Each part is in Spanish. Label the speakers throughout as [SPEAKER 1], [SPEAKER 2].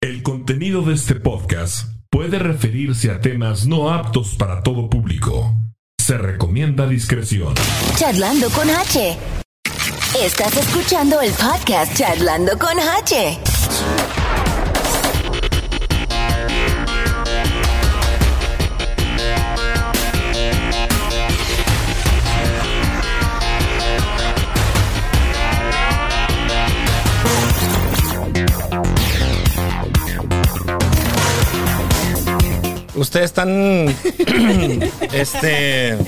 [SPEAKER 1] El contenido de este podcast puede referirse a temas no aptos para todo público. Se recomienda discreción.
[SPEAKER 2] Charlando con H. Estás escuchando el podcast Charlando con H.
[SPEAKER 3] Ustedes están. este.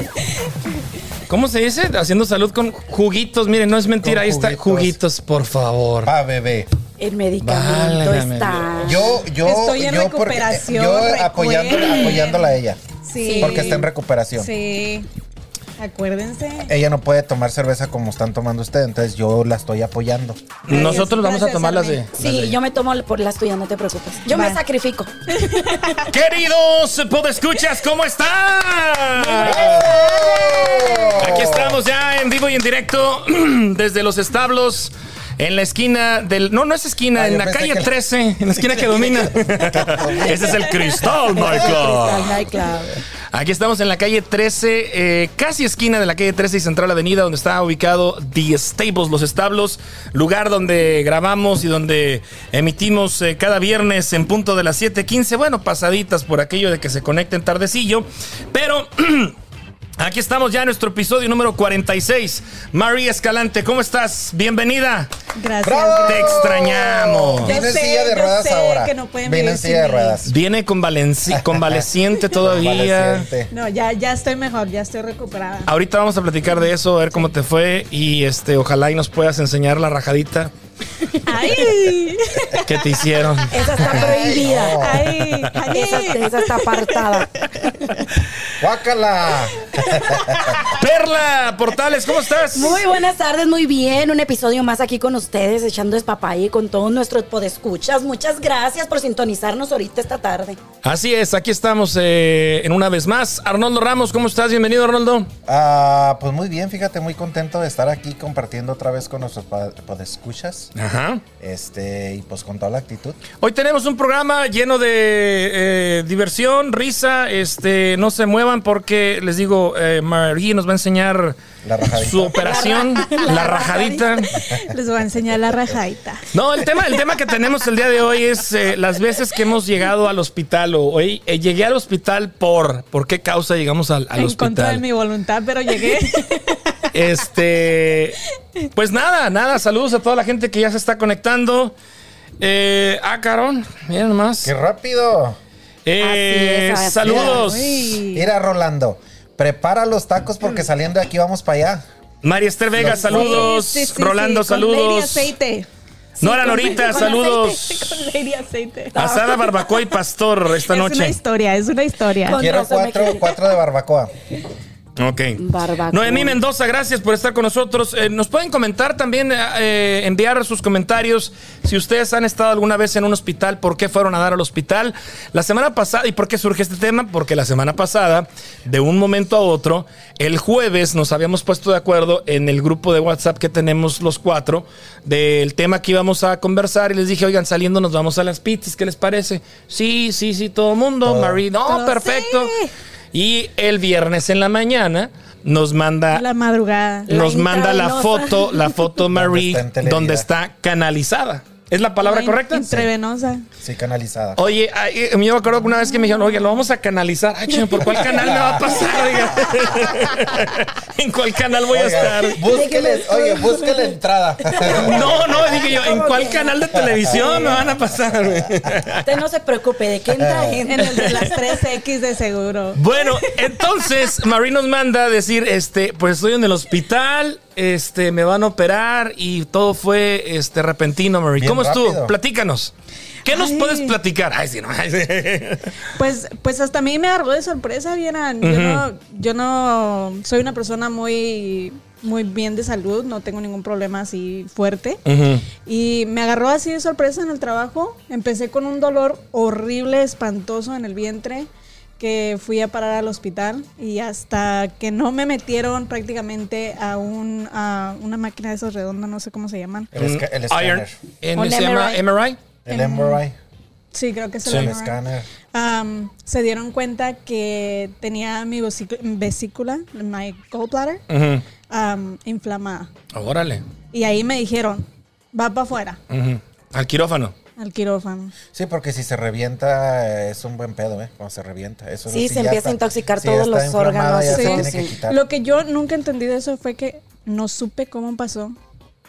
[SPEAKER 3] ¿Cómo se dice? Haciendo salud con juguitos. Miren, no es mentira.
[SPEAKER 4] Con
[SPEAKER 3] Ahí está.
[SPEAKER 4] juguitos.
[SPEAKER 3] Juguitos, por favor.
[SPEAKER 4] Va, bebé.
[SPEAKER 5] El medicamento
[SPEAKER 3] Válgame
[SPEAKER 5] está.
[SPEAKER 4] Yo, yo,
[SPEAKER 6] Estoy en
[SPEAKER 4] yo, eh,
[SPEAKER 6] recuperación,
[SPEAKER 4] yo apoyándola,
[SPEAKER 6] recuerden.
[SPEAKER 4] apoyándola a ella.
[SPEAKER 6] Sí.
[SPEAKER 4] Porque está en recuperación.
[SPEAKER 6] Sí. Acuérdense.
[SPEAKER 4] Ella no puede tomar cerveza como están tomando ustedes, entonces yo la estoy apoyando.
[SPEAKER 3] Nosotros vamos a
[SPEAKER 6] Gracias,
[SPEAKER 3] tomar las de.
[SPEAKER 6] Armin.
[SPEAKER 3] las de-
[SPEAKER 5] Sí, yo me tomo por las tuyas, no te preocupes. Yo me
[SPEAKER 6] Va.
[SPEAKER 5] sacrifico.
[SPEAKER 3] Queridos podescuchas, ¿cómo están? Aquí estamos ya en vivo y en directo desde los establos. En la esquina del. No, no es esquina,
[SPEAKER 4] Ah, yo
[SPEAKER 3] en la
[SPEAKER 4] pensé
[SPEAKER 3] calle
[SPEAKER 4] que-
[SPEAKER 3] 13, en la esquina que domina. Ese es el cristal, Michael.
[SPEAKER 4] Ah.
[SPEAKER 5] Ay, Claudia.
[SPEAKER 3] Aquí estamos en la calle 13, eh, casi esquina de la calle 13 y Central Avenida, donde está ubicado The Stables, Los Establos, lugar donde grabamos y donde emitimos eh, cada viernes en punto de las 7:15. Bueno, pasaditas por aquello de que se conecten tardecillo, pero. Aquí estamos ya en nuestro episodio número 46. María Escalante, ¿cómo estás? Bienvenida.
[SPEAKER 6] Gracias.
[SPEAKER 4] ¡Bravo!
[SPEAKER 3] Te extrañamos.
[SPEAKER 4] Viene en
[SPEAKER 6] Yo sé,
[SPEAKER 4] silla de
[SPEAKER 6] yo
[SPEAKER 4] ruedas
[SPEAKER 6] sé
[SPEAKER 4] ahora.
[SPEAKER 6] que no pueden
[SPEAKER 4] Viene en
[SPEAKER 6] vivir
[SPEAKER 4] silla de
[SPEAKER 6] sin mí.
[SPEAKER 4] ruedas.
[SPEAKER 3] Viene convalenci- convaleciente todavía.
[SPEAKER 4] Convaleciente.
[SPEAKER 6] No, ya, ya estoy mejor, ya estoy recuperada.
[SPEAKER 4] Ah.
[SPEAKER 3] Ahorita vamos a platicar de eso, a ver cómo te fue y este, ojalá y nos puedas enseñar la rajadita
[SPEAKER 6] ¡Ay!
[SPEAKER 3] que te hicieron.
[SPEAKER 5] Esa está prohibida.
[SPEAKER 4] no.
[SPEAKER 6] ¡Ay! Jani.
[SPEAKER 5] Esa, esa está apartada.
[SPEAKER 4] ¡Guácala!
[SPEAKER 3] Perla Portales, ¿cómo estás?
[SPEAKER 5] Muy buenas tardes, muy bien. Un episodio más aquí con ustedes, echando y con todos nuestros podescuchas. Muchas gracias por sintonizarnos ahorita esta tarde.
[SPEAKER 3] Así es, aquí estamos eh, en una vez más. Arnoldo Ramos, ¿cómo estás? Bienvenido, Arnoldo.
[SPEAKER 4] Ah, pues muy bien, fíjate, muy contento de estar aquí compartiendo otra vez con nuestros pa- podescuchas.
[SPEAKER 3] Ajá.
[SPEAKER 4] Este, y pues con toda la actitud.
[SPEAKER 3] Hoy tenemos un programa lleno de eh, diversión, risa. Este, no se muevan porque les digo, eh, María nos va a enseñar
[SPEAKER 4] La rajadita.
[SPEAKER 3] su operación, la, rajadita.
[SPEAKER 6] Les voy a enseñar la rajaita.
[SPEAKER 3] No, el tema, el tema que tenemos el día de hoy es eh, las veces que hemos llegado al hospital. o Hoy eh, llegué al hospital por. ¿Por qué causa llegamos al, al
[SPEAKER 6] en contra de
[SPEAKER 3] hospital?
[SPEAKER 6] mi voluntad, pero llegué.
[SPEAKER 3] Este. Pues nada, nada. Saludos a toda la gente que ya se está conectando. Eh, ah, carón, miren más.
[SPEAKER 4] ¡Qué rápido!
[SPEAKER 3] Eh,
[SPEAKER 5] Así es, así es.
[SPEAKER 3] saludos.
[SPEAKER 6] Uy.
[SPEAKER 4] Mira, Rolando, prepara los tacos porque
[SPEAKER 5] Mm.
[SPEAKER 4] saliendo de aquí vamos para allá.
[SPEAKER 3] María Esther Vega,
[SPEAKER 4] Sí,
[SPEAKER 3] saludos.
[SPEAKER 6] Sí, sí, sí,
[SPEAKER 3] Rolando,
[SPEAKER 6] con Lady
[SPEAKER 3] saludos.
[SPEAKER 6] aceite.
[SPEAKER 3] Nora
[SPEAKER 5] con-
[SPEAKER 3] Norita,
[SPEAKER 5] con
[SPEAKER 3] saludos.
[SPEAKER 6] Con Lady aceite.
[SPEAKER 3] Asada, barbacoa y pastor esta
[SPEAKER 6] es una
[SPEAKER 3] noche.
[SPEAKER 6] historia, es una historia.
[SPEAKER 5] Con-
[SPEAKER 4] Quiero
[SPEAKER 5] razón Oh, me
[SPEAKER 4] cuatro,
[SPEAKER 5] quiere.
[SPEAKER 4] cuatro de barbacoa.
[SPEAKER 3] Ok.
[SPEAKER 5] Barbacoa.
[SPEAKER 3] Noemí Mendoza, gracias por estar con nosotros. Eh, nos pueden comentar también, eh, eh, enviar sus comentarios si ustedes han estado alguna vez en un hospital, por qué fueron a dar al hospital. La semana pasada, ¿y por qué surge este tema? Porque la semana pasada, de un momento a otro, el jueves nos habíamos puesto de acuerdo en el grupo de WhatsApp que tenemos los cuatro del tema que íbamos a conversar y les dije, oigan, saliendo nos vamos a las pizzas, ¿qué les parece? Sí, sí, sí, todo el mundo.
[SPEAKER 4] Todo.
[SPEAKER 3] Marie, no,
[SPEAKER 6] Todo,
[SPEAKER 3] perfecto.
[SPEAKER 6] sí.
[SPEAKER 3] Y el viernes en la mañana nos manda,
[SPEAKER 6] La madrugada.
[SPEAKER 3] nos
[SPEAKER 5] La
[SPEAKER 3] manda la
[SPEAKER 5] intravenosa.
[SPEAKER 3] foto, la foto Marie,
[SPEAKER 4] está en
[SPEAKER 3] donde está,
[SPEAKER 4] Televida.
[SPEAKER 3] canalizada. ¿Es la palabra
[SPEAKER 6] La
[SPEAKER 3] correcta?
[SPEAKER 6] Intravenosa.
[SPEAKER 4] Sí, canalizada.
[SPEAKER 3] Oye, ay, eh, yo me acuerdo que una vez que me dijeron, oye, lo vamos a canalizar. Ay, chinga, ¿por cuál canal me va a pasar? Oiga? ¿En cuál canal voy a
[SPEAKER 4] Oiga,
[SPEAKER 3] estar?
[SPEAKER 4] búsquele, oye, búsquele entrada.
[SPEAKER 3] No, no, dije yo, ¿en cuál canal de televisión me van a pasar? güey?
[SPEAKER 5] Usted no se preocupe, ¿de qué entra gente?
[SPEAKER 6] En el de las 3X de seguro.
[SPEAKER 3] Bueno, entonces Marie nos manda a decir, este, pues estoy en el hospital, este, me van a operar y todo fue, este, repentino, Marie.
[SPEAKER 4] Bien
[SPEAKER 3] ¿Cómo estuvo?
[SPEAKER 4] rápido.
[SPEAKER 3] Platícanos. ¿Qué nos
[SPEAKER 6] Ay.
[SPEAKER 3] puedes platicar? Ay, sí, no. ay, sí.
[SPEAKER 6] Pues, pues hasta a mí me agarró de sorpresa, vieran. Yo no- yo, no, soy una persona muy, muy bien de salud, no tengo ningún problema así fuerte.
[SPEAKER 3] Ujú.
[SPEAKER 6] Y me agarró así de sorpresa en el trabajo. Empecé con un dolor horrible, espantoso en el vientre, que fui a parar al hospital y hasta que no me metieron prácticamente a, un, a una máquina de esas
[SPEAKER 3] Mm,
[SPEAKER 6] redondas, no sé cómo se llaman.
[SPEAKER 4] El, esca- el
[SPEAKER 3] Iron.
[SPEAKER 4] escáner.
[SPEAKER 3] En-
[SPEAKER 6] Un
[SPEAKER 5] Em.
[SPEAKER 3] ¿Se llama MRI?
[SPEAKER 4] El MRI.
[SPEAKER 6] Sí, creo que es el
[SPEAKER 4] El
[SPEAKER 6] MRI.
[SPEAKER 4] escáner.
[SPEAKER 6] Am, se dieron cuenta que tenía mi vesícula, vesícula, my gallbladder,
[SPEAKER 3] Ujú.
[SPEAKER 6] am, inflamada.
[SPEAKER 3] Órale.
[SPEAKER 6] Y ahí me dijeron, va para afuera,
[SPEAKER 3] Ujú. Al quirófano.
[SPEAKER 6] al quirófano.
[SPEAKER 4] Sí, porque si se revienta eh, es un buen pedo, ¿eh? Cuando se revienta. Eso
[SPEAKER 5] Sí,
[SPEAKER 4] sí
[SPEAKER 5] se
[SPEAKER 4] ya
[SPEAKER 5] empieza a
[SPEAKER 4] está-
[SPEAKER 5] intoxicar
[SPEAKER 4] sí, ya
[SPEAKER 5] todos
[SPEAKER 4] está
[SPEAKER 5] los
[SPEAKER 4] inflamada,
[SPEAKER 5] órganos
[SPEAKER 4] ya
[SPEAKER 5] y
[SPEAKER 4] se
[SPEAKER 6] todo,
[SPEAKER 4] tiene que
[SPEAKER 5] sí.
[SPEAKER 4] quitar.
[SPEAKER 6] Lo que yo nunca entendí de eso fue que no supe cómo pasó,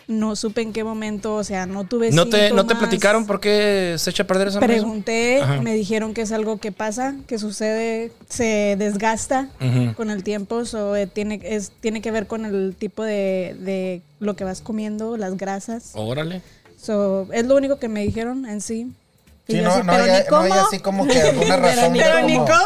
[SPEAKER 6] no supe en qué momento, o sea, no tuve
[SPEAKER 3] ¿No te, ¿No te
[SPEAKER 6] síntomas.
[SPEAKER 3] platicaron por qué se echa a perder esa madre?
[SPEAKER 6] Pregunté,
[SPEAKER 3] Ajá.
[SPEAKER 6] me dijeron que es algo que pasa, que sucede, se desgasta
[SPEAKER 3] Ujú.
[SPEAKER 6] con el tiempo, so, eh, tiene, es, tiene que ver con el tipo de, de lo que vas comiendo, las grasas.
[SPEAKER 3] Órale.
[SPEAKER 6] So, es lo único que me dijeron en sí. Y
[SPEAKER 4] Sí,
[SPEAKER 6] yo
[SPEAKER 4] no,
[SPEAKER 6] así,
[SPEAKER 4] no
[SPEAKER 6] pero
[SPEAKER 4] hay,
[SPEAKER 6] ni
[SPEAKER 4] no hay
[SPEAKER 6] cómo.
[SPEAKER 4] así como que alguna razón.
[SPEAKER 6] Pero ni
[SPEAKER 4] como-
[SPEAKER 6] cómo.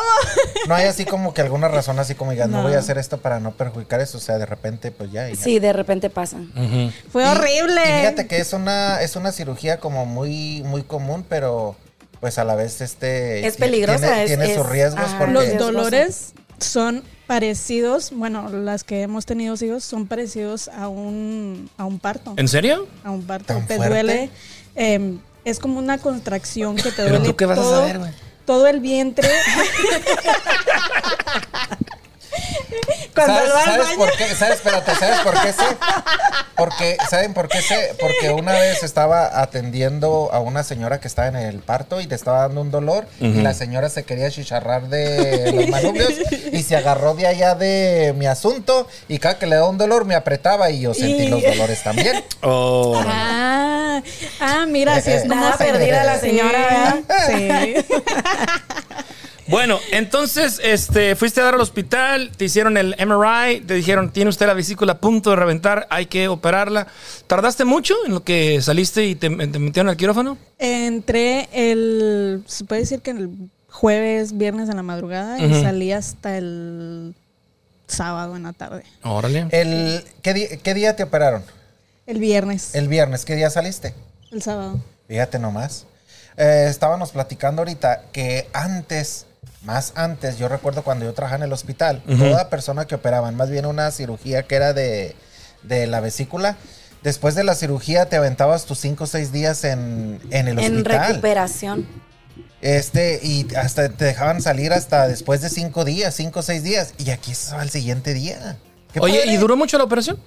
[SPEAKER 4] No hay así como que alguna razón así como, digas, no.
[SPEAKER 6] No.
[SPEAKER 4] voy a hacer esto para no perjudicar eso. O sea, de repente, pues ya. y ya.
[SPEAKER 5] Sí, de repente pasan.
[SPEAKER 3] Ujú.
[SPEAKER 6] Fue
[SPEAKER 4] Y-
[SPEAKER 6] horrible.
[SPEAKER 4] y fíjate que es una, es una cirugía como muy, muy común, pero pues a la vez este...
[SPEAKER 5] Es peligrosa,
[SPEAKER 4] Tiene,
[SPEAKER 5] es-
[SPEAKER 4] tiene sus
[SPEAKER 5] es-
[SPEAKER 4] riesgos
[SPEAKER 5] ajá.
[SPEAKER 4] porque...
[SPEAKER 6] ah, Los
[SPEAKER 5] riesgoso.
[SPEAKER 6] dolores son parecidos, bueno, las que hemos tenido hijos son parecidos a un, a un parto.
[SPEAKER 3] ¿En serio?
[SPEAKER 6] a un parto.
[SPEAKER 4] ¿Tan
[SPEAKER 6] Te
[SPEAKER 4] fuerte?
[SPEAKER 6] duele. eh, es como una contracción que te
[SPEAKER 3] ¿Pero
[SPEAKER 6] duele.
[SPEAKER 3] tú qué vas a
[SPEAKER 6] todo,
[SPEAKER 3] saber, güey?
[SPEAKER 6] Todo el vientre. Cuando
[SPEAKER 4] ¿Sabes,
[SPEAKER 6] va al
[SPEAKER 4] sabes
[SPEAKER 6] baño.
[SPEAKER 4] por qué? ¿Sabes? Espérate, ¿sabes por qué sé? Porque, ¿saben por qué sé? Porque una vez estaba atendiendo a una señora que estaba en el parto y te estaba dando un dolor y la señora se quería chicharrar de los manubrios y se agarró de allá de mi asunto y cada que le daba un dolor me apretaba y yo sentí
[SPEAKER 6] Y-
[SPEAKER 4] los dolores también.
[SPEAKER 3] Oh.
[SPEAKER 6] Ah, ah, mira, si es como
[SPEAKER 5] Nada perdida la señora,
[SPEAKER 6] Sí.
[SPEAKER 3] Bueno, entonces este, fuiste a dar al hospital, te hicieron el MRI, te dijeron, tiene usted la vesícula a punto de reventar, hay que operarla. ¿Tardaste mucho en lo que saliste y te, te metieron al quirófano?
[SPEAKER 6] Entré el. Se puede decir que el jueves, viernes en la madrugada
[SPEAKER 3] Ujú.
[SPEAKER 6] y salí hasta el sábado en la tarde.
[SPEAKER 3] Órale.
[SPEAKER 6] Eh,
[SPEAKER 4] El, ¿qué, di- ¿Qué día te operaron?
[SPEAKER 6] El viernes. El,
[SPEAKER 4] El viernes, ¿qué día saliste?
[SPEAKER 6] sábado.
[SPEAKER 4] Fíjate nomás. Eh, estábamos platicando ahorita que antes, más antes, yo recuerdo cuando yo trabajaba en el hospital, toda persona que operaban, más bien una cirugía que era de, de la vesícula, después de la cirugía te aventabas tus 5 o 6 días en, en el
[SPEAKER 5] En
[SPEAKER 4] hospital.
[SPEAKER 5] recuperación.
[SPEAKER 4] Este, y hasta te dejaban salir hasta después de 5 días, 5 o 6 días, y aquí es al siguiente día. Qué
[SPEAKER 3] Oye,
[SPEAKER 4] padre.
[SPEAKER 3] ¿y duró mucho la operación?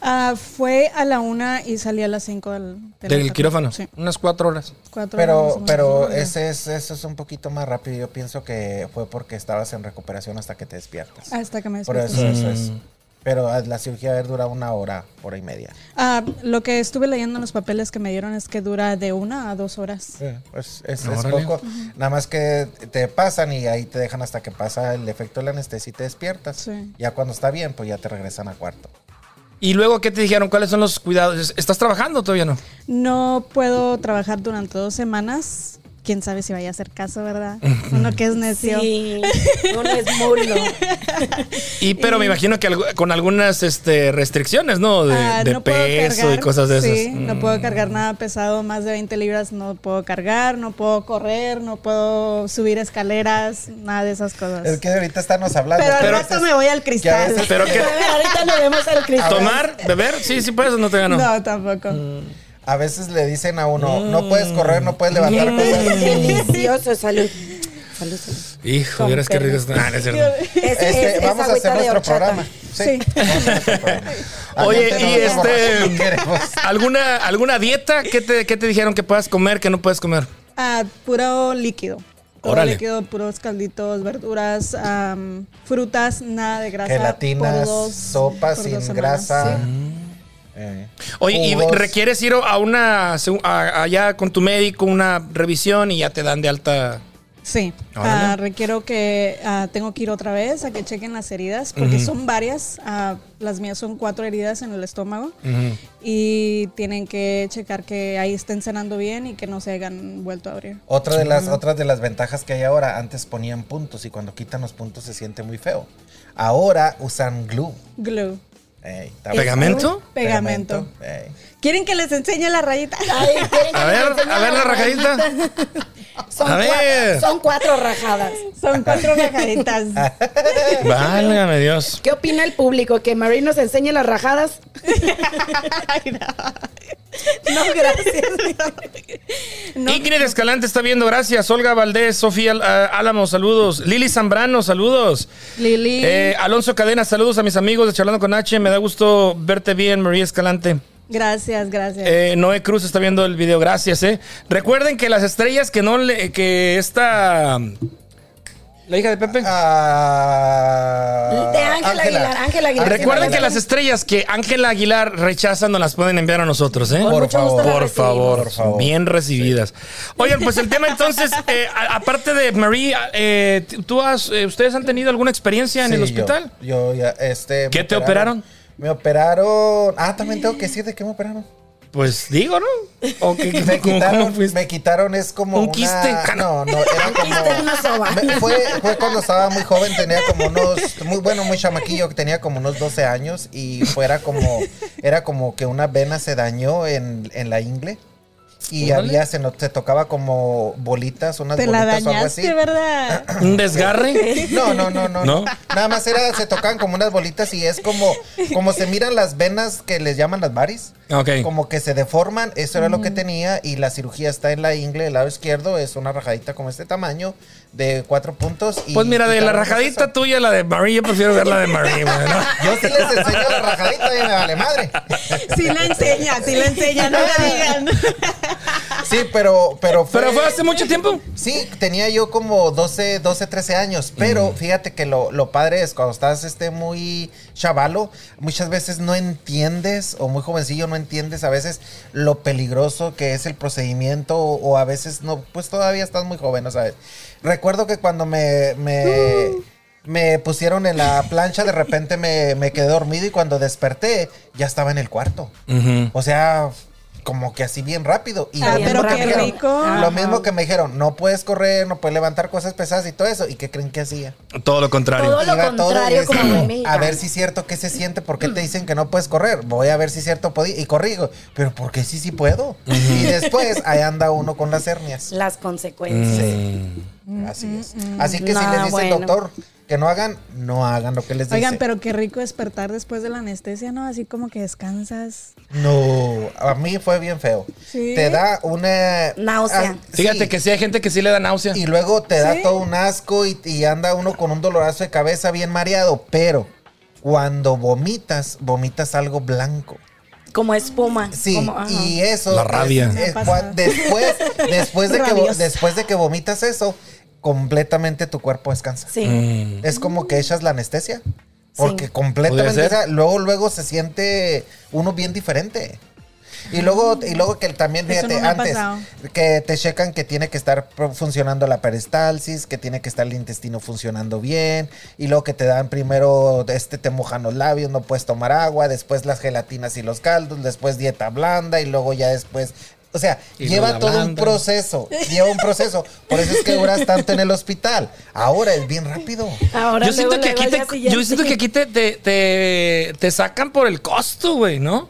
[SPEAKER 6] Ah, fue a la una y salí a las cinco del, de la
[SPEAKER 3] Del
[SPEAKER 6] tarde.
[SPEAKER 3] quirófano.
[SPEAKER 6] Sí.
[SPEAKER 3] Unas cuatro horas.
[SPEAKER 6] Cuatro horas
[SPEAKER 4] Pero,
[SPEAKER 6] más o
[SPEAKER 4] pero
[SPEAKER 6] menos.
[SPEAKER 4] ese es, eso es un poquito más rápido. Yo pienso que fue porque estabas en recuperación hasta que te despiertas.
[SPEAKER 6] Hasta que me
[SPEAKER 4] Por
[SPEAKER 6] despierto.
[SPEAKER 4] eso, eso es. Pero a- la cirugía haber durado una hora, hora y media.
[SPEAKER 6] Ah, lo que estuve leyendo en los papeles que me dieron es que dura de una a dos horas.
[SPEAKER 4] Pues es, es
[SPEAKER 3] Órale.
[SPEAKER 4] poco. Nada más que te pasan y ahí te dejan hasta que pasa el efecto de la anestesia y te despiertas.
[SPEAKER 6] Sí.
[SPEAKER 4] Ya cuando está bien, pues ya te regresan a cuarto.
[SPEAKER 3] ¿Y luego qué te dijeron? ¿Cuáles son los cuidados? ¿Estás trabajando o todavía no?
[SPEAKER 6] No puedo trabajar durante dos semanas. Quién sabe si vaya a hacer caso, ¿verdad? Uno que es necio.
[SPEAKER 5] Sí, uno es mulo.
[SPEAKER 3] Y pero me imagino que algu- con algunas este, restricciones, ¿no? De,
[SPEAKER 6] Ah,
[SPEAKER 3] de
[SPEAKER 6] no puedo
[SPEAKER 3] peso y
[SPEAKER 6] cargar,
[SPEAKER 3] cosas de
[SPEAKER 6] sí,
[SPEAKER 3] esas. Mm.
[SPEAKER 6] no puedo cargar nada pesado, más de 20 libras no puedo cargar, no puedo correr, no puedo subir escaleras, nada de esas cosas.
[SPEAKER 4] Es que ahorita estamos hablando.
[SPEAKER 6] pero al
[SPEAKER 4] que a
[SPEAKER 6] rato
[SPEAKER 4] veces-
[SPEAKER 6] me voy al
[SPEAKER 4] que a
[SPEAKER 6] cristal.
[SPEAKER 4] veces-
[SPEAKER 3] Pero
[SPEAKER 5] A
[SPEAKER 3] que
[SPEAKER 5] ver, ahorita nos vemos al cristal.
[SPEAKER 3] tomar, beber, sí, sí puedes o no Mm, te ganó.
[SPEAKER 6] No, tampoco.
[SPEAKER 4] A veces le dicen a uno, no puedes correr, no puedes levantar cosas.
[SPEAKER 5] Delicioso, salud. Salud, salud.
[SPEAKER 3] Hijo,
[SPEAKER 5] Con
[SPEAKER 3] vieras qué rico
[SPEAKER 5] pena.
[SPEAKER 3] está. Ah, no es cierto.
[SPEAKER 5] Es-
[SPEAKER 4] Este,
[SPEAKER 5] es- es
[SPEAKER 4] vamos a
[SPEAKER 5] agüita
[SPEAKER 4] hacer
[SPEAKER 5] de
[SPEAKER 4] nuestro
[SPEAKER 5] horchata.
[SPEAKER 4] programa. Sí. vamos a hacer nuestro programa.
[SPEAKER 3] Oye,
[SPEAKER 4] Adelante,
[SPEAKER 3] y
[SPEAKER 4] no, no,
[SPEAKER 3] este-
[SPEAKER 4] no queremos.
[SPEAKER 3] ¿Alguna, alguna dieta? ¿Qué te, qué te dijeron que puedas comer, que no puedes comer?
[SPEAKER 6] Ah, puro líquido. Puro
[SPEAKER 3] Órale.
[SPEAKER 6] líquido, puros calditos, verduras, am, frutas, nada de grasa.
[SPEAKER 4] Gelatinas,
[SPEAKER 6] por dos-
[SPEAKER 4] sopas
[SPEAKER 6] por
[SPEAKER 4] sin
[SPEAKER 6] dos semanas.
[SPEAKER 4] grasa.
[SPEAKER 6] Sí.
[SPEAKER 4] eh,
[SPEAKER 3] Oye, ¿y
[SPEAKER 4] jugos.
[SPEAKER 3] requieres ir a una, a- allá con tu médico, una revisión y ya te dan de alta?
[SPEAKER 6] Sí.
[SPEAKER 3] Órale.
[SPEAKER 6] Ah, requiero que ah, tengo que ir otra vez a que chequen las heridas, porque son varias. Ah, las mías son cuatro heridas en el estómago. Y tienen que checar que ahí estén cenando bien y que no se hayan vuelto a abrir.
[SPEAKER 4] Otra de las otras de las ventajas que hay ahora, antes ponían puntos y cuando quitan los puntos se siente muy feo. Ahora usan glue.
[SPEAKER 6] Glue.
[SPEAKER 4] Ey, está
[SPEAKER 3] ¿Pegamento?
[SPEAKER 4] bueno.
[SPEAKER 6] Pegamento.
[SPEAKER 4] ey.
[SPEAKER 6] ¿Quieren que les enseñe la rayita?
[SPEAKER 5] Ay, ¿quieren que
[SPEAKER 3] A
[SPEAKER 5] les
[SPEAKER 3] ver,
[SPEAKER 5] enseñe
[SPEAKER 3] a ver la rajadita.
[SPEAKER 5] Son,
[SPEAKER 3] A
[SPEAKER 5] cua-
[SPEAKER 3] ver.
[SPEAKER 5] son cuatro rajadas.
[SPEAKER 6] Son cuatro rajaditas.
[SPEAKER 4] Ah.
[SPEAKER 3] Válgame Dios.
[SPEAKER 5] ¿Qué opina el público? ¿Que Marie nos enseñe las rajadas?
[SPEAKER 6] Ay, no.
[SPEAKER 5] No, gracias.
[SPEAKER 6] No.
[SPEAKER 3] Ingrid Escalante está viendo, gracias. Olga Valdés, Sofía ah, Álamo, saludos. Lili Zambrano, saludos.
[SPEAKER 6] Lili.
[SPEAKER 3] Eh, Alonso Cadena, saludos a mis amigos de Charlando con H. Me da gusto verte bien, María Escalante.
[SPEAKER 6] Gracias, gracias.
[SPEAKER 3] Eh, Noé Cruz está viendo el video, gracias, eh. Recuerden que las estrellas que no le, que esta la hija de Pepe.
[SPEAKER 4] Ah,
[SPEAKER 5] De Ángela Aguilar, Ángela Aguilar.
[SPEAKER 3] Recuerden
[SPEAKER 5] Ángela
[SPEAKER 3] que las estrellas que Ángela Aguilar rechaza nos las pueden enviar a nosotros, ¿eh?
[SPEAKER 5] Con
[SPEAKER 4] Por
[SPEAKER 5] mucho gusto
[SPEAKER 4] favor,
[SPEAKER 5] la
[SPEAKER 3] Por
[SPEAKER 5] recibimos.
[SPEAKER 3] favor,
[SPEAKER 4] Por favor.
[SPEAKER 3] bien recibidas. Oigan, pues el tema entonces, eh, a- aparte de Marie, eh, t- ¿tú has, eh, ¿ustedes han tenido alguna experiencia en
[SPEAKER 4] Sí,
[SPEAKER 3] el
[SPEAKER 4] yo-
[SPEAKER 3] hospital?
[SPEAKER 4] Yo, ya, este.
[SPEAKER 3] ¿Qué
[SPEAKER 4] me
[SPEAKER 3] te operaron?
[SPEAKER 4] Me operaron. Ah, también tengo que decir de qué me operaron.
[SPEAKER 3] Pues digo, ¿no? ¿O qué-
[SPEAKER 4] Me
[SPEAKER 3] cómo- cómo
[SPEAKER 4] quitaron,
[SPEAKER 3] fuiste?
[SPEAKER 4] me quitaron, es como.
[SPEAKER 3] ¿Un
[SPEAKER 4] una-
[SPEAKER 3] quiste? Ah,
[SPEAKER 4] No, no, era
[SPEAKER 5] quiste en una soba.
[SPEAKER 4] como. me- fue, fue cuando estaba muy joven, tenía como unos. Muy bueno, muy chamaquillo, que tenía como unos 12 años y fuera como. Era como que una vena se dañó en, en la ingle. Y
[SPEAKER 3] Órale.
[SPEAKER 4] había, se, no- se tocaba como bolitas, unas
[SPEAKER 6] Te la
[SPEAKER 4] bolitas o algo
[SPEAKER 6] dañaste,
[SPEAKER 4] así.
[SPEAKER 6] ¿verdad?
[SPEAKER 3] ¿Un desgarre?
[SPEAKER 4] No, no, no, no,
[SPEAKER 3] ¿No?
[SPEAKER 4] no. Nada más era, se tocaban como unas bolitas y es como, como se miran las venas que les llaman las varis.
[SPEAKER 3] Ah, Ok.
[SPEAKER 4] Como que se deforman, eso era lo que tenía y la cirugía está en la ingle del lado izquierdo, es una rajadita como este tamaño de cuatro puntos. y
[SPEAKER 3] Pues mira, de la
[SPEAKER 4] quitaron
[SPEAKER 3] rajadita
[SPEAKER 4] eso.
[SPEAKER 3] tuya, la de Marie, yo prefiero ver la de Marie, güey, ¿no?
[SPEAKER 4] Yo sí les enseño la rajadita y me vale madre.
[SPEAKER 6] Sí la enseña, sí la enseña, no la digan.
[SPEAKER 4] Sí, pero, pero fue...
[SPEAKER 3] Pero fue hace mucho tiempo.
[SPEAKER 4] Sí, tenía yo como 12, 12, 13 años, pero fíjate que lo, lo padre es cuando estás este muy chavalo, muchas veces no entiendes o muy jovencillo no entiendes a veces lo peligroso que es el procedimiento o, o a veces no, pues todavía estás muy joven, ¿no sabes? Recuerdo que cuando me... me
[SPEAKER 6] Mm.
[SPEAKER 4] me pusieron en la plancha, de repente me, me quedé dormido y cuando desperté ya estaba en el cuarto. O sea, como que así bien rápido. Y
[SPEAKER 6] Ah,
[SPEAKER 4] lo mismo que
[SPEAKER 6] pero qué
[SPEAKER 4] me dijeron,
[SPEAKER 6] rico.
[SPEAKER 4] Lo mismo que me dijeron, no puedes correr, no puedes levantar cosas pesadas y todo eso. ¿Y qué creen que hacía?
[SPEAKER 3] Todo lo contrario.
[SPEAKER 5] Todo lo
[SPEAKER 4] Iba todo
[SPEAKER 5] contrario,
[SPEAKER 4] y
[SPEAKER 5] como
[SPEAKER 4] decía,
[SPEAKER 5] buen mexicano.
[SPEAKER 4] A ver si es cierto que se siente, ¿por qué te dicen que no puedes correr? Voy a ver si es cierto podí- y corrí. Digo, Pero ¿por qué sí, sí puedo? Y después ahí anda uno con las hernias.
[SPEAKER 5] Las consecuencias.
[SPEAKER 4] Así es. Así que si
[SPEAKER 5] Nah,
[SPEAKER 4] les dice
[SPEAKER 5] bueno.
[SPEAKER 4] el doctor que no hagan, no hagan lo que les dice.
[SPEAKER 6] Oigan, pero qué rico despertar después de la anestesia, ¿no? Así como que descansas.
[SPEAKER 4] No, a mí fue bien feo.
[SPEAKER 6] Sí.
[SPEAKER 4] Te da una Ah,
[SPEAKER 5] Náusea.
[SPEAKER 3] Fíjate
[SPEAKER 4] sí.
[SPEAKER 3] que sí hay gente que sí le da náusea.
[SPEAKER 4] Y luego te da todo un asco y, y anda uno con un dolorazo de cabeza bien mareado. Pero cuando vomitas, vomitas algo blanco.
[SPEAKER 5] Como espuma.
[SPEAKER 4] Mm. Sí,
[SPEAKER 5] como- ajá.
[SPEAKER 4] y eso.
[SPEAKER 3] La rabia.
[SPEAKER 4] es- es
[SPEAKER 6] Me
[SPEAKER 4] cua-
[SPEAKER 6] ha pasado.
[SPEAKER 4] después, después, de que, vo-
[SPEAKER 6] Rabiosa.
[SPEAKER 4] después de que vomitas eso, completamente tu cuerpo descansa.
[SPEAKER 5] Sí.
[SPEAKER 4] Es Mm. como que echas la anestesia. Porque completamente,
[SPEAKER 3] ¿Podría ser?
[SPEAKER 4] o sea, luego, luego se siente uno bien diferente. Y luego, y luego que también,
[SPEAKER 6] Eso
[SPEAKER 4] fíjate,
[SPEAKER 6] no me ha
[SPEAKER 4] antes,
[SPEAKER 6] pasado.
[SPEAKER 4] que te checan que tiene que estar pro- funcionando la peristalsis, que tiene que estar el intestino funcionando bien, y luego que te dan primero, este, te mojan los labios, no puedes tomar agua, después las gelatinas y los caldos, después dieta blanda, y luego ya después... O sea,
[SPEAKER 3] Y luego
[SPEAKER 4] lleva
[SPEAKER 3] la
[SPEAKER 4] todo un
[SPEAKER 3] blanda.
[SPEAKER 4] proceso, lleva un proceso. Por eso es que duras tanto en el hospital. Ahora es bien rápido.
[SPEAKER 5] Ahora
[SPEAKER 3] yo siento
[SPEAKER 5] luego,
[SPEAKER 3] que aquí
[SPEAKER 5] luego, al
[SPEAKER 3] te,
[SPEAKER 5] día siguiente.
[SPEAKER 3] yo siento que aquí te, te, te- te sacan por el costo, güey, ¿no?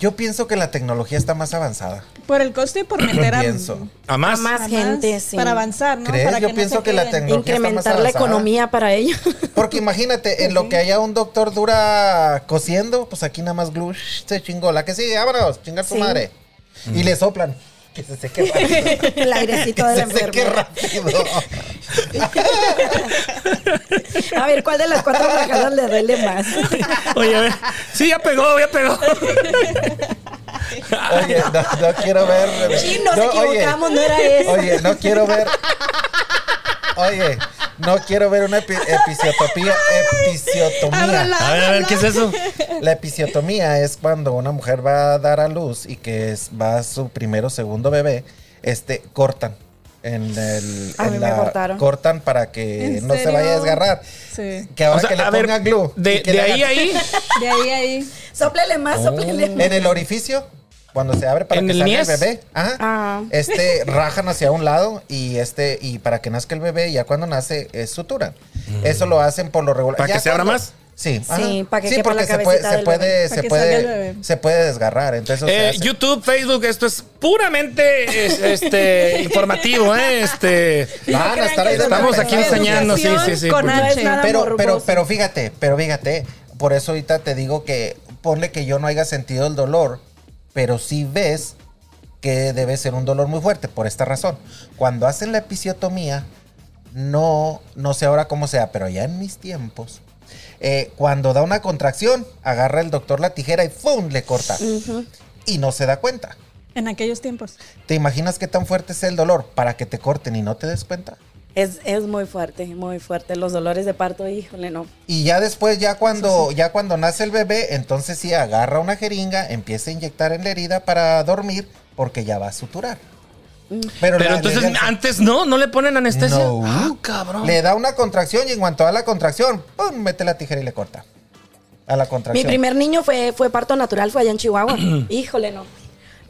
[SPEAKER 4] Yo pienso que la tecnología está más avanzada.
[SPEAKER 6] Por el costo y por meter a,
[SPEAKER 4] pienso.
[SPEAKER 3] A más.
[SPEAKER 5] A más.
[SPEAKER 6] a más
[SPEAKER 5] gente, sí.
[SPEAKER 6] para avanzar, ¿no?
[SPEAKER 4] ¿Crees?
[SPEAKER 6] Para
[SPEAKER 4] Yo
[SPEAKER 6] no
[SPEAKER 4] pienso
[SPEAKER 6] se
[SPEAKER 4] que la
[SPEAKER 6] queden.
[SPEAKER 4] tecnología está
[SPEAKER 5] Incrementar
[SPEAKER 4] más
[SPEAKER 5] la
[SPEAKER 4] avanzada.
[SPEAKER 5] economía para ello.
[SPEAKER 4] Porque imagínate, en lo que allá un doctor dura cosiendo, pues aquí nada más glue, shh, se chingó. La que sigue, vámonos, chingar su
[SPEAKER 5] Sí.
[SPEAKER 4] madre. Y le soplan. Que se seque rápido.
[SPEAKER 5] El airecito de la
[SPEAKER 4] Que se seque
[SPEAKER 5] enfermera.
[SPEAKER 4] rápido.
[SPEAKER 5] A ver, ¿cuál de las cuatro rajadas le duele más?
[SPEAKER 3] Oye, a ver. Sí, ya pegó, ya pegó.
[SPEAKER 4] Oye, no, no quiero ver.
[SPEAKER 5] Sí, nos equivocamos, no era eso.
[SPEAKER 4] Oye, no quiero ver. Oye, no quiero ver una epi- episiotopía. Episiotomía.
[SPEAKER 3] A ver, a ver, ¿qué es eso?
[SPEAKER 4] La episiotomía es cuando una mujer va a dar a luz y que es, va a su primero o segundo bebé, este, cortan. En el,
[SPEAKER 5] A
[SPEAKER 4] en
[SPEAKER 5] mí me cortaron.
[SPEAKER 4] Cortan para que
[SPEAKER 6] ¿En
[SPEAKER 4] no se vaya a
[SPEAKER 6] serio?
[SPEAKER 4] desgarrar.
[SPEAKER 6] Sí.
[SPEAKER 4] Que ahora
[SPEAKER 3] O sea,
[SPEAKER 4] que le
[SPEAKER 3] a ver,
[SPEAKER 4] pongan glue. y
[SPEAKER 3] de,
[SPEAKER 4] que
[SPEAKER 3] de
[SPEAKER 4] le
[SPEAKER 3] ahí a
[SPEAKER 4] hagan-
[SPEAKER 3] ahí,
[SPEAKER 6] De ahí a ahí.
[SPEAKER 5] Sóplele más, sóplele más.
[SPEAKER 4] En el orificio, cuando se abre para
[SPEAKER 3] Oh. ¿En
[SPEAKER 4] que
[SPEAKER 3] el E
[SPEAKER 4] salga
[SPEAKER 3] niés?
[SPEAKER 4] el bebé, ajá,
[SPEAKER 5] Ah.
[SPEAKER 4] este, rajan hacia un lado y este, y para que nazca el bebé, ya cuando nace, eh, suturan. Eso lo hacen por lo regular.
[SPEAKER 3] Mm. ¿Para
[SPEAKER 4] Ya
[SPEAKER 3] que se abra
[SPEAKER 4] cuando-
[SPEAKER 3] más?
[SPEAKER 4] Sí, ajá.
[SPEAKER 5] Sí, para que
[SPEAKER 4] Sí,
[SPEAKER 5] quepa la
[SPEAKER 4] porque se puede,
[SPEAKER 5] cabecita
[SPEAKER 4] se
[SPEAKER 5] del
[SPEAKER 4] puede,
[SPEAKER 5] bebé.
[SPEAKER 4] se
[SPEAKER 6] Para que salga el
[SPEAKER 4] puede,
[SPEAKER 6] bebé.
[SPEAKER 4] se puede desgarrar. Entonces, se
[SPEAKER 3] eh,
[SPEAKER 4] hace.
[SPEAKER 3] YouTube, Facebook, esto es puramente es- este, informativo, ¿eh? Este,
[SPEAKER 4] Van a
[SPEAKER 5] crean
[SPEAKER 4] estar
[SPEAKER 5] que
[SPEAKER 4] Ah, ahí de
[SPEAKER 3] estamos aquí
[SPEAKER 4] repente.
[SPEAKER 3] enseñando, sí, sí, sí.
[SPEAKER 6] Con
[SPEAKER 3] porque-
[SPEAKER 5] No es
[SPEAKER 6] H.
[SPEAKER 5] nada
[SPEAKER 4] pero, pero,
[SPEAKER 5] morboso.
[SPEAKER 4] pero fíjate, pero fíjate, por eso ahorita te digo que ponle que yo no haya sentido el dolor, pero sí ves que debe ser un dolor muy fuerte por esta razón. Cuando hacen la episiotomía, no, no sé ahora cómo sea, pero ya en mis tiempos, eh, cuando da una contracción, agarra el doctor la tijera y ¡fum! le corta. Y no se da cuenta.
[SPEAKER 6] En aquellos tiempos.
[SPEAKER 4] ¿Te imaginas qué tan fuerte es el dolor para que te corten y no te des cuenta?
[SPEAKER 5] Es, es muy fuerte, muy fuerte. Los dolores de parto, híjole, no.
[SPEAKER 4] Y ya después, ya cuando, ya cuando nace el bebé, entonces sí agarra una jeringa, empieza a inyectar en la herida para dormir, porque ya va a suturar.
[SPEAKER 5] Mm.
[SPEAKER 3] Pero,
[SPEAKER 4] la-
[SPEAKER 3] entonces ah,
[SPEAKER 4] le- le-
[SPEAKER 3] antes no, no le ponen anestesia.
[SPEAKER 4] No.
[SPEAKER 3] Ah, cabrón.
[SPEAKER 4] le da una contracción y en cuanto da la contracción, ¡pum! mete la tijera y le corta. A la
[SPEAKER 5] Mi
[SPEAKER 4] contracción.
[SPEAKER 5] primer niño fue, fue parto natural, fue allá en Chihuahua. híjole, no.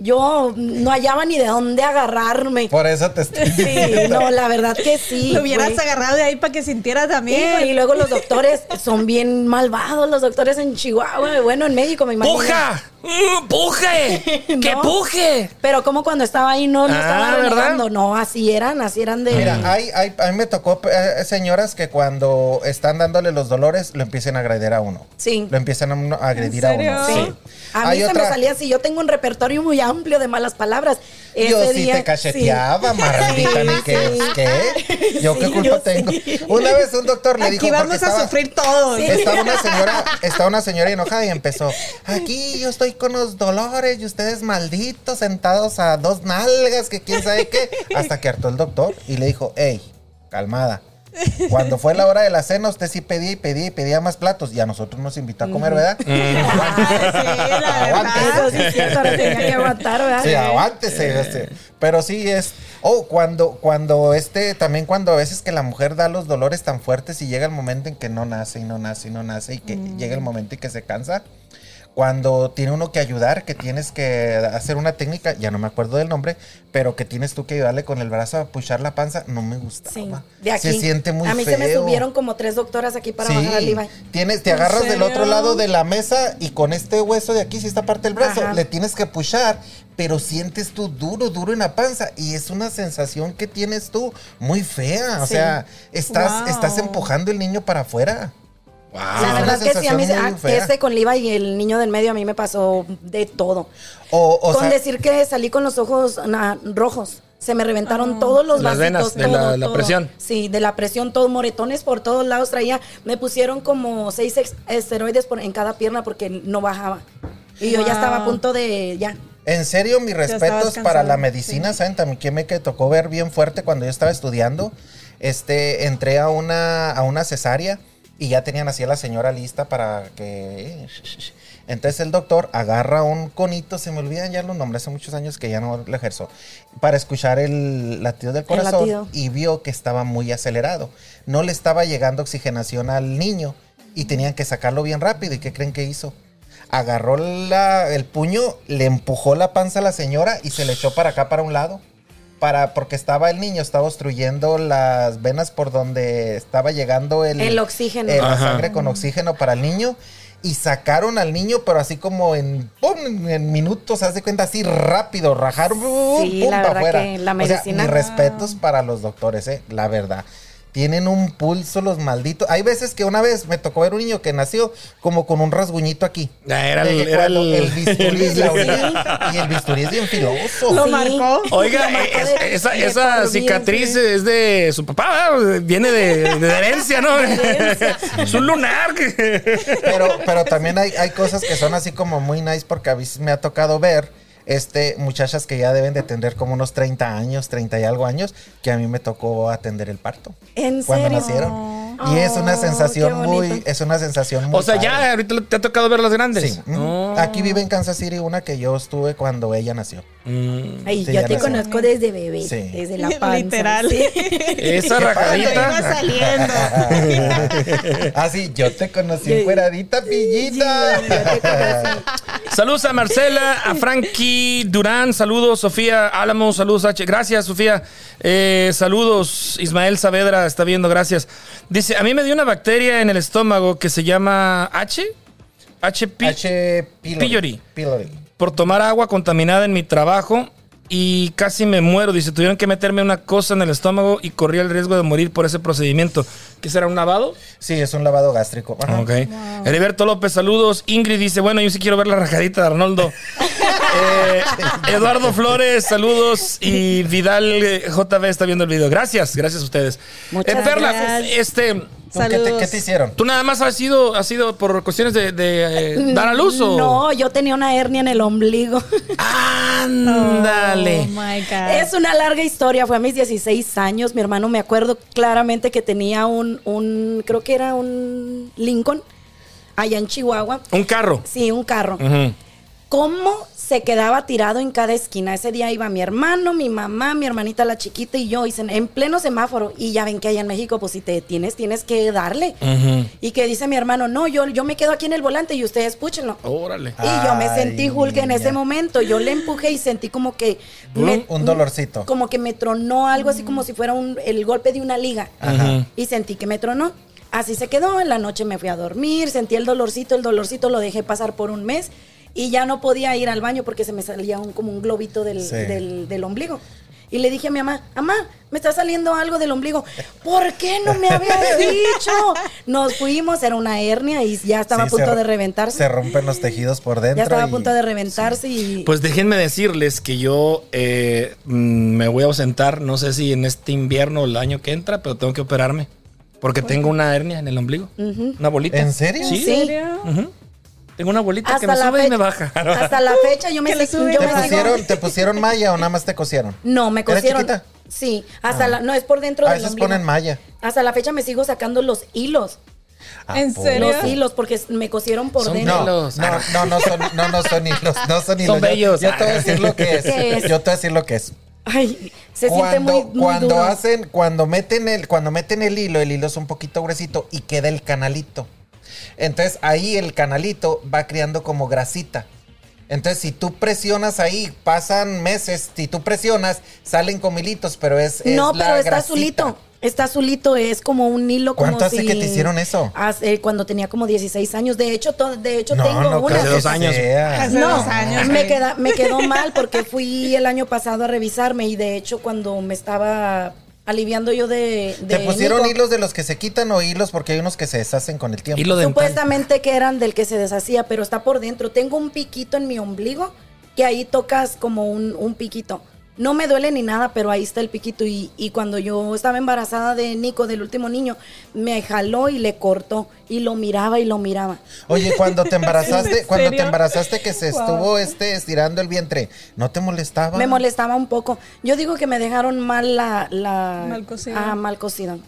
[SPEAKER 5] Yo no hallaba ni de dónde agarrarme.
[SPEAKER 4] Por eso te estoy
[SPEAKER 5] Sí, no, la verdad que sí.
[SPEAKER 6] Lo hubieras
[SPEAKER 5] fue-
[SPEAKER 6] agarrado de ahí para que sintieras también.
[SPEAKER 5] Hijo, y luego los doctores son bien malvados, los doctores en Chihuahua, bueno, en México me imagino.
[SPEAKER 3] ¡Puja! Mm, ¡Puje!
[SPEAKER 5] No.
[SPEAKER 3] ¡Que puje!
[SPEAKER 5] Pero como cuando estaba ahí no, no
[SPEAKER 3] Ah,
[SPEAKER 5] estaba
[SPEAKER 3] ¿verdad?
[SPEAKER 5] renegando, no, así eran, así eran de...
[SPEAKER 4] Mira, ah, hay, hay- a mí me tocó eh, señoras que cuando están dándole los dolores lo empiezan a agredir a uno.
[SPEAKER 5] Sí.
[SPEAKER 4] Lo empiezan a uno- a agredir a
[SPEAKER 6] serio?
[SPEAKER 4] uno.
[SPEAKER 5] Sí.
[SPEAKER 4] Sí.
[SPEAKER 5] A mí
[SPEAKER 4] Hay
[SPEAKER 5] se me
[SPEAKER 4] otra-
[SPEAKER 5] salía así, yo tengo un repertorio muy amplio de malas palabras.
[SPEAKER 4] Yo
[SPEAKER 5] Ese
[SPEAKER 4] sí
[SPEAKER 5] día-
[SPEAKER 4] te cacheteaba,
[SPEAKER 5] sí.
[SPEAKER 4] marranita, ni
[SPEAKER 5] Sí,
[SPEAKER 4] que
[SPEAKER 5] sí.
[SPEAKER 4] ¿qué? ¿Yo qué
[SPEAKER 5] Sí,
[SPEAKER 4] culpa
[SPEAKER 5] yo
[SPEAKER 4] tengo?
[SPEAKER 5] sí.
[SPEAKER 4] Una vez un doctor le dijo
[SPEAKER 6] Aquí vamos
[SPEAKER 4] porque
[SPEAKER 6] a
[SPEAKER 4] estaba-
[SPEAKER 6] sufrir todos.
[SPEAKER 4] Estaba una señora, estaba una señora enojada y empezó, aquí yo estoy con los dolores y ustedes malditos sentados a dos nalgas que quién sabe qué. Hasta que hartó el doctor y le dijo, hey, calmada. Cuando fue la hora de la cena, usted sí pedía y pedía y pedía más platos y a nosotros nos invitó a comer, ¿verdad?
[SPEAKER 6] Ay, sí, la verdad.
[SPEAKER 5] Eso sí es cierto, ahora tenía que aguantar, ¿verdad? Eh.
[SPEAKER 4] Sí, aguántese. este. Pero sí es. Oh, cuando, cuando este, también cuando a veces que la mujer da los dolores tan fuertes y llega el momento en que no nace y no nace y no nace y que
[SPEAKER 5] Mm.
[SPEAKER 4] llega el momento en que se cansa. Cuando tiene uno que ayudar, que tienes que hacer una técnica, ya no me acuerdo del nombre, pero que tienes tú que ayudarle con el brazo a puchar la panza, no me gustaba.
[SPEAKER 5] Sí, de aquí.
[SPEAKER 4] Se siente muy
[SPEAKER 5] A mí se me
[SPEAKER 4] feo.
[SPEAKER 5] subieron como tres doctoras aquí para bajar al IVA.
[SPEAKER 4] Tienes, te
[SPEAKER 6] ¿En
[SPEAKER 4] agarras del
[SPEAKER 6] serio?
[SPEAKER 4] otro lado de la mesa y con este hueso de aquí, si esta parte del brazo,
[SPEAKER 5] Ajá.
[SPEAKER 4] le tienes que pushar, pero sientes tú duro, duro en la panza. Y es una sensación que tienes tú muy fea. O
[SPEAKER 5] Sí.
[SPEAKER 4] sea, estás,
[SPEAKER 6] Wow.
[SPEAKER 4] estás empujando el niño para afuera.
[SPEAKER 5] la
[SPEAKER 4] es una
[SPEAKER 5] verdad que sí, a mí
[SPEAKER 4] Ah, sensación
[SPEAKER 5] ah,
[SPEAKER 4] muy fea.
[SPEAKER 5] ese con Liva y el niño del medio a mí me pasó de todo.
[SPEAKER 4] O, o
[SPEAKER 5] con
[SPEAKER 4] sea,
[SPEAKER 5] decir que salí con los ojos na- rojos. Se me reventaron todos los
[SPEAKER 3] Las venas
[SPEAKER 5] vasitos.
[SPEAKER 3] de la-
[SPEAKER 5] todo,
[SPEAKER 3] la
[SPEAKER 5] todo.
[SPEAKER 3] presión.
[SPEAKER 5] Sí, de la presión, todos moretones por todos lados traía. Me pusieron como seis ex- esteroides por, en cada pierna porque no bajaba. Y yo ya
[SPEAKER 6] Wow.
[SPEAKER 5] estaba a punto de ya.
[SPEAKER 4] En serio, mis
[SPEAKER 6] estabas
[SPEAKER 4] respetos para
[SPEAKER 6] cansado,
[SPEAKER 4] la medicina, ¿saben? También que me que tocó ver bien fuerte cuando yo estaba estudiando. Este, entré a una, a una cesárea y ya tenían así a la señora lista para que... Entonces el doctor agarra un conito, se me olvidan ya los nombres, hace muchos años que ya no lo ejerzo, para escuchar el latido del corazón
[SPEAKER 5] latido.
[SPEAKER 4] y vio que estaba muy acelerado. No le estaba llegando oxigenación al niño y tenían que sacarlo bien rápido. ¿Y qué creen que hizo? Agarró la- el puño, le empujó la panza a la señora y se le echó para acá, para un lado. Para, porque estaba el niño, estaba obstruyendo las venas por donde estaba llegando el,
[SPEAKER 5] El oxígeno.
[SPEAKER 4] eh, la
[SPEAKER 3] Ajá.
[SPEAKER 4] sangre con oxígeno para el niño. Y sacaron al niño, pero así como en, pum, en minutos, haz de cuenta, así rápido, rajaron, pum,
[SPEAKER 5] Sí,
[SPEAKER 4] pum,
[SPEAKER 5] la
[SPEAKER 4] pa'
[SPEAKER 5] verdad
[SPEAKER 4] afuera.
[SPEAKER 5] que la
[SPEAKER 4] O sea,
[SPEAKER 5] medicina-
[SPEAKER 4] mis respetos
[SPEAKER 5] Ah.
[SPEAKER 4] para los doctores, eh, la verdad. Tienen un pulso los malditos. Hay veces que una vez me tocó ver un niño que nació como con un rasguñito aquí.
[SPEAKER 3] Ya, era
[SPEAKER 4] De
[SPEAKER 3] el-
[SPEAKER 4] que
[SPEAKER 3] era
[SPEAKER 4] cuando
[SPEAKER 3] el-
[SPEAKER 4] el bisturí
[SPEAKER 3] el
[SPEAKER 4] la
[SPEAKER 3] bisturí.
[SPEAKER 4] orilla, y el bisturí es bien filoso.
[SPEAKER 6] Lo
[SPEAKER 5] Sí.
[SPEAKER 6] marcó.
[SPEAKER 3] Oiga,
[SPEAKER 5] La marca
[SPEAKER 3] eh, es-
[SPEAKER 5] de-
[SPEAKER 3] esa,
[SPEAKER 5] de
[SPEAKER 3] esa
[SPEAKER 5] por vida,
[SPEAKER 3] cicatriz eh,
[SPEAKER 5] sí.
[SPEAKER 3] es de su papá, ¿verdad? viene de, de herencia, ¿no? es un lunar. que-
[SPEAKER 4] pero, pero también hay, hay cosas que son así como muy nice porque a veces me ha tocado ver este, muchachas que ya deben de tener como unos 30 años, 30 y algo años, que a mí me tocó atender el parto.
[SPEAKER 5] ¿En
[SPEAKER 4] cuando
[SPEAKER 5] serio?
[SPEAKER 4] nacieron. Y es una
[SPEAKER 5] Oh,
[SPEAKER 4] sensación
[SPEAKER 5] qué
[SPEAKER 4] muy,
[SPEAKER 5] bonito.
[SPEAKER 4] es una sensación muy
[SPEAKER 3] o sea, ya
[SPEAKER 4] padre.
[SPEAKER 3] ahorita te ha tocado ver las grandes.
[SPEAKER 4] Sí.
[SPEAKER 3] No.
[SPEAKER 4] Aquí vive en Kansas City una que yo estuve cuando ella nació.
[SPEAKER 3] Mm.
[SPEAKER 5] Ay,
[SPEAKER 4] Sí,
[SPEAKER 5] yo
[SPEAKER 4] ya
[SPEAKER 5] te
[SPEAKER 4] nació.
[SPEAKER 5] conozco desde bebé,
[SPEAKER 4] Sí.
[SPEAKER 5] desde la panza.
[SPEAKER 6] Literal.
[SPEAKER 5] sí.
[SPEAKER 3] Esa
[SPEAKER 6] Cuando iba
[SPEAKER 3] rajadita.
[SPEAKER 6] saliendo.
[SPEAKER 4] Así, Ah, yo te conocí
[SPEAKER 5] Sí.
[SPEAKER 4] encueradita, pillita.
[SPEAKER 5] Sí, yo te conocí.
[SPEAKER 3] Saludos a Marcela, a Frankie Durán, saludos, Sofía Álamo, saludos H. Gracias, Sofía. Eh, saludos, Ismael Saavedra está viendo, gracias. Dice, a mí me dio una bacteria en el estómago que se llama H. HP.
[SPEAKER 4] H. pylori.
[SPEAKER 3] Pylori.
[SPEAKER 4] Pylori.
[SPEAKER 3] por tomar agua contaminada en mi trabajo y casi me muero. Dice, tuvieron que meterme una cosa en el estómago y corría el riesgo de morir por ese procedimiento. ¿Qué será un lavado?
[SPEAKER 4] Sí, es un lavado gástrico. Ajá.
[SPEAKER 3] Ok. Heriberto López, saludos. Ingrid dice, bueno, yo sí quiero ver la rajadita de Arnoldo. Eh, Eduardo Flores, saludos. Y Vidal eh, JB está viendo el video. Gracias, gracias a ustedes.
[SPEAKER 5] Muchas
[SPEAKER 3] Eh, Perla,
[SPEAKER 6] gracias.
[SPEAKER 3] este.
[SPEAKER 4] ¿Qué te,
[SPEAKER 6] Saludos.
[SPEAKER 4] qué te hicieron?
[SPEAKER 3] ¿Tú nada más has sido, has sido por cuestiones de, de, eh, dar a luz o?
[SPEAKER 5] Mm, No, yo tenía una hernia en el ombligo.
[SPEAKER 3] Ándale.
[SPEAKER 6] Oh my God.
[SPEAKER 5] Es una larga historia, fue a mis 16 años, mi hermano me acuerdo claramente que tenía un, un creo que era un Lincoln, allá en Chihuahua.
[SPEAKER 3] Un carro.
[SPEAKER 5] Sí, un carro.
[SPEAKER 3] Ujú.
[SPEAKER 5] ¿Cómo se quedaba tirado en cada esquina? Ese día iba mi hermano, mi mamá, mi hermanita la chiquita y yo, y se- en pleno semáforo. Y ya ven que allá en México, pues si te detienes, tienes que darle.
[SPEAKER 3] Ujú.
[SPEAKER 5] Y que dice mi hermano, no, yo, yo me quedo aquí en el volante y ustedes púchenlo.
[SPEAKER 3] Órale.
[SPEAKER 5] Y yo me
[SPEAKER 4] Ay,
[SPEAKER 5] sentí Hulk en ese
[SPEAKER 4] niña.
[SPEAKER 5] momento. Yo le empujé y sentí como que. me-
[SPEAKER 4] Un dolorcito.
[SPEAKER 5] Como que me tronó algo así como si fuera un- el golpe de una liga. Y sentí que me tronó. Así se quedó. En la noche me fui a dormir. Sentí el dolorcito, el dolorcito lo dejé pasar por un mes. Y ya no podía ir al baño porque se me salía un, como un globito del,
[SPEAKER 4] Sí.
[SPEAKER 5] del- del ombligo. Y le dije a mi mamá, mamá, me está saliendo algo del ombligo. ¿Por qué no me habías dicho? Nos fuimos, era una hernia y ya estaba a
[SPEAKER 4] Sí, se
[SPEAKER 5] punto
[SPEAKER 4] ro-
[SPEAKER 5] de reventarse.
[SPEAKER 4] Se rompen los tejidos por dentro.
[SPEAKER 5] Ya estaba a
[SPEAKER 4] y-
[SPEAKER 5] punto de reventarse y.
[SPEAKER 3] Pues déjenme decirles que yo eh, mm, me voy a ausentar, no sé si en este invierno o el año que entra, pero tengo que operarme. Porque tengo una hernia en el ombligo. Una bolita.
[SPEAKER 4] ¿En serio?
[SPEAKER 3] Sí.
[SPEAKER 6] ¿En serio?
[SPEAKER 3] Tengo una bolita que
[SPEAKER 5] hasta
[SPEAKER 3] me
[SPEAKER 5] la
[SPEAKER 3] sube y
[SPEAKER 5] fecha,
[SPEAKER 3] me baja.
[SPEAKER 5] Hasta la fecha yo me,
[SPEAKER 6] Que le
[SPEAKER 5] sé-
[SPEAKER 6] sube y
[SPEAKER 5] yo
[SPEAKER 4] ¿Te
[SPEAKER 5] me sigo-
[SPEAKER 4] pusieron, ¿Te pusieron malla o nada más te cosieron?
[SPEAKER 5] No, me
[SPEAKER 4] ¿Eres
[SPEAKER 5] cosieron.
[SPEAKER 4] chiquita? Ah.
[SPEAKER 5] Sí, hasta la. No, es por dentro
[SPEAKER 4] A
[SPEAKER 5] del
[SPEAKER 4] veces
[SPEAKER 5] ombligo.
[SPEAKER 4] ponen malla.
[SPEAKER 5] Hasta la fecha me sigo sacando los hilos.
[SPEAKER 4] ¿A
[SPEAKER 6] ¿En
[SPEAKER 4] poco?
[SPEAKER 6] serio?
[SPEAKER 5] Los hilos, porque me cosieron por
[SPEAKER 3] Son
[SPEAKER 4] No,
[SPEAKER 5] dentro.
[SPEAKER 4] no,
[SPEAKER 3] Hilos.
[SPEAKER 4] no, no son, no, no son hilos, no son hilos. Yo-
[SPEAKER 3] bellos.
[SPEAKER 4] Yo, te voy a decir lo que es.
[SPEAKER 5] ¿Qué es?
[SPEAKER 4] Yo te voy a decir lo que es.
[SPEAKER 5] Ay, se siente
[SPEAKER 4] cuando
[SPEAKER 5] muy, muy
[SPEAKER 4] cuando
[SPEAKER 5] duro.
[SPEAKER 4] hacen, cuando meten el, cuando meten el hilo, el hilo es un poquito gruesito y queda el canalito. Entonces ahí el canalito va creando como grasita. Entonces, si tú presionas ahí, pasan meses, si tú presionas, salen como hilitos, pero es. es
[SPEAKER 5] no,
[SPEAKER 4] la
[SPEAKER 5] pero está
[SPEAKER 4] grasita.
[SPEAKER 5] azulito. Está azulito, es como un hilo como
[SPEAKER 4] ¿Cuánto hace
[SPEAKER 5] si-
[SPEAKER 4] que te hicieron eso?
[SPEAKER 5] Hace- cuando tenía como 16 años. De hecho, to- de hecho
[SPEAKER 4] No,
[SPEAKER 5] tengo
[SPEAKER 4] no,
[SPEAKER 5] una.
[SPEAKER 4] creo
[SPEAKER 3] Hace dos
[SPEAKER 4] que
[SPEAKER 3] años.
[SPEAKER 4] sea.
[SPEAKER 6] Hace
[SPEAKER 5] No,
[SPEAKER 6] dos años.
[SPEAKER 5] me,
[SPEAKER 6] ahí.
[SPEAKER 5] queda, me quedó mal porque fui el año pasado a revisarme y de hecho cuando me estaba aliviando yo de... de
[SPEAKER 4] ¿Te pusieron
[SPEAKER 5] Nico,
[SPEAKER 4] hilos de los que se quitan o hilos? Porque hay unos que se deshacen con el tiempo.
[SPEAKER 3] Y lo dental.
[SPEAKER 5] Supuestamente que eran del que se deshacía, pero está por dentro. Tengo un piquito en mi ombligo que ahí tocas como un, un piquito. No me duele ni nada, pero ahí está el piquito. Y, y cuando yo estaba embarazada de Nico, del último niño, me jaló y le cortó. Y lo miraba y lo miraba.
[SPEAKER 4] Oye, cuando te embarazaste,
[SPEAKER 6] ¿En
[SPEAKER 4] cuando te
[SPEAKER 6] serio?
[SPEAKER 4] embarazaste que se
[SPEAKER 6] Wow.
[SPEAKER 4] estuvo este estirando el vientre, ¿no te molestaba?
[SPEAKER 5] Me molestaba un poco. Yo digo que me dejaron mal la... la
[SPEAKER 6] Mal cocido.
[SPEAKER 5] Ah, mal cocido.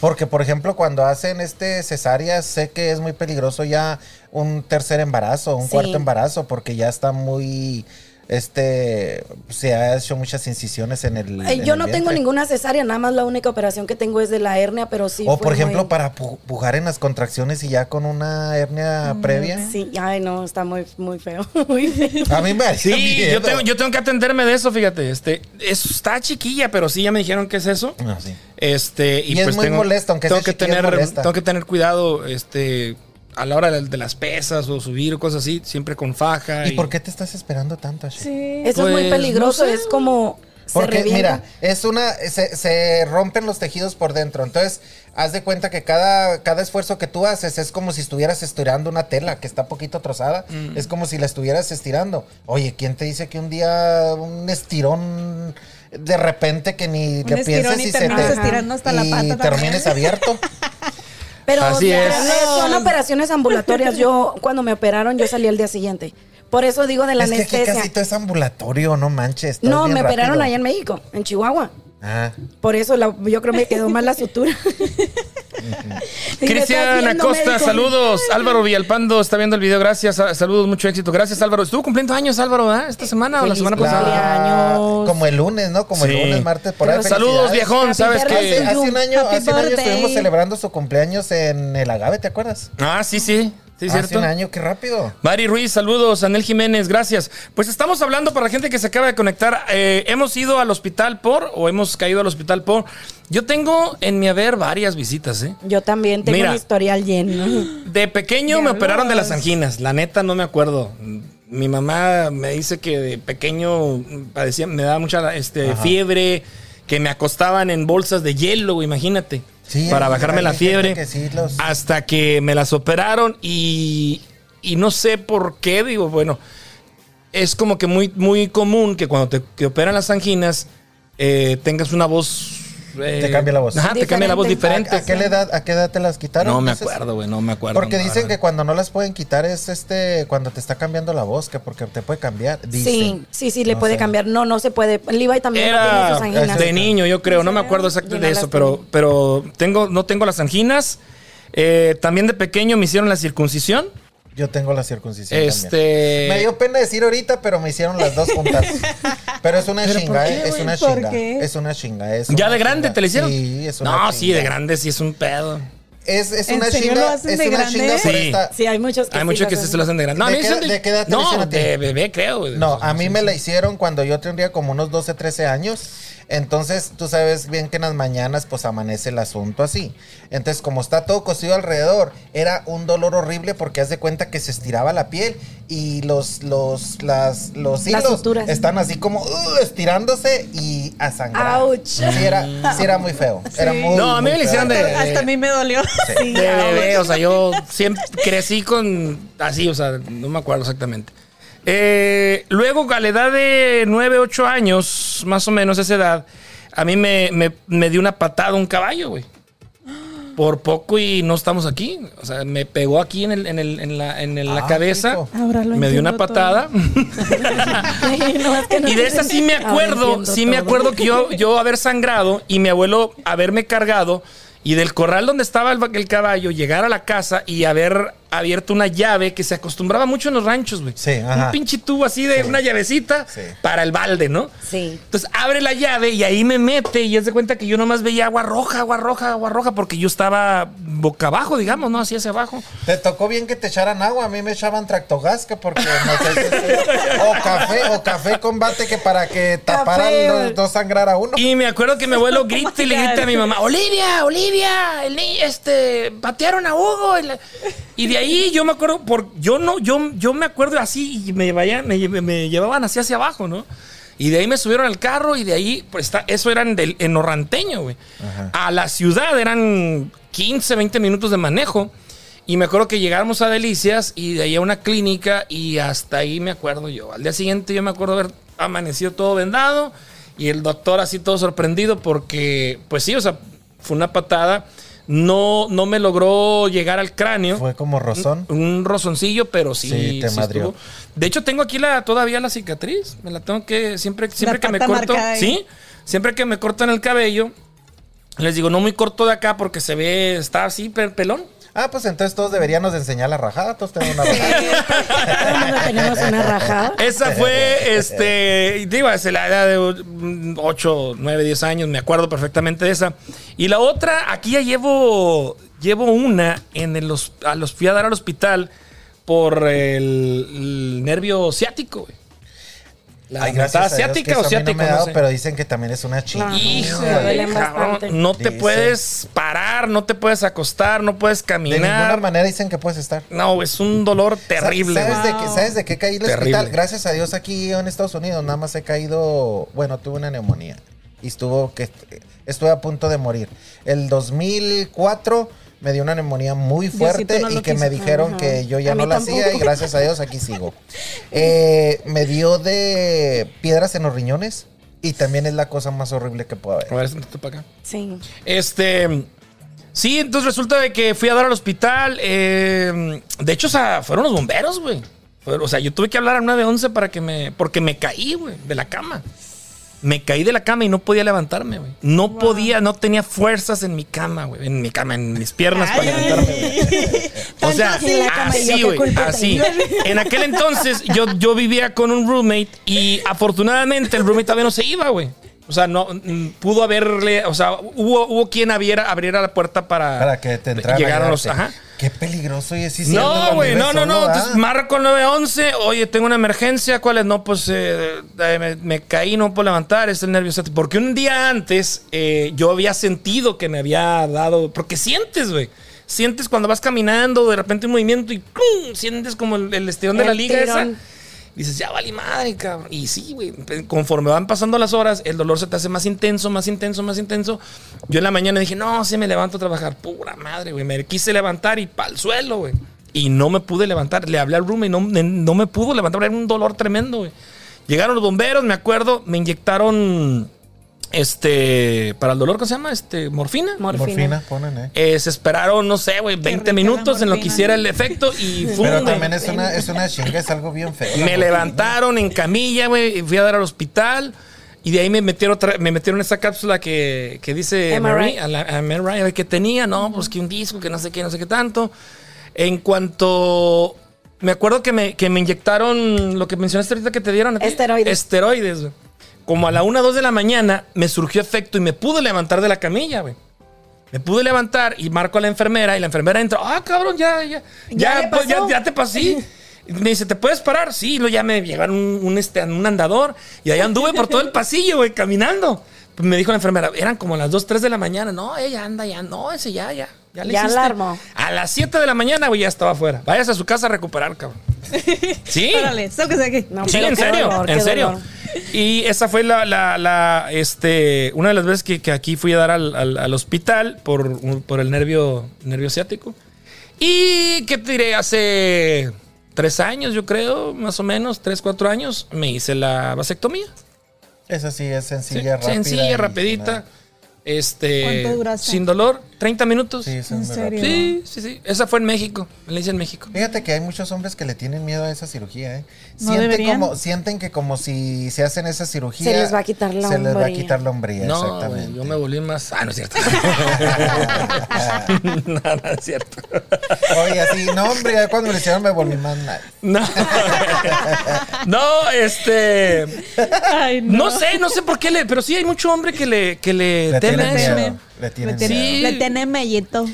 [SPEAKER 4] Porque, por ejemplo, cuando hacen este cesárea, sé que es muy peligroso ya un tercer embarazo, un
[SPEAKER 5] Sí.
[SPEAKER 4] cuarto embarazo, porque ya está muy, este, se ha hecho muchas incisiones en el.
[SPEAKER 5] Eh,
[SPEAKER 4] en
[SPEAKER 5] yo
[SPEAKER 4] el
[SPEAKER 5] no tengo
[SPEAKER 4] vientre.
[SPEAKER 5] ninguna cesárea, nada más la única operación que tengo es de la hernia, pero sí.
[SPEAKER 4] O
[SPEAKER 5] fue
[SPEAKER 4] por ejemplo,
[SPEAKER 5] muy-
[SPEAKER 4] para pu- pujar en las contracciones y ya con una hernia previa.
[SPEAKER 5] Mm, Sí, ay no, está muy, muy feo. muy feo.
[SPEAKER 4] A mí me haría
[SPEAKER 3] Sí, yo
[SPEAKER 4] miedo.
[SPEAKER 3] tengo, yo tengo que atenderme de eso, fíjate. Este, es- está chiquilla, pero sí ya me dijeron que es eso.
[SPEAKER 4] No, sí.
[SPEAKER 3] Este, y,
[SPEAKER 4] Ah. Y es
[SPEAKER 3] pues
[SPEAKER 4] muy
[SPEAKER 3] tengo,
[SPEAKER 4] molesto, aunque
[SPEAKER 3] tengo
[SPEAKER 4] sea
[SPEAKER 3] que
[SPEAKER 4] chiquilla, es
[SPEAKER 3] tener,
[SPEAKER 4] molesta.
[SPEAKER 3] tengo que tener cuidado, este, a la hora de, de las pesas o subir o cosas así, siempre con faja.
[SPEAKER 4] ¿Y por qué te estás esperando tanto, Ashley?
[SPEAKER 6] Sí.
[SPEAKER 5] Eso es muy
[SPEAKER 3] Pues,
[SPEAKER 5] peligroso,
[SPEAKER 3] no sé.
[SPEAKER 5] es como se
[SPEAKER 4] Porque
[SPEAKER 5] revienta.
[SPEAKER 4] mira, es una se, se rompen los tejidos por dentro. Entonces, haz de cuenta que cada, cada esfuerzo que tú haces es como si estuvieras estirando una tela que está poquito trozada.
[SPEAKER 5] Mm.
[SPEAKER 4] Es como si la estuvieras estirando. Oye, ¿quién te dice que un día un estirón de repente que ni
[SPEAKER 6] Un
[SPEAKER 4] le
[SPEAKER 6] estirón
[SPEAKER 4] pienses
[SPEAKER 6] y
[SPEAKER 4] y se
[SPEAKER 6] terminas
[SPEAKER 4] te
[SPEAKER 6] estirando hasta la
[SPEAKER 4] y
[SPEAKER 6] pata también.
[SPEAKER 4] termines abierto?
[SPEAKER 5] Pero
[SPEAKER 3] Así
[SPEAKER 5] o sea,
[SPEAKER 3] es.
[SPEAKER 5] no, son operaciones ambulatorias. Yo cuando me operaron yo salí al día siguiente. Por eso digo de la
[SPEAKER 4] es que aquí
[SPEAKER 5] anestesia.
[SPEAKER 4] casi todo es ambulatorio, no manches. todo
[SPEAKER 5] no,
[SPEAKER 4] es
[SPEAKER 5] me
[SPEAKER 4] bien
[SPEAKER 5] operaron
[SPEAKER 4] rápido.
[SPEAKER 5] allá en México, en Chihuahua.
[SPEAKER 4] Ah.
[SPEAKER 5] Por eso la- yo creo me quedó mal la sutura. Y me estás
[SPEAKER 3] Cristian
[SPEAKER 5] viendo,
[SPEAKER 3] Acosta,
[SPEAKER 5] médico.
[SPEAKER 3] saludos. Álvaro Villalpando está viendo el video, gracias. a- Saludos, mucho éxito. Gracias, Álvaro. Estuvo cumpliendo años, Álvaro, ¿verdad? Esta semana o la
[SPEAKER 5] Eh, Feliz
[SPEAKER 3] semana
[SPEAKER 5] cumple-
[SPEAKER 3] pasada.
[SPEAKER 5] pues, Cumpleaños.
[SPEAKER 4] Como el lunes, ¿no? Como el
[SPEAKER 3] Sí.
[SPEAKER 4] lunes, martes, por ahí.
[SPEAKER 3] Saludos,
[SPEAKER 4] Felicidades.
[SPEAKER 3] viejón.
[SPEAKER 5] Happy
[SPEAKER 3] Sabes
[SPEAKER 5] birthday.
[SPEAKER 4] Hace,
[SPEAKER 3] que.
[SPEAKER 4] hace un año,
[SPEAKER 6] Happy
[SPEAKER 4] hace un año
[SPEAKER 6] birthday.
[SPEAKER 4] estuvimos celebrando su cumpleaños en el Agave, ¿te acuerdas?
[SPEAKER 3] Ah, sí, sí. Sí,
[SPEAKER 4] hace
[SPEAKER 3] cierto.
[SPEAKER 4] un año, qué rápido.
[SPEAKER 3] Mari Ruiz, saludos. Anel Jiménez, gracias. Pues estamos hablando para la gente que se acaba de conectar. eh, hemos ido al hospital por, o hemos caído al hospital por. Yo tengo en mi haber varias visitas, ¿eh?
[SPEAKER 5] Yo también tengo
[SPEAKER 3] Mira.
[SPEAKER 5] un historial lleno.
[SPEAKER 3] De pequeño me
[SPEAKER 6] Diablos.
[SPEAKER 3] operaron de las anginas. La neta no me acuerdo. Mi mamá me dice que de pequeño padecía, me daba mucha este, fiebre, que me acostaban en bolsas de hielo, güey, imagínate.
[SPEAKER 4] Sí,
[SPEAKER 3] para
[SPEAKER 4] hay-
[SPEAKER 3] bajarme
[SPEAKER 4] hay
[SPEAKER 3] la
[SPEAKER 4] gente
[SPEAKER 3] fiebre.
[SPEAKER 4] que sí los-
[SPEAKER 3] Hasta que me las operaron y, y no sé por qué, digo, bueno, es como que muy, muy común que cuando te, te operan las anginas eh, tengas una voz. eh,
[SPEAKER 4] Te cambia la voz.
[SPEAKER 3] Ajá, te cambia la voz
[SPEAKER 5] Diferente.
[SPEAKER 3] diferente.
[SPEAKER 4] ¿A, a qué le edad, ¿A qué edad te las quitaron?
[SPEAKER 3] No me
[SPEAKER 4] Entonces,
[SPEAKER 3] acuerdo, güey, no me acuerdo. no,
[SPEAKER 4] Porque
[SPEAKER 3] la
[SPEAKER 4] dicen
[SPEAKER 3] verdad.
[SPEAKER 4] que cuando no las pueden quitar es este cuando te está cambiando la voz, que porque te puede cambiar.
[SPEAKER 5] Sí,
[SPEAKER 4] Dicen.
[SPEAKER 5] sí, sí, le
[SPEAKER 4] No
[SPEAKER 5] puede
[SPEAKER 4] sé.
[SPEAKER 5] cambiar. No, no se puede. Levi también no tiene
[SPEAKER 3] Era
[SPEAKER 5] sus anginas.
[SPEAKER 3] de niño, yo creo. No me acuerdo exacto de
[SPEAKER 5] Llegalas
[SPEAKER 3] eso,
[SPEAKER 5] tú.
[SPEAKER 3] pero, pero tengo, no tengo las anginas. Eh, también de pequeño me hicieron la circuncisión.
[SPEAKER 4] Yo tengo la circuncisión. también.
[SPEAKER 3] este.
[SPEAKER 4] Me dio pena decir ahorita, pero me hicieron las dos juntas. Pero es una chinga,
[SPEAKER 6] qué,
[SPEAKER 4] eh, es
[SPEAKER 6] güey?
[SPEAKER 4] una
[SPEAKER 6] ¿Por
[SPEAKER 4] chinga.
[SPEAKER 6] qué?
[SPEAKER 4] Es una chinga. es
[SPEAKER 3] ¿Ya
[SPEAKER 4] una
[SPEAKER 3] de grande
[SPEAKER 4] chinga.
[SPEAKER 3] te la hicieron?
[SPEAKER 4] Sí, es una
[SPEAKER 3] No, sí, de
[SPEAKER 4] chinga.
[SPEAKER 3] grande sí es un pedo.
[SPEAKER 4] Es, es
[SPEAKER 6] ¿En
[SPEAKER 4] una
[SPEAKER 6] serio
[SPEAKER 4] chinga.
[SPEAKER 6] lo hacen
[SPEAKER 4] es
[SPEAKER 6] de
[SPEAKER 4] una
[SPEAKER 6] grande?
[SPEAKER 4] chinga por
[SPEAKER 3] Sí.
[SPEAKER 4] esta-
[SPEAKER 5] Sí, hay muchos que
[SPEAKER 3] Hay
[SPEAKER 5] sí
[SPEAKER 3] muchos
[SPEAKER 5] las
[SPEAKER 3] que sí
[SPEAKER 5] hacen.
[SPEAKER 3] se lo hacen de grande. No, a
[SPEAKER 4] ¿De
[SPEAKER 3] mí
[SPEAKER 4] qué
[SPEAKER 3] sí
[SPEAKER 4] edad-
[SPEAKER 3] de-
[SPEAKER 4] de qué edad te lo
[SPEAKER 3] No,
[SPEAKER 4] hicieron a ti?
[SPEAKER 3] de bebé, creo. güey.
[SPEAKER 4] No, a mí
[SPEAKER 3] Sí,
[SPEAKER 4] me
[SPEAKER 3] sí.
[SPEAKER 4] la hicieron cuando yo tendría como unos 12, 13 años. Entonces, tú sabes bien que en las mañanas pues amanece el asunto así. Entonces, como está todo cosido alrededor, era un dolor horrible porque haz de cuenta que se estiraba la piel y los los las los
[SPEAKER 5] Las
[SPEAKER 4] hilos
[SPEAKER 5] suturas.
[SPEAKER 4] están así como uh, estirándose y a sangrar.
[SPEAKER 5] Ouch.
[SPEAKER 4] Sí era, sí era muy feo. Era
[SPEAKER 6] Sí.
[SPEAKER 4] muy,
[SPEAKER 3] No, a mí
[SPEAKER 4] muy
[SPEAKER 3] me la
[SPEAKER 4] feo.
[SPEAKER 3] hicieron de-
[SPEAKER 6] Hasta, hasta a mí me dolió.
[SPEAKER 3] De bebé, o sea, yo siempre crecí con así, o sea, no me acuerdo exactamente. Eh, luego, a la edad de 9, 8 años, más o menos esa edad, a mí me, me- me dio una patada un caballo, güey. Por poco y no estamos aquí. O sea, me pegó aquí en, el- en el- en la, en la
[SPEAKER 4] Ah,
[SPEAKER 3] cabeza.
[SPEAKER 4] hijo.
[SPEAKER 6] Ahora lo
[SPEAKER 3] me dio una
[SPEAKER 6] entiendo
[SPEAKER 3] patada.
[SPEAKER 5] Sí, no, es que no
[SPEAKER 3] Y de esa sí me
[SPEAKER 5] Ahora
[SPEAKER 3] acuerdo,
[SPEAKER 5] entiendo
[SPEAKER 3] sí me
[SPEAKER 5] todo.
[SPEAKER 3] acuerdo que yo, yo haber sangrado y mi abuelo haberme cargado y del corral donde estaba el, va- el caballo llegar a la casa y haber abierto una llave que se acostumbraba mucho en los ranchos, güey.
[SPEAKER 4] Sí,
[SPEAKER 3] Un
[SPEAKER 4] ajá.
[SPEAKER 3] pinche tubo así de una llavecita
[SPEAKER 4] Sí.
[SPEAKER 3] para el balde, ¿no?
[SPEAKER 5] Sí.
[SPEAKER 3] Entonces abre la llave y ahí me mete y es de cuenta que yo nomás veía agua roja, agua roja, agua roja, porque yo estaba boca abajo, digamos, ¿no? Así hacia abajo.
[SPEAKER 4] Te tocó bien que te echaran agua, a mí me echaban tractogás que porque no sé si- o café, o café combate que para que taparan no, no sangrar a uno.
[SPEAKER 3] Y me acuerdo que mi abuelo grita y le grita a mi mamá, Olivia, Olivia, el ni- este, patearon a Hugo. Y, la- y de ahí yo me acuerdo, por, yo no, yo, yo me acuerdo así y me, vaya- me, lle- me llevaban así hacia abajo, ¿no? Y de ahí me subieron al carro y de ahí, pues está, eso eran del enorranteño, güey. A la ciudad eran 15, 20 minutos de manejo. Y me acuerdo que llegáramos a Delicias y de ahí a una clínica y hasta ahí me acuerdo yo. Al día siguiente yo me acuerdo haber amanecido todo vendado y el doctor así todo sorprendido porque, pues sí, o sea, fue una patada. No, no me logró llegar al cráneo.
[SPEAKER 4] Fue como rozón.
[SPEAKER 3] Un rozoncillo, pero sí,
[SPEAKER 4] Sí, te
[SPEAKER 3] sí
[SPEAKER 4] madrió.
[SPEAKER 3] estuvo. De hecho, tengo aquí la, todavía la cicatriz. Me la tengo que. Siempre, siempre que me
[SPEAKER 6] pata
[SPEAKER 3] corto.
[SPEAKER 6] marcada ahí.
[SPEAKER 3] Sí, siempre que me cortan el cabello. Les digo, no muy corto de acá porque se ve, está así, pe- pelón.
[SPEAKER 4] Ah, pues entonces todos deberíamos de enseñar la rajada, todos tenemos una rajada.
[SPEAKER 5] Todo el mundo tenemos una rajada.
[SPEAKER 3] Esa fue, este, digo, es la edad de 8, 9, 10 años, me acuerdo perfectamente de esa. Y la otra, aquí ya llevo, llevo una en el, hos- a los, fui a dar al hospital por el, el nervio ciático, güey. La
[SPEAKER 4] Ay, gracias
[SPEAKER 3] mentada
[SPEAKER 4] a Dios que
[SPEAKER 3] ciática
[SPEAKER 4] eso
[SPEAKER 3] o
[SPEAKER 4] a mí no
[SPEAKER 3] ciático,
[SPEAKER 4] me ha
[SPEAKER 3] no
[SPEAKER 4] dado,
[SPEAKER 3] sé.
[SPEAKER 4] pero dicen que también es una chica.
[SPEAKER 5] Claro.
[SPEAKER 3] Hijo,
[SPEAKER 5] Me duelen
[SPEAKER 3] cabrón,
[SPEAKER 5] bastante.
[SPEAKER 3] no te
[SPEAKER 4] Dicen.
[SPEAKER 3] puedes parar, no te puedes acostar, no puedes
[SPEAKER 4] De ninguna
[SPEAKER 3] caminar.
[SPEAKER 4] manera dicen que puedes estar.
[SPEAKER 3] no, es un dolor terrible.
[SPEAKER 4] ¿Sabes,
[SPEAKER 3] güey.
[SPEAKER 4] de qué, ¿Sabes de qué caí en el
[SPEAKER 3] Terrible.
[SPEAKER 4] hospital? Gracias a Dios aquí en Estados Unidos nada más he caído, bueno, tuve una neumonía y estuvo que estuve a punto de morir. El 2004 me dio una neumonía muy
[SPEAKER 6] Diosito
[SPEAKER 4] fuerte
[SPEAKER 6] no lo
[SPEAKER 4] y que me
[SPEAKER 6] quiso.
[SPEAKER 4] dijeron
[SPEAKER 5] Ajá.
[SPEAKER 4] que yo ya
[SPEAKER 5] A
[SPEAKER 4] no
[SPEAKER 5] mí
[SPEAKER 4] la hacía y
[SPEAKER 5] tampoco.
[SPEAKER 4] gracias a Dios aquí sigo. Eh, me dio de piedras en los riñones y también es la cosa más horrible que puede
[SPEAKER 3] A
[SPEAKER 4] haber.
[SPEAKER 3] ver, siéntate para acá.
[SPEAKER 5] Sí.
[SPEAKER 3] Este. Sí, entonces resulta de que fui a dar al hospital. eh, de hecho, o sea, fueron los bomberos, güey. Fueron- O sea, yo tuve que hablar a 911 para que me. Porque me caí, güey, de la cama. Me caí de la cama y no podía levantarme, güey. No podía, no tenía fuerzas en mi cama, güey. En mi cama, en mis piernas para levantarme. güey. O sea,
[SPEAKER 5] Tanto así en la cama y yo,
[SPEAKER 3] así,
[SPEAKER 5] ¿qué
[SPEAKER 3] güey,
[SPEAKER 5] culpa
[SPEAKER 3] así.
[SPEAKER 5] tengo?
[SPEAKER 3] En aquel entonces yo, yo vivía con un roommate y afortunadamente el roommate todavía no se iba, güey. O sea, no mm, pudo haberle, o sea, hubo, hubo quien abriera, abriera la puerta para,
[SPEAKER 4] Para que te entraran a
[SPEAKER 3] llegaron los,
[SPEAKER 4] ayudarte.
[SPEAKER 3] ajá.
[SPEAKER 4] Qué peligroso y así
[SPEAKER 3] No, güey, no, no, no. Entonces, marco el 911. Oye, tengo una emergencia. ¿Cuál es? No, pues eh, eh, me, me caí, no puedo levantar. Es el nervio ciático. Porque un día antes eh, yo había sentido que me había dado. Porque sientes, güey. Sientes cuando vas caminando, de repente un movimiento y ¡pum! sientes como el, el estirón de
[SPEAKER 5] El
[SPEAKER 3] la liga
[SPEAKER 5] tirón.
[SPEAKER 3] esa. Dices, ya vale madre, cabrón. Y sí, güey. Conforme van pasando las horas, el dolor se te hace más intenso, más intenso, más intenso. Yo en la mañana dije, no, si me levanto a trabajar. Pura madre, güey. Me quise levantar y pa'l suelo, güey. y no me pude levantar. Le hablé al room y no, no me pudo levantar. Era un dolor tremendo, güey. Llegaron los bomberos, me acuerdo, me inyectaron este para el dolor, ¿cómo se llama? Este, morfina.
[SPEAKER 5] Morfina.
[SPEAKER 4] Morfina, ponen, eh.
[SPEAKER 3] Eh, se esperaron, no sé, güey, 20
[SPEAKER 6] rica la
[SPEAKER 3] minutos en lo que
[SPEAKER 6] morfina.
[SPEAKER 3] hiciera el efecto y fue
[SPEAKER 4] Pero también es una, es una chinga, es algo bien feo.
[SPEAKER 3] Me levantaron en camilla, güey, y fui a dar al hospital. Y de ahí me metieron, otra- me metieron esa cápsula que, que dice
[SPEAKER 5] MRI.
[SPEAKER 3] MRI, a la- a MRI, a ver qué tenía, no, pues que un disco, que no sé qué, no sé qué tanto. En cuanto. Me acuerdo que me, que me inyectaron lo que mencionaste ahorita que te dieron. a ti.
[SPEAKER 5] Esteroides.
[SPEAKER 3] Esteroides, güey. Como a la 1, 2 de la mañana me surgió efecto y me pude levantar de la camilla, güey. Me pude levantar y marco a la enfermera y la enfermera entra. Ah, cabrón, ya, ya. Ya,
[SPEAKER 5] Ya le
[SPEAKER 3] pues, ya-
[SPEAKER 5] pasó.
[SPEAKER 3] ya te pasé. Y Me dice, ¿te puedes parar? Sí, lo ya me llevaron un, un, este, un andador y ahí anduve por todo el pasillo, güey, caminando. Pues me dijo la enfermera, eran como las 2, 3 de la mañana. No, ella anda, ya, no, ese ya, ya. Ya, le
[SPEAKER 5] Ya
[SPEAKER 3] hiciste.
[SPEAKER 5] la armó.
[SPEAKER 3] A las 7 de la mañana, güey, ya estaba afuera. Váyase a su casa a recuperar, cabrón. Sí.
[SPEAKER 6] Órale, sálgase de aquí.
[SPEAKER 5] No,
[SPEAKER 3] Sí,
[SPEAKER 5] pero
[SPEAKER 3] en
[SPEAKER 5] qué
[SPEAKER 3] serio,
[SPEAKER 5] dolor,
[SPEAKER 3] en
[SPEAKER 5] qué
[SPEAKER 3] serio.
[SPEAKER 5] dolor.
[SPEAKER 3] Y esa fue la, la, la, este, una de las veces que, que aquí fui a dar al, al- al hospital por, un- por el nervio, nervio ciático. Y que te diré, hace tres años, yo creo, más o menos, tres, cuatro años, me hice la vasectomía.
[SPEAKER 4] Esa sí es
[SPEAKER 3] Sí,
[SPEAKER 4] sencilla, rápida.
[SPEAKER 3] sencilla,
[SPEAKER 4] y-
[SPEAKER 3] rapidita. Este,
[SPEAKER 6] ¿Cuánto duraste?
[SPEAKER 3] Sin dolor, 30 minutos.
[SPEAKER 4] Sí,
[SPEAKER 3] Sí,
[SPEAKER 4] esa es
[SPEAKER 6] ¿En
[SPEAKER 4] muy
[SPEAKER 6] serio?
[SPEAKER 4] rápida.
[SPEAKER 3] sí, sí, Esa fue en México. Me la hice en México.
[SPEAKER 4] Fíjate que hay muchos hombres que le tienen miedo a esa cirugía, ¿eh?
[SPEAKER 6] No
[SPEAKER 4] sienten,
[SPEAKER 6] deberían.
[SPEAKER 4] como, sienten que como si se hacen esa cirugía...
[SPEAKER 5] Se les va a quitar la
[SPEAKER 4] Se les va a
[SPEAKER 5] hombría.
[SPEAKER 4] quitar la hombría,
[SPEAKER 3] No, güey,
[SPEAKER 4] exactamente.
[SPEAKER 3] yo me volví más. Ah, no es cierto. no, no es cierto.
[SPEAKER 4] Oye, así, no, hombre, ya cuando le hicieron me volví más mal.
[SPEAKER 3] No. no, este.
[SPEAKER 6] Ay, no.
[SPEAKER 3] No sé, no sé por qué le. Pero sí hay mucho hombre que le, que le,
[SPEAKER 4] Le
[SPEAKER 3] teme
[SPEAKER 4] tienen
[SPEAKER 3] eso.
[SPEAKER 4] miedo. Le tienen
[SPEAKER 3] tienen
[SPEAKER 4] miedo.
[SPEAKER 3] Sí.
[SPEAKER 6] Le tiene mellito.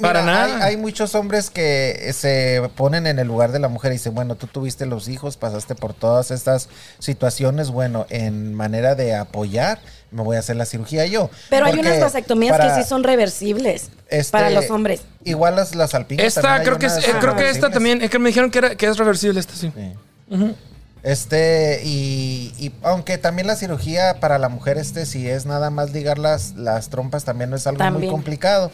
[SPEAKER 3] Para
[SPEAKER 4] Mira,
[SPEAKER 3] nada.
[SPEAKER 4] Hay, hay muchos hombres que se ponen en el lugar de la mujer y dicen, bueno, tú tuviste los hijos, pasaste por todas estas situaciones, bueno, en manera de apoyar, me voy a hacer la cirugía yo.
[SPEAKER 5] Pero hay
[SPEAKER 4] Porque
[SPEAKER 5] unas vasectomías
[SPEAKER 4] para,
[SPEAKER 5] que sí son reversibles
[SPEAKER 4] este,
[SPEAKER 5] para los hombres.
[SPEAKER 4] Igual las, las alpicas
[SPEAKER 3] Esta,
[SPEAKER 4] también hay
[SPEAKER 3] creo que, es-
[SPEAKER 4] unas
[SPEAKER 3] eh, creo que esta
[SPEAKER 4] reversibles.
[SPEAKER 3] también. Es que me dijeron que, era, que es reversible esta, sí.
[SPEAKER 4] Sí. Este, y, y aunque también la cirugía para la mujer, este, si es nada más ligar las, las trompas, también no es algo muy
[SPEAKER 5] También.
[SPEAKER 4] complicado.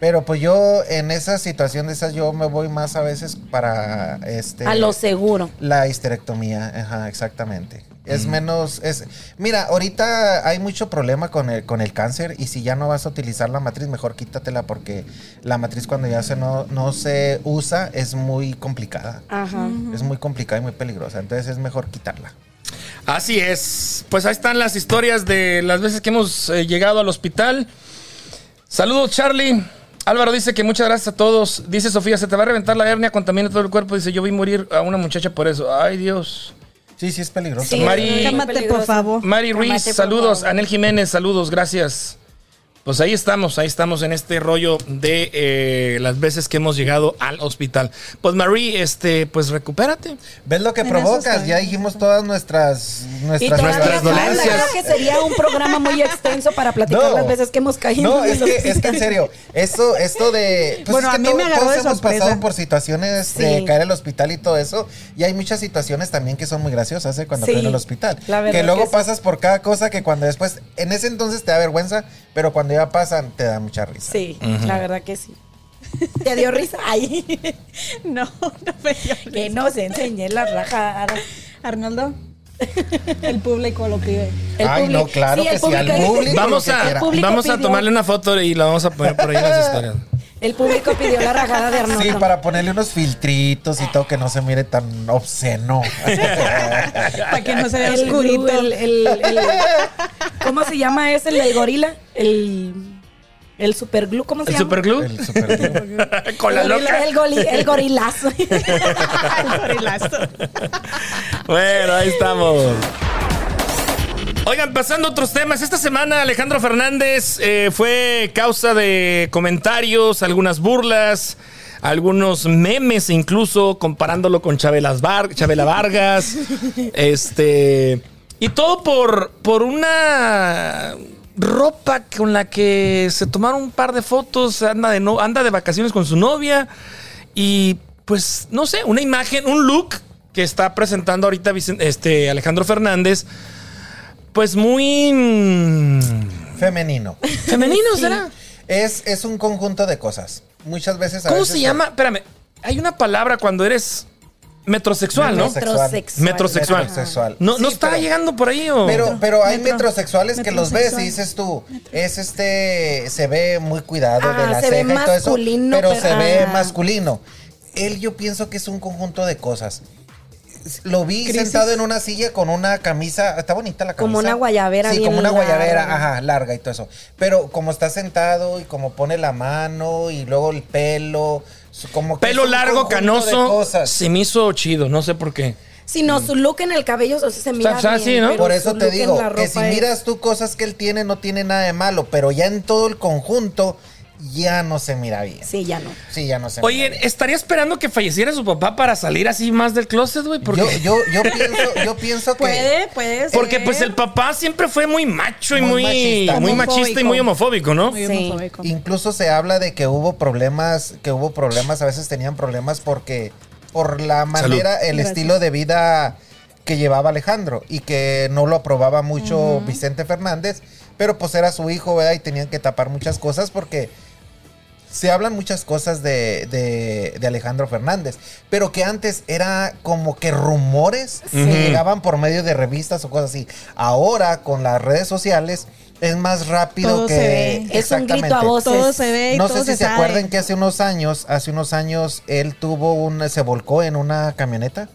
[SPEAKER 4] Pero pues yo en esa situación de esas, yo me voy más a veces para este.
[SPEAKER 5] a lo seguro.
[SPEAKER 4] La histerectomía, ajá, exactamente. Es
[SPEAKER 5] Mm.
[SPEAKER 4] menos, es, mira, ahorita hay mucho problema con el, con el cáncer y si ya no vas a utilizar la matriz, mejor quítatela porque la matriz cuando ya se no, no se usa es muy complicada.
[SPEAKER 5] Ajá.
[SPEAKER 4] Es muy complicada y muy peligrosa, entonces es mejor quitarla.
[SPEAKER 3] Así es. Pues ahí están las historias de las veces que hemos eh, llegado al hospital. Saludos, Charlie. Álvaro dice que muchas gracias a todos. Dice Sofía, se te va a reventar la hernia, contamina todo el cuerpo. Dice, yo vi morir a una muchacha por eso. Ay, Dios.
[SPEAKER 4] Sí, sí es peligrosa.
[SPEAKER 5] Sí,
[SPEAKER 3] Mari-
[SPEAKER 5] es muy
[SPEAKER 6] Cámate,
[SPEAKER 5] peligroso.
[SPEAKER 6] por favor.
[SPEAKER 3] Mari Ruiz,
[SPEAKER 5] Cámate, por
[SPEAKER 3] saludos.
[SPEAKER 5] favor.
[SPEAKER 3] Anel Jiménez, saludos, gracias. Pues ahí estamos, ahí estamos en este rollo de eh, las veces que hemos llegado al hospital. Pues Marie, este, pues recupérate.
[SPEAKER 4] ¿Ves lo que
[SPEAKER 6] En eso
[SPEAKER 4] provocas?
[SPEAKER 6] estoy.
[SPEAKER 4] Ya dijimos todas nuestras
[SPEAKER 5] Y
[SPEAKER 4] nuestras,
[SPEAKER 5] todavía
[SPEAKER 3] nuestras
[SPEAKER 5] falta,
[SPEAKER 3] dolencias.
[SPEAKER 5] Creo que sería un programa muy extenso para platicar las veces que hemos caído.
[SPEAKER 4] No,
[SPEAKER 5] en
[SPEAKER 4] es
[SPEAKER 5] los
[SPEAKER 4] que, es que en
[SPEAKER 5] hospitales.
[SPEAKER 4] serio, esto, esto de. Pues
[SPEAKER 6] Bueno,
[SPEAKER 4] es que
[SPEAKER 6] a mí me agarró
[SPEAKER 4] todos
[SPEAKER 6] de
[SPEAKER 4] hemos
[SPEAKER 6] sorpresa.
[SPEAKER 4] pasado por situaciones de
[SPEAKER 5] Sí.
[SPEAKER 4] caer al hospital y todo eso. Y hay muchas situaciones también que son muy graciosas ¿eh? cuando
[SPEAKER 5] Sí,
[SPEAKER 4] caen al hospital.
[SPEAKER 5] la verdad
[SPEAKER 4] que luego
[SPEAKER 5] que sí.
[SPEAKER 4] pasas por cada cosa que cuando después. En ese entonces te da vergüenza, pero cuando ya pasan te da mucha risa.
[SPEAKER 5] Sí, la verdad que sí. ¿Te dio risa? Ay,
[SPEAKER 6] No, no me dio risa.
[SPEAKER 5] que no se enseñe la raja.
[SPEAKER 6] Arnoldo, el público lo pide.
[SPEAKER 5] El
[SPEAKER 4] Ay, no,
[SPEAKER 5] público-
[SPEAKER 4] claro
[SPEAKER 5] sí,
[SPEAKER 4] que
[SPEAKER 5] el
[SPEAKER 4] sí, al
[SPEAKER 5] público-
[SPEAKER 4] público.
[SPEAKER 3] Vamos
[SPEAKER 4] lo que
[SPEAKER 3] a,
[SPEAKER 4] quiera.
[SPEAKER 5] público
[SPEAKER 3] vamos a
[SPEAKER 5] pidió.
[SPEAKER 3] tomarle una foto y la vamos a poner por ahí en las historias.
[SPEAKER 5] El público pidió la rajada de Arnoldo.
[SPEAKER 4] Sí, para ponerle unos filtritos y todo que no se mire tan obsceno.
[SPEAKER 6] Para que no se vea
[SPEAKER 5] el,
[SPEAKER 6] oscurito.
[SPEAKER 5] el- el- el- ¿Cómo se llama ese? El del gorila. El, el superglue, ¿cómo se
[SPEAKER 3] ¿El
[SPEAKER 5] llama?
[SPEAKER 3] superglue?
[SPEAKER 4] El superglue.
[SPEAKER 3] Con la
[SPEAKER 5] el, gorila-
[SPEAKER 3] loca.
[SPEAKER 5] el goli- el gorilazo.
[SPEAKER 6] Gorilazo.
[SPEAKER 3] Bueno, ahí estamos. Oigan, pasando a otros temas, esta semana Alejandro Fernández eh, fue causa de comentarios, algunas burlas, algunos memes incluso, comparándolo con Chabelas Var- Chabela Vargas. este. Y todo por, por una ropa con la que se tomaron un par de fotos, anda de, no, anda de vacaciones con su novia y pues no sé, una imagen, un look que está presentando ahorita Vicen- este Alejandro Fernández, pues muy mm,
[SPEAKER 4] Femenino.
[SPEAKER 3] femenino, ¿será?
[SPEAKER 4] Es, es un conjunto de cosas. Muchas veces. a
[SPEAKER 3] ¿Cómo
[SPEAKER 4] veces
[SPEAKER 3] se llama? Espérame, Hay una palabra cuando eres metrosexual, ¿no?
[SPEAKER 4] Metrosexual.
[SPEAKER 3] Metrosexual.
[SPEAKER 4] Metrosexual.
[SPEAKER 3] No, no
[SPEAKER 4] Sí,
[SPEAKER 3] está
[SPEAKER 4] pero-
[SPEAKER 3] llegando por ahí o.
[SPEAKER 6] Metro.
[SPEAKER 4] Pero, pero hay
[SPEAKER 6] Metro.
[SPEAKER 4] metrosexuales que los ves y
[SPEAKER 6] Metrosexual.
[SPEAKER 4] dices tú, es este, se ve muy cuidado de
[SPEAKER 5] Ah,
[SPEAKER 4] la
[SPEAKER 5] se ve
[SPEAKER 4] ceja y todo eso,
[SPEAKER 5] masculino,
[SPEAKER 4] pero
[SPEAKER 5] pero-
[SPEAKER 4] se ve
[SPEAKER 5] ah.
[SPEAKER 4] masculino. Él yo pienso que es un conjunto de cosas. Lo vi
[SPEAKER 6] Crisis.
[SPEAKER 4] sentado en una silla con una camisa, está bonita la camisa.
[SPEAKER 5] Como una guayabera
[SPEAKER 4] Sí,
[SPEAKER 5] bien
[SPEAKER 4] como una guayabera,
[SPEAKER 5] larga.
[SPEAKER 4] ajá, larga y todo eso. Pero como está sentado y como pone la mano y luego el pelo, su- como que
[SPEAKER 3] Pelo
[SPEAKER 4] es un
[SPEAKER 3] largo,
[SPEAKER 4] conjunto de
[SPEAKER 3] canoso.
[SPEAKER 4] cosas.
[SPEAKER 3] Se me hizo chido, no sé por qué.
[SPEAKER 5] Si no, su look en el cabello o sea, se mira
[SPEAKER 3] O sea,
[SPEAKER 5] bien,
[SPEAKER 3] sí, ¿no?
[SPEAKER 5] pero
[SPEAKER 4] Por
[SPEAKER 5] su
[SPEAKER 4] eso
[SPEAKER 5] look
[SPEAKER 4] te
[SPEAKER 5] en
[SPEAKER 4] digo
[SPEAKER 5] la
[SPEAKER 4] que
[SPEAKER 5] ropa
[SPEAKER 4] si
[SPEAKER 5] es-
[SPEAKER 4] miras tú cosas que él tiene, no tiene nada de malo, pero ya en todo el conjunto ya no se mira bien. Sí,
[SPEAKER 5] Sí, ya no.
[SPEAKER 4] ya no se mira
[SPEAKER 3] Oye,
[SPEAKER 4] bien.
[SPEAKER 3] estaría esperando que falleciera su papá para salir así más del closet, güey. Porque,
[SPEAKER 4] Yo, yo, yo pienso, yo pienso que.
[SPEAKER 6] Puede, puede ser.
[SPEAKER 3] porque pues el papá siempre fue muy macho y muy,
[SPEAKER 4] Muy machista.
[SPEAKER 3] muy machista y
[SPEAKER 6] Homofóbico.
[SPEAKER 3] muy homofóbico, ¿no?
[SPEAKER 6] Muy
[SPEAKER 5] Sí.
[SPEAKER 6] homofóbico.
[SPEAKER 4] Incluso se habla de que hubo problemas, que hubo problemas, a veces tenían problemas porque por la manera, el
[SPEAKER 6] Gracias.
[SPEAKER 4] estilo de vida que llevaba Alejandro y que no lo aprobaba mucho Vicente Fernández, pero pues era su hijo, ¿verdad? Y tenían que tapar muchas cosas porque se hablan muchas cosas de, de- de Alejandro Fernández, pero que antes era como que rumores que llegaban por medio de revistas o cosas así. Ahora con las redes sociales es más rápido
[SPEAKER 6] Todo
[SPEAKER 4] que
[SPEAKER 6] se ve.
[SPEAKER 5] Es un grito a
[SPEAKER 4] Exactamente.
[SPEAKER 5] voz.
[SPEAKER 6] Todo se ve y
[SPEAKER 4] No
[SPEAKER 6] todo
[SPEAKER 4] sé si se
[SPEAKER 6] sabe.
[SPEAKER 4] acuerdan que hace unos años, hace unos años él tuvo un, se volcó en una camioneta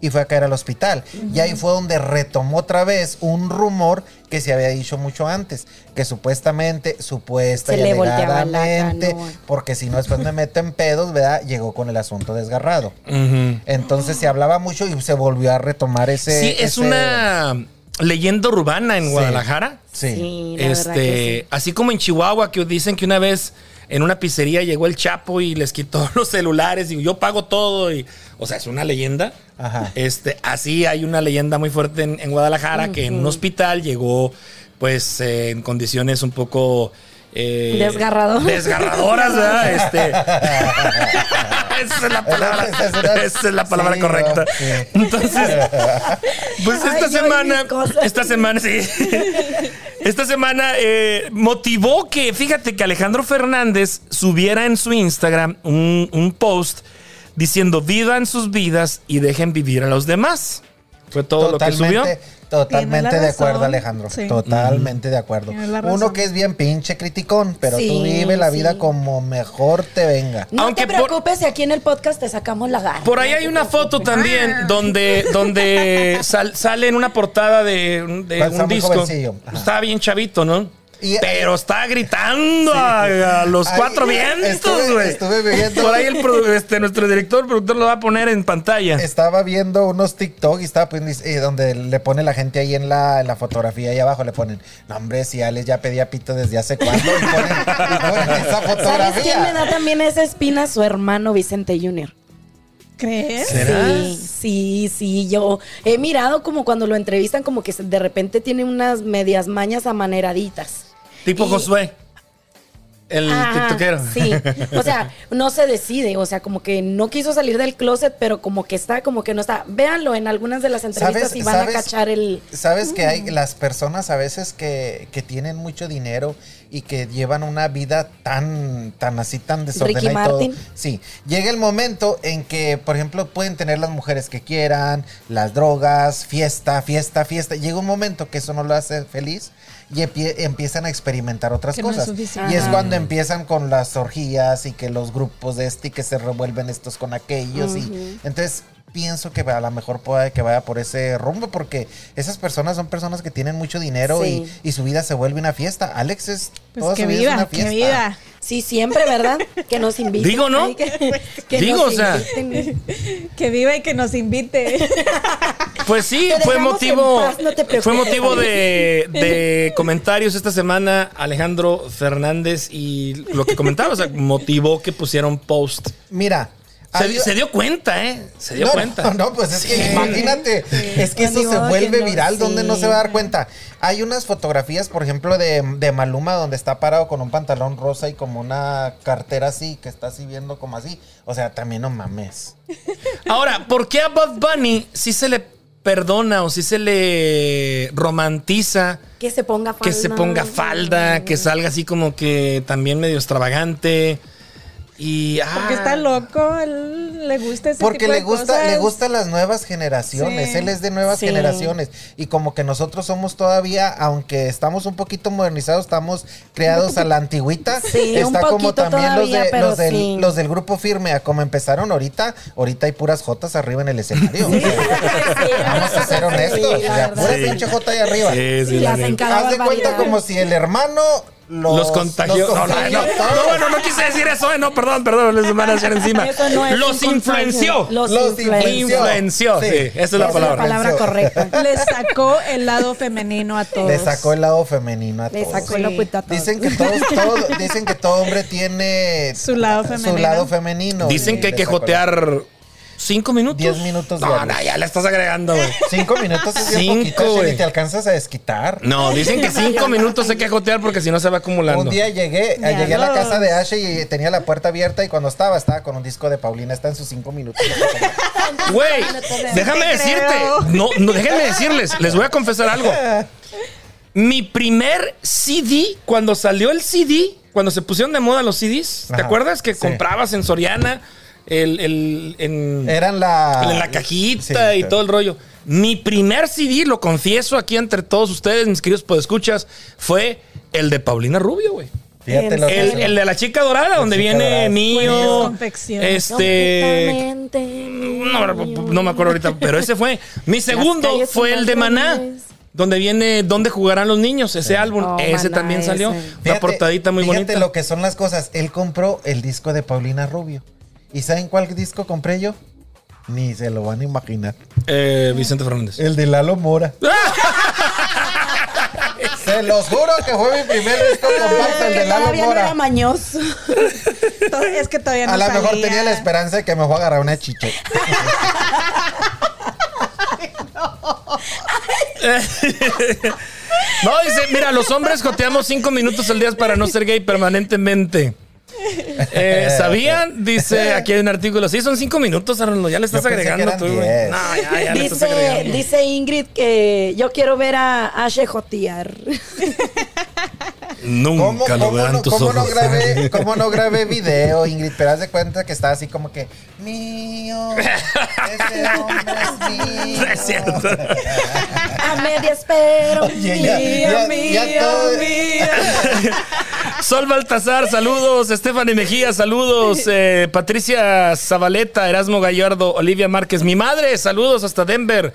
[SPEAKER 4] y fue a caer al hospital. Y ahí fue donde retomó otra vez un rumor que se había dicho mucho antes, que supuestamente, supuesta
[SPEAKER 5] Se
[SPEAKER 4] y
[SPEAKER 5] le volteaba la
[SPEAKER 4] alegadamente,
[SPEAKER 5] canoa.
[SPEAKER 4] porque si no después me meto en pedos, ¿verdad? Llegó con el asunto desgarrado.
[SPEAKER 3] Ujú.
[SPEAKER 4] Entonces se hablaba mucho y se volvió a retomar ese.
[SPEAKER 3] Sí, es
[SPEAKER 4] ese-
[SPEAKER 3] una leyenda urbana en
[SPEAKER 4] Sí.
[SPEAKER 3] Guadalajara.
[SPEAKER 4] Sí.
[SPEAKER 5] Sí, la verdad que
[SPEAKER 3] Este, así como en Chihuahua, que dicen que una vez en una pizzería llegó el Chapo y les quitó los celulares y yo pago todo. Y, o sea, es una leyenda.
[SPEAKER 4] Ajá.
[SPEAKER 3] Este, así hay una leyenda muy fuerte en, en Guadalajara que en un hospital llegó, pues, eh, en condiciones un poco. eh,
[SPEAKER 5] Desgarrador.
[SPEAKER 3] Desgarradoras, ¿verdad? Este. Esa es la palabra,
[SPEAKER 4] Esa es una-
[SPEAKER 3] esa es la palabra
[SPEAKER 4] Sí, no,
[SPEAKER 3] correcta.
[SPEAKER 4] sí.
[SPEAKER 3] Entonces, pues
[SPEAKER 5] Ay,
[SPEAKER 3] esta
[SPEAKER 5] yo y
[SPEAKER 3] semana,
[SPEAKER 5] mis cosas.
[SPEAKER 3] esta semana, sí. Esta semana eh, motivó que, fíjate, que Alejandro Fernández subiera en su Instagram un, un post diciendo vivan sus vidas y dejen vivir a los demás. Fue todo
[SPEAKER 4] Totalmente,
[SPEAKER 3] lo que subió.
[SPEAKER 4] Totalmente
[SPEAKER 6] Tiene la
[SPEAKER 4] de acuerdo,
[SPEAKER 6] razón,
[SPEAKER 4] Alejandro.
[SPEAKER 6] sí.
[SPEAKER 4] Totalmente de acuerdo.
[SPEAKER 6] Tiene la razón.
[SPEAKER 4] Uno que es bien pinche criticón, pero
[SPEAKER 5] Sí,
[SPEAKER 4] tú vive la vida
[SPEAKER 5] sí.
[SPEAKER 4] como mejor te venga.
[SPEAKER 5] No
[SPEAKER 3] Aunque
[SPEAKER 5] te
[SPEAKER 3] por-
[SPEAKER 5] preocupes, si aquí en el podcast te sacamos la gana.
[SPEAKER 3] Por ahí hay una foto también donde, donde sal- sale en una portada de, un- de
[SPEAKER 4] Está
[SPEAKER 3] un
[SPEAKER 4] muy
[SPEAKER 3] disco.
[SPEAKER 4] jovencillo. Ajá.
[SPEAKER 3] Está bien chavito, ¿no?
[SPEAKER 4] Y- eh,
[SPEAKER 3] Pero está gritando a, a los
[SPEAKER 4] Ay,
[SPEAKER 3] cuatro vientos,
[SPEAKER 4] estuve-
[SPEAKER 3] güey.
[SPEAKER 4] estuve viendo-
[SPEAKER 3] Por ahí el produ- este, nuestro director, productor, lo va a poner en pantalla.
[SPEAKER 4] Estaba viendo unos TikTok y estaba poniendo, eh, donde le pone la gente ahí en la, en la fotografía ahí abajo, le ponen, no hombre, si Alex ya pedía pito desde hace cuándo y ponen, y ponen esa
[SPEAKER 5] ¿Sabes quién me da
[SPEAKER 4] fotografía.
[SPEAKER 5] también esa espina? Su hermano Vicente Junior.
[SPEAKER 6] ¿Crees?
[SPEAKER 5] Sí, sí, sí, yo he mirado como cuando lo entrevistan como que se- de repente tiene unas medias mañas amaneraditas.
[SPEAKER 3] Tipo
[SPEAKER 5] Y-
[SPEAKER 3] Josué. El
[SPEAKER 5] Ajá,
[SPEAKER 3] tiktokero.
[SPEAKER 5] Sí, o sea, no se decide, o sea, como que no quiso salir del closet, pero como que está, como que no está. Véanlo en algunas de las entrevistas
[SPEAKER 4] ¿Sabes-
[SPEAKER 5] y van
[SPEAKER 4] sabes-
[SPEAKER 5] a cachar el...
[SPEAKER 4] Sabes que
[SPEAKER 6] Mm.
[SPEAKER 4] hay las personas a veces que, que tienen mucho dinero y que llevan una vida tan, tan así, tan desordenada y todo.
[SPEAKER 5] Martin.
[SPEAKER 4] Sí, llega el momento en que, por ejemplo, pueden tener las mujeres que quieran, las drogas, fiesta, fiesta, fiesta. Llega un momento que eso no lo hace feliz y empie- empiezan a experimentar otras
[SPEAKER 6] Que no es
[SPEAKER 4] cosas.
[SPEAKER 6] suficiente.
[SPEAKER 4] y es
[SPEAKER 5] Ajá.
[SPEAKER 4] cuando empiezan con las orgías y que los grupos de este y que se revuelven estos con aquellos. y Entonces pienso que a lo mejor pueda que vaya por ese rumbo porque esas personas son personas que tienen mucho dinero
[SPEAKER 5] Sí.
[SPEAKER 4] y, y su vida se vuelve una fiesta. Alex es...
[SPEAKER 6] Pues
[SPEAKER 4] toda
[SPEAKER 6] que
[SPEAKER 4] su vida es una
[SPEAKER 6] viva, que
[SPEAKER 4] fiesta.
[SPEAKER 6] viva.
[SPEAKER 5] Sí, siempre, ¿verdad? Que nos inviten.
[SPEAKER 3] Digo, ¿no?
[SPEAKER 5] Ay, que- que
[SPEAKER 3] Digo, o sea.
[SPEAKER 5] inviten.
[SPEAKER 6] Que viva y que nos invite.
[SPEAKER 3] Pues sí,
[SPEAKER 5] Te
[SPEAKER 3] fue
[SPEAKER 5] dejamos
[SPEAKER 3] motivo,
[SPEAKER 5] en paz, no te preocupes.
[SPEAKER 3] fue motivo de, de comentarios esta semana Alejandro Fernández y lo que comentaba, o sea, motivó que pusiera un post.
[SPEAKER 4] Mira.
[SPEAKER 3] Se,
[SPEAKER 4] hay-
[SPEAKER 3] di- se dio cuenta, ¿eh? Se dio
[SPEAKER 4] no,
[SPEAKER 3] cuenta.
[SPEAKER 4] No, no, pues es que imagínate, es que
[SPEAKER 5] Pues
[SPEAKER 4] eso
[SPEAKER 5] ni
[SPEAKER 4] se
[SPEAKER 5] modo que
[SPEAKER 4] vuelve
[SPEAKER 5] no,
[SPEAKER 4] viral, donde no
[SPEAKER 5] sí.
[SPEAKER 4] se va a dar cuenta. Hay unas fotografías, por ejemplo, de, de Maluma, donde está parado con un pantalón rosa y como una cartera así, que está así viendo como así. O sea, también no mames.
[SPEAKER 3] Ahora, ¿por qué a Bad Bunny si se le perdona o si se le romantiza
[SPEAKER 5] Que se ponga falda.
[SPEAKER 3] que se ponga falda, que salga así como que también medio extravagante? Y, ah,
[SPEAKER 6] Porque está loco, él le gusta ese
[SPEAKER 4] Porque
[SPEAKER 6] tipo de
[SPEAKER 4] le gusta,
[SPEAKER 6] cosas.
[SPEAKER 4] le gustan las nuevas generaciones.
[SPEAKER 6] Sí.
[SPEAKER 4] Él es de nuevas
[SPEAKER 6] Sí.
[SPEAKER 4] generaciones. Y como que nosotros somos todavía, aunque estamos un poquito modernizados, estamos creados a la antigüita.
[SPEAKER 5] Sí,
[SPEAKER 4] Está
[SPEAKER 5] un
[SPEAKER 4] como
[SPEAKER 5] poquito
[SPEAKER 4] también
[SPEAKER 5] todavía,
[SPEAKER 4] los, de,
[SPEAKER 5] pero
[SPEAKER 4] los, del,
[SPEAKER 5] sí.
[SPEAKER 4] los del grupo firme, a como empezaron ahorita, ahorita hay puras jotas arriba en el escenario. O sea, Vamos a ser honestos.
[SPEAKER 5] Sí,
[SPEAKER 4] o
[SPEAKER 5] la
[SPEAKER 4] sea,
[SPEAKER 5] verdad.
[SPEAKER 4] pura pinche jota ahí arriba.
[SPEAKER 3] Sí, sí,
[SPEAKER 5] Y
[SPEAKER 3] la
[SPEAKER 5] las
[SPEAKER 3] neta.
[SPEAKER 5] encanta
[SPEAKER 4] Haz de cuenta
[SPEAKER 5] barbaridad.
[SPEAKER 4] como si el hermano los,
[SPEAKER 3] Los contagió.
[SPEAKER 4] los
[SPEAKER 3] No, no,
[SPEAKER 4] contagió
[SPEAKER 3] no,
[SPEAKER 4] a todos.
[SPEAKER 3] no, bueno, no quise decir eso, eh, no, perdón, perdón, les van a echar encima.
[SPEAKER 5] Eso no es
[SPEAKER 3] los
[SPEAKER 5] un contagio.
[SPEAKER 3] influenció.
[SPEAKER 5] Los,
[SPEAKER 4] Los
[SPEAKER 5] influenció.
[SPEAKER 3] influenció. Sí, esa es la
[SPEAKER 5] Esa
[SPEAKER 3] palabra.
[SPEAKER 4] Influenció.
[SPEAKER 5] correcta.
[SPEAKER 6] Le sacó el lado femenino a todos.
[SPEAKER 4] Le sacó el lado femenino a
[SPEAKER 5] Le
[SPEAKER 4] todos.
[SPEAKER 5] sacó el
[SPEAKER 6] Sí.
[SPEAKER 5] opuesto a todos.
[SPEAKER 4] Dicen que todos, todo, dicen que todo hombre tiene
[SPEAKER 6] Su lado femenino.
[SPEAKER 4] su lado femenino.
[SPEAKER 3] Dicen
[SPEAKER 4] Y
[SPEAKER 3] que hay
[SPEAKER 4] le
[SPEAKER 3] que
[SPEAKER 4] sacó la-
[SPEAKER 3] jotear cinco minutos.
[SPEAKER 4] Diez minutos
[SPEAKER 3] No,
[SPEAKER 4] diarios.
[SPEAKER 3] no, ya le estás agregando, güey.
[SPEAKER 4] Cinco minutos es bien
[SPEAKER 3] Cinco,
[SPEAKER 4] poquito,
[SPEAKER 3] güey.
[SPEAKER 4] Shelly, te alcanzas a desquitar.
[SPEAKER 3] No, dicen que cinco minutos hay que jotear porque si no se va acumulando.
[SPEAKER 4] Un día llegué, eh,
[SPEAKER 6] Ya
[SPEAKER 4] llegué a la
[SPEAKER 6] no.
[SPEAKER 4] casa de Ashley y tenía la puerta abierta y cuando estaba, estaba con un disco de Paulina, está en sus cinco minutos.
[SPEAKER 3] Güey, déjame decirte. No, no, déjenme decirles, les voy a confesar algo. Mi primer CD, cuando salió el CD, cuando se pusieron de moda los CDs, ¿te
[SPEAKER 4] Ajá,
[SPEAKER 3] acuerdas que
[SPEAKER 4] sí.
[SPEAKER 3] comprabas en Soriana el, el- en,
[SPEAKER 4] Eran la...
[SPEAKER 3] en la cajita
[SPEAKER 4] Ah, Sí,
[SPEAKER 3] y todo el rollo? Mi primer CD, lo confieso aquí entre todos ustedes, mis queridos podescuchas, fue el de Paulina Rubio, güey.
[SPEAKER 4] Fíjate lo que
[SPEAKER 3] El,
[SPEAKER 4] son.
[SPEAKER 3] el de la chica dorada, donde
[SPEAKER 4] chica
[SPEAKER 3] viene
[SPEAKER 4] dorada.
[SPEAKER 7] Pues,
[SPEAKER 6] Buenas
[SPEAKER 3] Nio.
[SPEAKER 6] confecciones.
[SPEAKER 3] Este. No, no, no me acuerdo ahorita, pero ese fue. Mi segundo
[SPEAKER 7] calles
[SPEAKER 3] fue
[SPEAKER 7] son
[SPEAKER 3] el de
[SPEAKER 7] más
[SPEAKER 3] Maná,
[SPEAKER 7] grandes.
[SPEAKER 3] donde viene Dónde jugarán los niños, ese álbum.
[SPEAKER 7] Oh,
[SPEAKER 3] ese
[SPEAKER 7] Maná,
[SPEAKER 3] también salió.
[SPEAKER 7] ese.
[SPEAKER 3] Una portadita muy
[SPEAKER 4] fíjate
[SPEAKER 3] bonita.
[SPEAKER 4] lo que son las cosas. Él compró el disco de Paulina Rubio. ¿Y saben cuál disco compré yo? Ni se lo van a imaginar.
[SPEAKER 3] Eh, Vicente Fernández.
[SPEAKER 4] El de Lalo Mora. se los juro que fue mi primer disco compacto, el de
[SPEAKER 5] Que
[SPEAKER 4] Lalo
[SPEAKER 5] todavía no era
[SPEAKER 4] Mora.
[SPEAKER 5] mañoso.
[SPEAKER 6] To- Es que todavía no
[SPEAKER 4] A lo mejor
[SPEAKER 6] salía.
[SPEAKER 4] tenía la esperanza de que me fue a agarrar una chiche.
[SPEAKER 3] No, dice, mira, los hombres joteamos cinco minutos al día para no ser gay permanentemente. Eh, ¿Sabían? Dice, aquí hay un artículo. Sí, son cinco minutos, Arnoldo. Ya le estás
[SPEAKER 4] Yo pensé que
[SPEAKER 3] agregando
[SPEAKER 4] eran
[SPEAKER 3] tú, güey.
[SPEAKER 4] diez.
[SPEAKER 3] No, ya, ya le estás
[SPEAKER 5] Dice,
[SPEAKER 3] agregando.
[SPEAKER 5] dice Ingrid que yo quiero ver a Ashe jotear.
[SPEAKER 4] ¿Cómo,
[SPEAKER 3] Nunca
[SPEAKER 4] cómo
[SPEAKER 3] lo vean
[SPEAKER 4] no,
[SPEAKER 3] tus
[SPEAKER 4] cómo
[SPEAKER 3] ojos.
[SPEAKER 4] no grabé, ¿Cómo no grabé video, Ingrid? Pero haz de cuenta que estaba así como que, mío, ese hombre es mío.
[SPEAKER 3] No es cierto.
[SPEAKER 5] A media espero.
[SPEAKER 4] Oye, ya, ya, ya todo-
[SPEAKER 3] Sol Baltasar, saludos. Estefany Mejía, saludos. Eh, Patricia Zabaleta, Erasmo Gallardo, Olivia Márquez. Mi madre, saludos hasta Denver.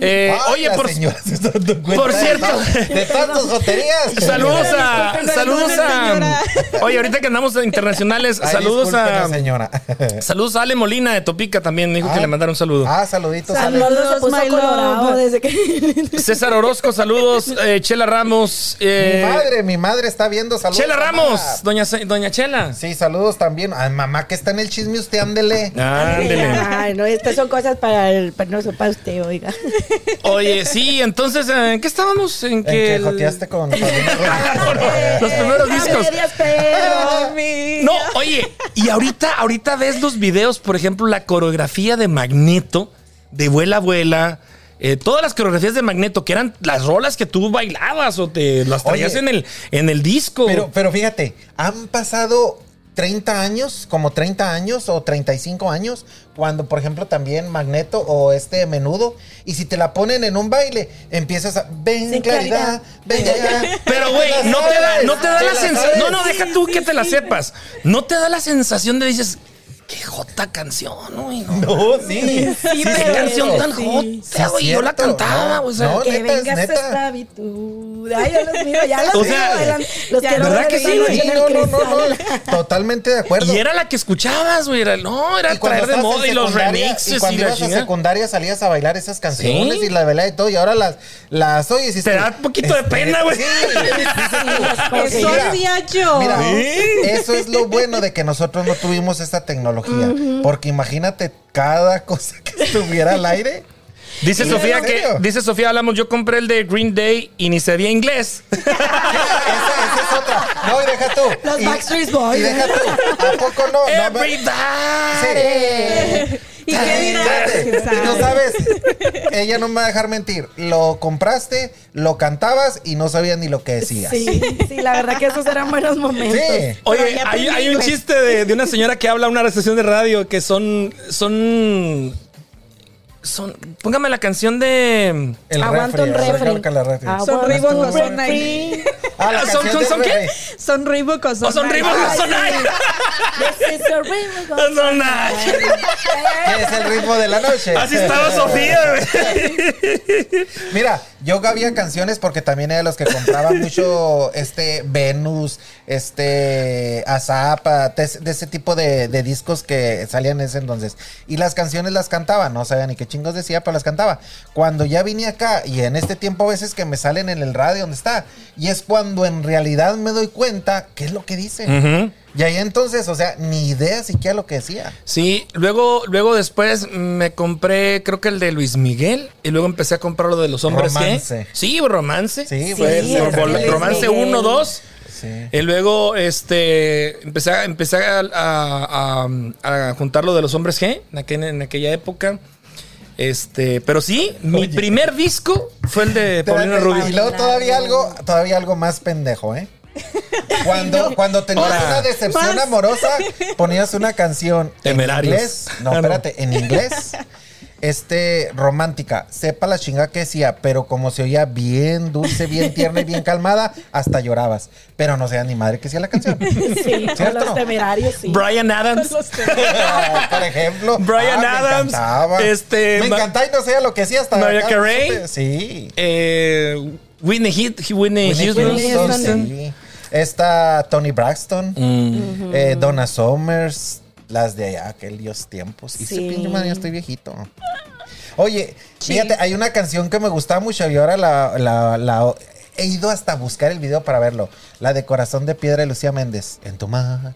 [SPEAKER 3] Eh,
[SPEAKER 4] Ay,
[SPEAKER 3] oye,
[SPEAKER 4] la
[SPEAKER 3] por,
[SPEAKER 4] señora se está dando cuenta
[SPEAKER 3] por
[SPEAKER 4] de
[SPEAKER 3] cierto.
[SPEAKER 4] tan- De tantas joterías.
[SPEAKER 3] Saludos a.
[SPEAKER 6] Perdón,
[SPEAKER 3] Saludos a.
[SPEAKER 6] señora.
[SPEAKER 3] Oye, ahorita que andamos en internacionales,
[SPEAKER 4] Ay,
[SPEAKER 3] saludos a.
[SPEAKER 4] discúlpenos, señora.
[SPEAKER 3] Saludos a Ale Molina de Topica también. Me dijo que
[SPEAKER 4] Ah.
[SPEAKER 3] le mandaron un saludo.
[SPEAKER 4] Ah, saluditos. Ale.
[SPEAKER 5] Arnoldo se puso
[SPEAKER 6] my love.
[SPEAKER 5] colorado desde que.
[SPEAKER 3] César Orozco, saludos. Eh, Chela Ramos. eh,
[SPEAKER 4] Mi madre, mi madre está viendo. Saludos.
[SPEAKER 3] Chela
[SPEAKER 4] mamá.
[SPEAKER 3] Ramos. Doña, Ce- Doña Chela.
[SPEAKER 4] Sí, saludos también. Ay, mamá, que está en el chisme usted, ándele.
[SPEAKER 3] Ah, Ándele.
[SPEAKER 5] Ay, no, estas son cosas para el para no para usted, oiga.
[SPEAKER 3] Oye, sí, entonces, ¿en qué estábamos? En
[SPEAKER 4] ¿En
[SPEAKER 3] que.
[SPEAKER 4] que
[SPEAKER 3] el-
[SPEAKER 4] joteaste con Paulina Rubio?
[SPEAKER 3] Los primeros
[SPEAKER 5] A
[SPEAKER 3] discos.
[SPEAKER 5] medias pero.
[SPEAKER 3] No, oye, y ahorita, ahorita ves los videos, por ejemplo, la coreografía de Magneto, de vuela a vuela. eh, todas las coreografías de Magneto, que eran las rolas que tú bailabas o te las traías
[SPEAKER 4] Oye,
[SPEAKER 3] en el, en el disco.
[SPEAKER 4] Pero, pero fíjate, han pasado 30 años, como 30 años o 35 años, cuando por ejemplo también Magneto o este menudo, y si te la ponen en un baile, empiezas a... Ven,
[SPEAKER 5] Sin
[SPEAKER 4] claridad,
[SPEAKER 5] claridad.
[SPEAKER 4] ven, ya".
[SPEAKER 3] Pero, güey,
[SPEAKER 4] la
[SPEAKER 3] no te da,
[SPEAKER 4] sabes,
[SPEAKER 3] no te da la sensación.
[SPEAKER 4] sabes.
[SPEAKER 3] No, no, deja tú que te la sepas. No te da la sensación de dices, qué jota canción, güey. No,
[SPEAKER 4] No, sí. sí,
[SPEAKER 3] qué
[SPEAKER 4] sí,
[SPEAKER 3] canción
[SPEAKER 4] sí.
[SPEAKER 3] tan
[SPEAKER 4] Sí,
[SPEAKER 3] jota,
[SPEAKER 4] es
[SPEAKER 3] güey. Yo la
[SPEAKER 4] cierto,
[SPEAKER 3] cantaba,
[SPEAKER 4] no,
[SPEAKER 3] o sea.
[SPEAKER 4] no,
[SPEAKER 5] Que
[SPEAKER 4] neta, es
[SPEAKER 5] venga esta
[SPEAKER 4] neta.
[SPEAKER 5] esclavitud. Ay, yo los miro, ya los
[SPEAKER 3] O
[SPEAKER 5] o
[SPEAKER 3] sea,
[SPEAKER 5] Los
[SPEAKER 6] ya,
[SPEAKER 5] quiero
[SPEAKER 3] ¿verdad
[SPEAKER 5] ver
[SPEAKER 3] que
[SPEAKER 5] en
[SPEAKER 3] sí,
[SPEAKER 5] la
[SPEAKER 3] güey?
[SPEAKER 5] noche en el
[SPEAKER 4] No, no, no, no.
[SPEAKER 5] cristal.
[SPEAKER 4] Totalmente de acuerdo.
[SPEAKER 3] Y era la que escuchabas, güey. Era, no, era
[SPEAKER 4] Y cuando
[SPEAKER 3] traer de
[SPEAKER 4] estabas en
[SPEAKER 3] moda y los
[SPEAKER 4] secundaria,
[SPEAKER 3] remixes
[SPEAKER 4] Y
[SPEAKER 3] y,
[SPEAKER 4] cuando
[SPEAKER 3] la
[SPEAKER 4] ibas a
[SPEAKER 3] chingada.
[SPEAKER 4] secundaria salías a bailar esas canciones
[SPEAKER 3] Sí.
[SPEAKER 4] y la bailaba y todo. Y ahora las, las oyes y
[SPEAKER 3] Te da un poquito de pena, güey.
[SPEAKER 4] este, Sí. Dices tú,
[SPEAKER 6] Eso
[SPEAKER 4] mira,
[SPEAKER 6] hacía yo.
[SPEAKER 4] Mira,
[SPEAKER 3] ¿Sí?
[SPEAKER 4] eso es lo bueno de que nosotros no tuvimos esta tecnología. Porque imagínate cada cosa que estuviera al aire.
[SPEAKER 3] Dice
[SPEAKER 4] ¿En
[SPEAKER 3] Sofía que,
[SPEAKER 4] serio?
[SPEAKER 3] dice Sofía, hablamos, yo compré el de Green Day y ni sabía inglés.
[SPEAKER 4] Esa, esa es otra. No, y deja tú.
[SPEAKER 5] Los
[SPEAKER 4] Y-
[SPEAKER 5] Backstreet Boys.
[SPEAKER 4] Y deja tú. ¿A poco no? No, me-
[SPEAKER 3] Everybody.
[SPEAKER 6] ¿Y qué dirás? ¿Quién
[SPEAKER 4] Y no
[SPEAKER 6] sabe?
[SPEAKER 4] sabes, ella no me va a dejar mentir. Lo compraste, lo cantabas y no sabías ni lo que decías. Sí.
[SPEAKER 5] Sí, sí, la verdad que esos eran buenos momentos.
[SPEAKER 6] Pero
[SPEAKER 3] Oye,
[SPEAKER 6] ya
[SPEAKER 3] hay,
[SPEAKER 6] aprendí
[SPEAKER 3] hay un
[SPEAKER 6] inglés.
[SPEAKER 3] chiste de, de una señora que habla a una estación de radio que son. Son. son póngame la canción de.
[SPEAKER 5] Aguanta un refri. Ah,
[SPEAKER 6] Son
[SPEAKER 5] bueno,
[SPEAKER 6] Reebok
[SPEAKER 5] tú,
[SPEAKER 6] o
[SPEAKER 5] son
[SPEAKER 6] son Nike.
[SPEAKER 4] Ah, la
[SPEAKER 3] ¿Son-
[SPEAKER 4] canción
[SPEAKER 3] son-
[SPEAKER 4] de
[SPEAKER 3] son qué?
[SPEAKER 4] refri.
[SPEAKER 6] Son Reebok o son
[SPEAKER 3] O son
[SPEAKER 6] Nike.
[SPEAKER 3] ritmos,
[SPEAKER 5] Ay,
[SPEAKER 3] son
[SPEAKER 5] sí.
[SPEAKER 3] ay.
[SPEAKER 5] This is a Reebok.
[SPEAKER 3] Son ay.
[SPEAKER 4] Que es el ritmo de la noche.
[SPEAKER 3] Así estaba Sofía, güey.
[SPEAKER 4] Mira, yo había canciones porque también era de los que compraban mucho este Venus, este Azapa, de, ese- de ese tipo de, de discos que salían en ese entonces. Y las canciones las cantaba, no sabía ni qué chingos decía, pero las cantaba. Cuando ya vine acá y en este tiempo a veces que me salen en el radio donde está, y es cuando en realidad me doy cuenta qué es lo que dicen. Y ahí entonces, o sea, ni idea siquiera lo que decía.
[SPEAKER 3] Sí, luego, luego después me compré, creo que el de Luis Miguel, y luego empecé a comprar lo de los hombres G.
[SPEAKER 4] Romance.
[SPEAKER 3] Sí, romance.
[SPEAKER 4] Sí,
[SPEAKER 5] Sí,
[SPEAKER 4] fue el-
[SPEAKER 5] es
[SPEAKER 3] Vol-
[SPEAKER 5] Luis
[SPEAKER 3] Pues, romance
[SPEAKER 5] Miguel.
[SPEAKER 3] 1, 2.
[SPEAKER 4] Sí.
[SPEAKER 3] Y luego este, empecé, a, empecé a, a- a- a juntar lo de los hombres G en, aquel- en aquella época. Este, pero sí, mi primer disco fue el de Paulina
[SPEAKER 4] Espérate, Y
[SPEAKER 3] Rubio.
[SPEAKER 4] luego todavía algo, todavía algo más pendejo, ¿eh? Cuando, cuando tenías
[SPEAKER 3] Ahora.
[SPEAKER 4] una decepción
[SPEAKER 6] Más.
[SPEAKER 4] amorosa, ponías una canción
[SPEAKER 3] Temerarios.
[SPEAKER 4] en inglés. No,
[SPEAKER 3] Ah, no.
[SPEAKER 4] espérate, en inglés. Este, romántica. Sepa la chinga que decía, pero como se oía bien dulce, bien tierna y bien calmada, hasta llorabas. Pero no sea ni madre que sea la canción.
[SPEAKER 5] Sí, con
[SPEAKER 4] ¿Cierto?
[SPEAKER 5] los temerarios, sí.
[SPEAKER 3] Brian Adams.
[SPEAKER 6] Los temas.
[SPEAKER 4] Ah, Por ejemplo, Ah,
[SPEAKER 3] Bryan
[SPEAKER 4] me
[SPEAKER 3] Adams,
[SPEAKER 4] encantaba.
[SPEAKER 3] este,
[SPEAKER 4] me
[SPEAKER 3] Ma-
[SPEAKER 4] encantaba y no sea lo que decía hasta
[SPEAKER 3] Mariah
[SPEAKER 4] acá,
[SPEAKER 3] Carey.
[SPEAKER 4] Sí.
[SPEAKER 3] Eh, Whitney, Heat- Whitney
[SPEAKER 4] Whitney
[SPEAKER 3] Houston.
[SPEAKER 4] Houston, sí. Está Tony Braxton, eh, Donna Summers, las de allá, aquellos tiempos. Y ese
[SPEAKER 5] Sí.
[SPEAKER 4] pinche madre, ya estoy viejito. Oye, fíjate, hay una canción que me gustaba mucho y ahora la, la- la- he ido hasta buscar el video para verlo. La de Corazón de Piedra de Lucía Méndez. En tu mar.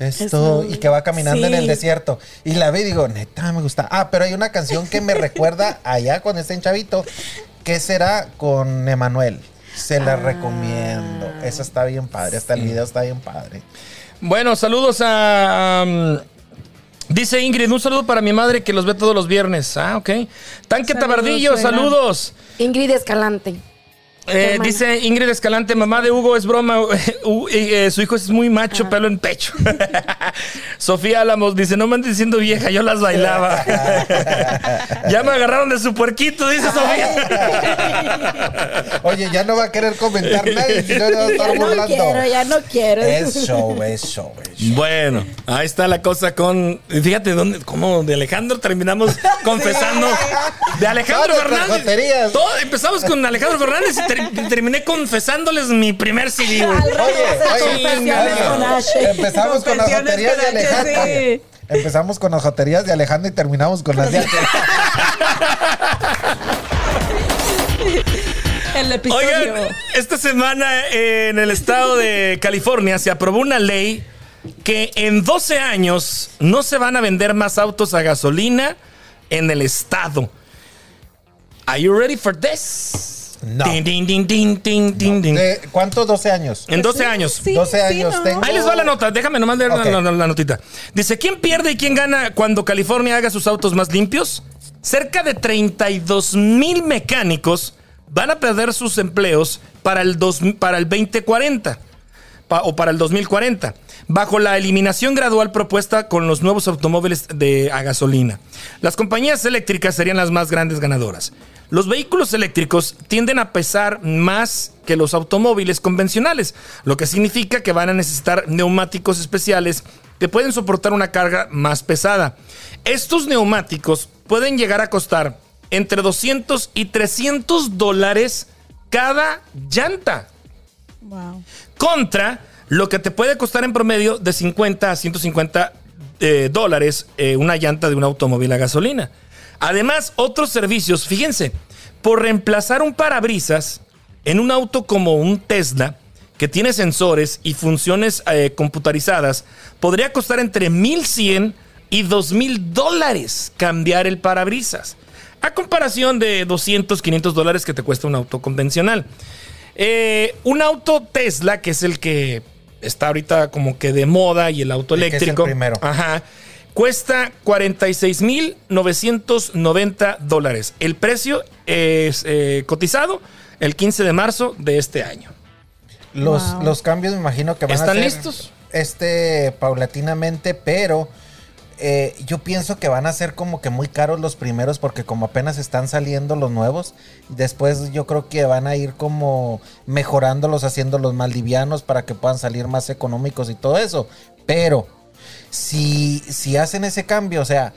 [SPEAKER 4] Esto, y que va caminando en el
[SPEAKER 6] Sí.
[SPEAKER 4] desierto. Y la vi y digo, neta, me gusta. Ah, pero hay una canción que me recuerda allá cuando estén chavito. ¿Qué será con Emanuel? Se la recomiendo. Eso está bien padre. Hasta el video está bien padre.
[SPEAKER 3] Bueno, saludos a. um, dice Ingrid, un saludo para mi madre que los ve todos los viernes. Ah, ok. Tanque
[SPEAKER 6] Saludos,
[SPEAKER 3] Tabardillo,
[SPEAKER 6] suegra.
[SPEAKER 3] saludos.
[SPEAKER 5] Ingrid Escalante.
[SPEAKER 3] Eh,
[SPEAKER 5] hermana.
[SPEAKER 3] dice Ingrid Escalante, mamá de Hugo, es broma. Hu- eh, eh, su hijo es muy macho, pelo en pecho. Sofía Álamos dice: No me andes diciendo vieja, yo las bailaba. ya me agarraron de su puerquito, dice Sofía.
[SPEAKER 4] Oye, ya no va a querer comentar nadie, si no, no va a estar
[SPEAKER 5] Ya no
[SPEAKER 4] burlando.
[SPEAKER 5] quiero, ya no quiero.
[SPEAKER 4] Es show, es show, es show.
[SPEAKER 3] Bueno, ahí está la cosa con. Fíjate dónde, cómo de Alejandro terminamos confesando. De Alejandro
[SPEAKER 4] Todo
[SPEAKER 3] Fernández.
[SPEAKER 4] cojoterías.
[SPEAKER 3] Todo, empezamos con Alejandro Fernández y ter- terminé confesándoles mi primer CD, güey.
[SPEAKER 4] Oye, oye,
[SPEAKER 5] Confesiones
[SPEAKER 4] oye,
[SPEAKER 5] con H.
[SPEAKER 4] empezamos con las
[SPEAKER 6] Confesiones
[SPEAKER 4] joterías de
[SPEAKER 6] con H,
[SPEAKER 4] Alejandro.
[SPEAKER 6] sí.
[SPEAKER 4] Empezamos con las joterías de Alejandro y terminamos con las de Alejandro.
[SPEAKER 6] El episodio.
[SPEAKER 3] Oigan, esta semana eh, en el estado de California se aprobó una ley que en 12 años no se van a vender más autos a gasolina en el estado. Are you ready for this?
[SPEAKER 4] No.
[SPEAKER 3] Tin, tin, tin, tin, tin, tin, tin.
[SPEAKER 4] ¿De ¿Cuántos? 12 años.
[SPEAKER 3] En 12 años.
[SPEAKER 6] Sí,
[SPEAKER 4] 12
[SPEAKER 6] sí,
[SPEAKER 4] años
[SPEAKER 6] ¿no?
[SPEAKER 4] tengo.
[SPEAKER 3] Ahí les va la nota, déjame nomás leer la-
[SPEAKER 4] Ok.
[SPEAKER 3] la, la notita. Dice, ¿quién pierde y quién gana cuando California haga sus autos más limpios? Cerca de 32 mil mecánicos van a perder sus empleos para el, dos- para el 2040 pa- o para el 2040, bajo la eliminación gradual propuesta con los nuevos automóviles de, a gasolina. Las compañías eléctricas serían las más grandes ganadoras. Los vehículos eléctricos tienden a pesar más que los automóviles convencionales, lo que significa que van a necesitar neumáticos especiales que pueden soportar una carga más pesada. Estos neumáticos pueden llegar a costar entre 200 y 300 dólares cada llanta
[SPEAKER 6] Wow.
[SPEAKER 3] contra lo que te puede costar en promedio de 50 a 150 eh, dólares eh, una llanta de un automóvil a gasolina. Además, otros servicios, fíjense, por reemplazar un parabrisas en un auto como un Tesla, que tiene sensores y funciones eh, computarizadas, podría costar entre 1.100 y 2.000 dólares cambiar el parabrisas. A comparación de 200, 500 dólares que te cuesta un auto convencional. Eh, un auto Tesla, que es el que está ahorita como que de moda y el auto
[SPEAKER 4] El que es el
[SPEAKER 3] eléctrico.
[SPEAKER 4] primero.
[SPEAKER 3] Ajá. Cuesta 46,990 dólares. El precio es eh, cotizado el 15 de marzo de este año.
[SPEAKER 4] Los,
[SPEAKER 6] Wow.
[SPEAKER 4] los cambios me imagino que van
[SPEAKER 3] ¿Están
[SPEAKER 4] a ser
[SPEAKER 3] listos?
[SPEAKER 4] este paulatinamente, pero eh, yo pienso que van a ser como que muy caros los primeros porque como apenas están saliendo los nuevos, después yo creo que van a ir como mejorándolos, haciéndolos más livianos para que puedan salir más económicos y todo eso. Pero si, si hacen ese cambio, o sea,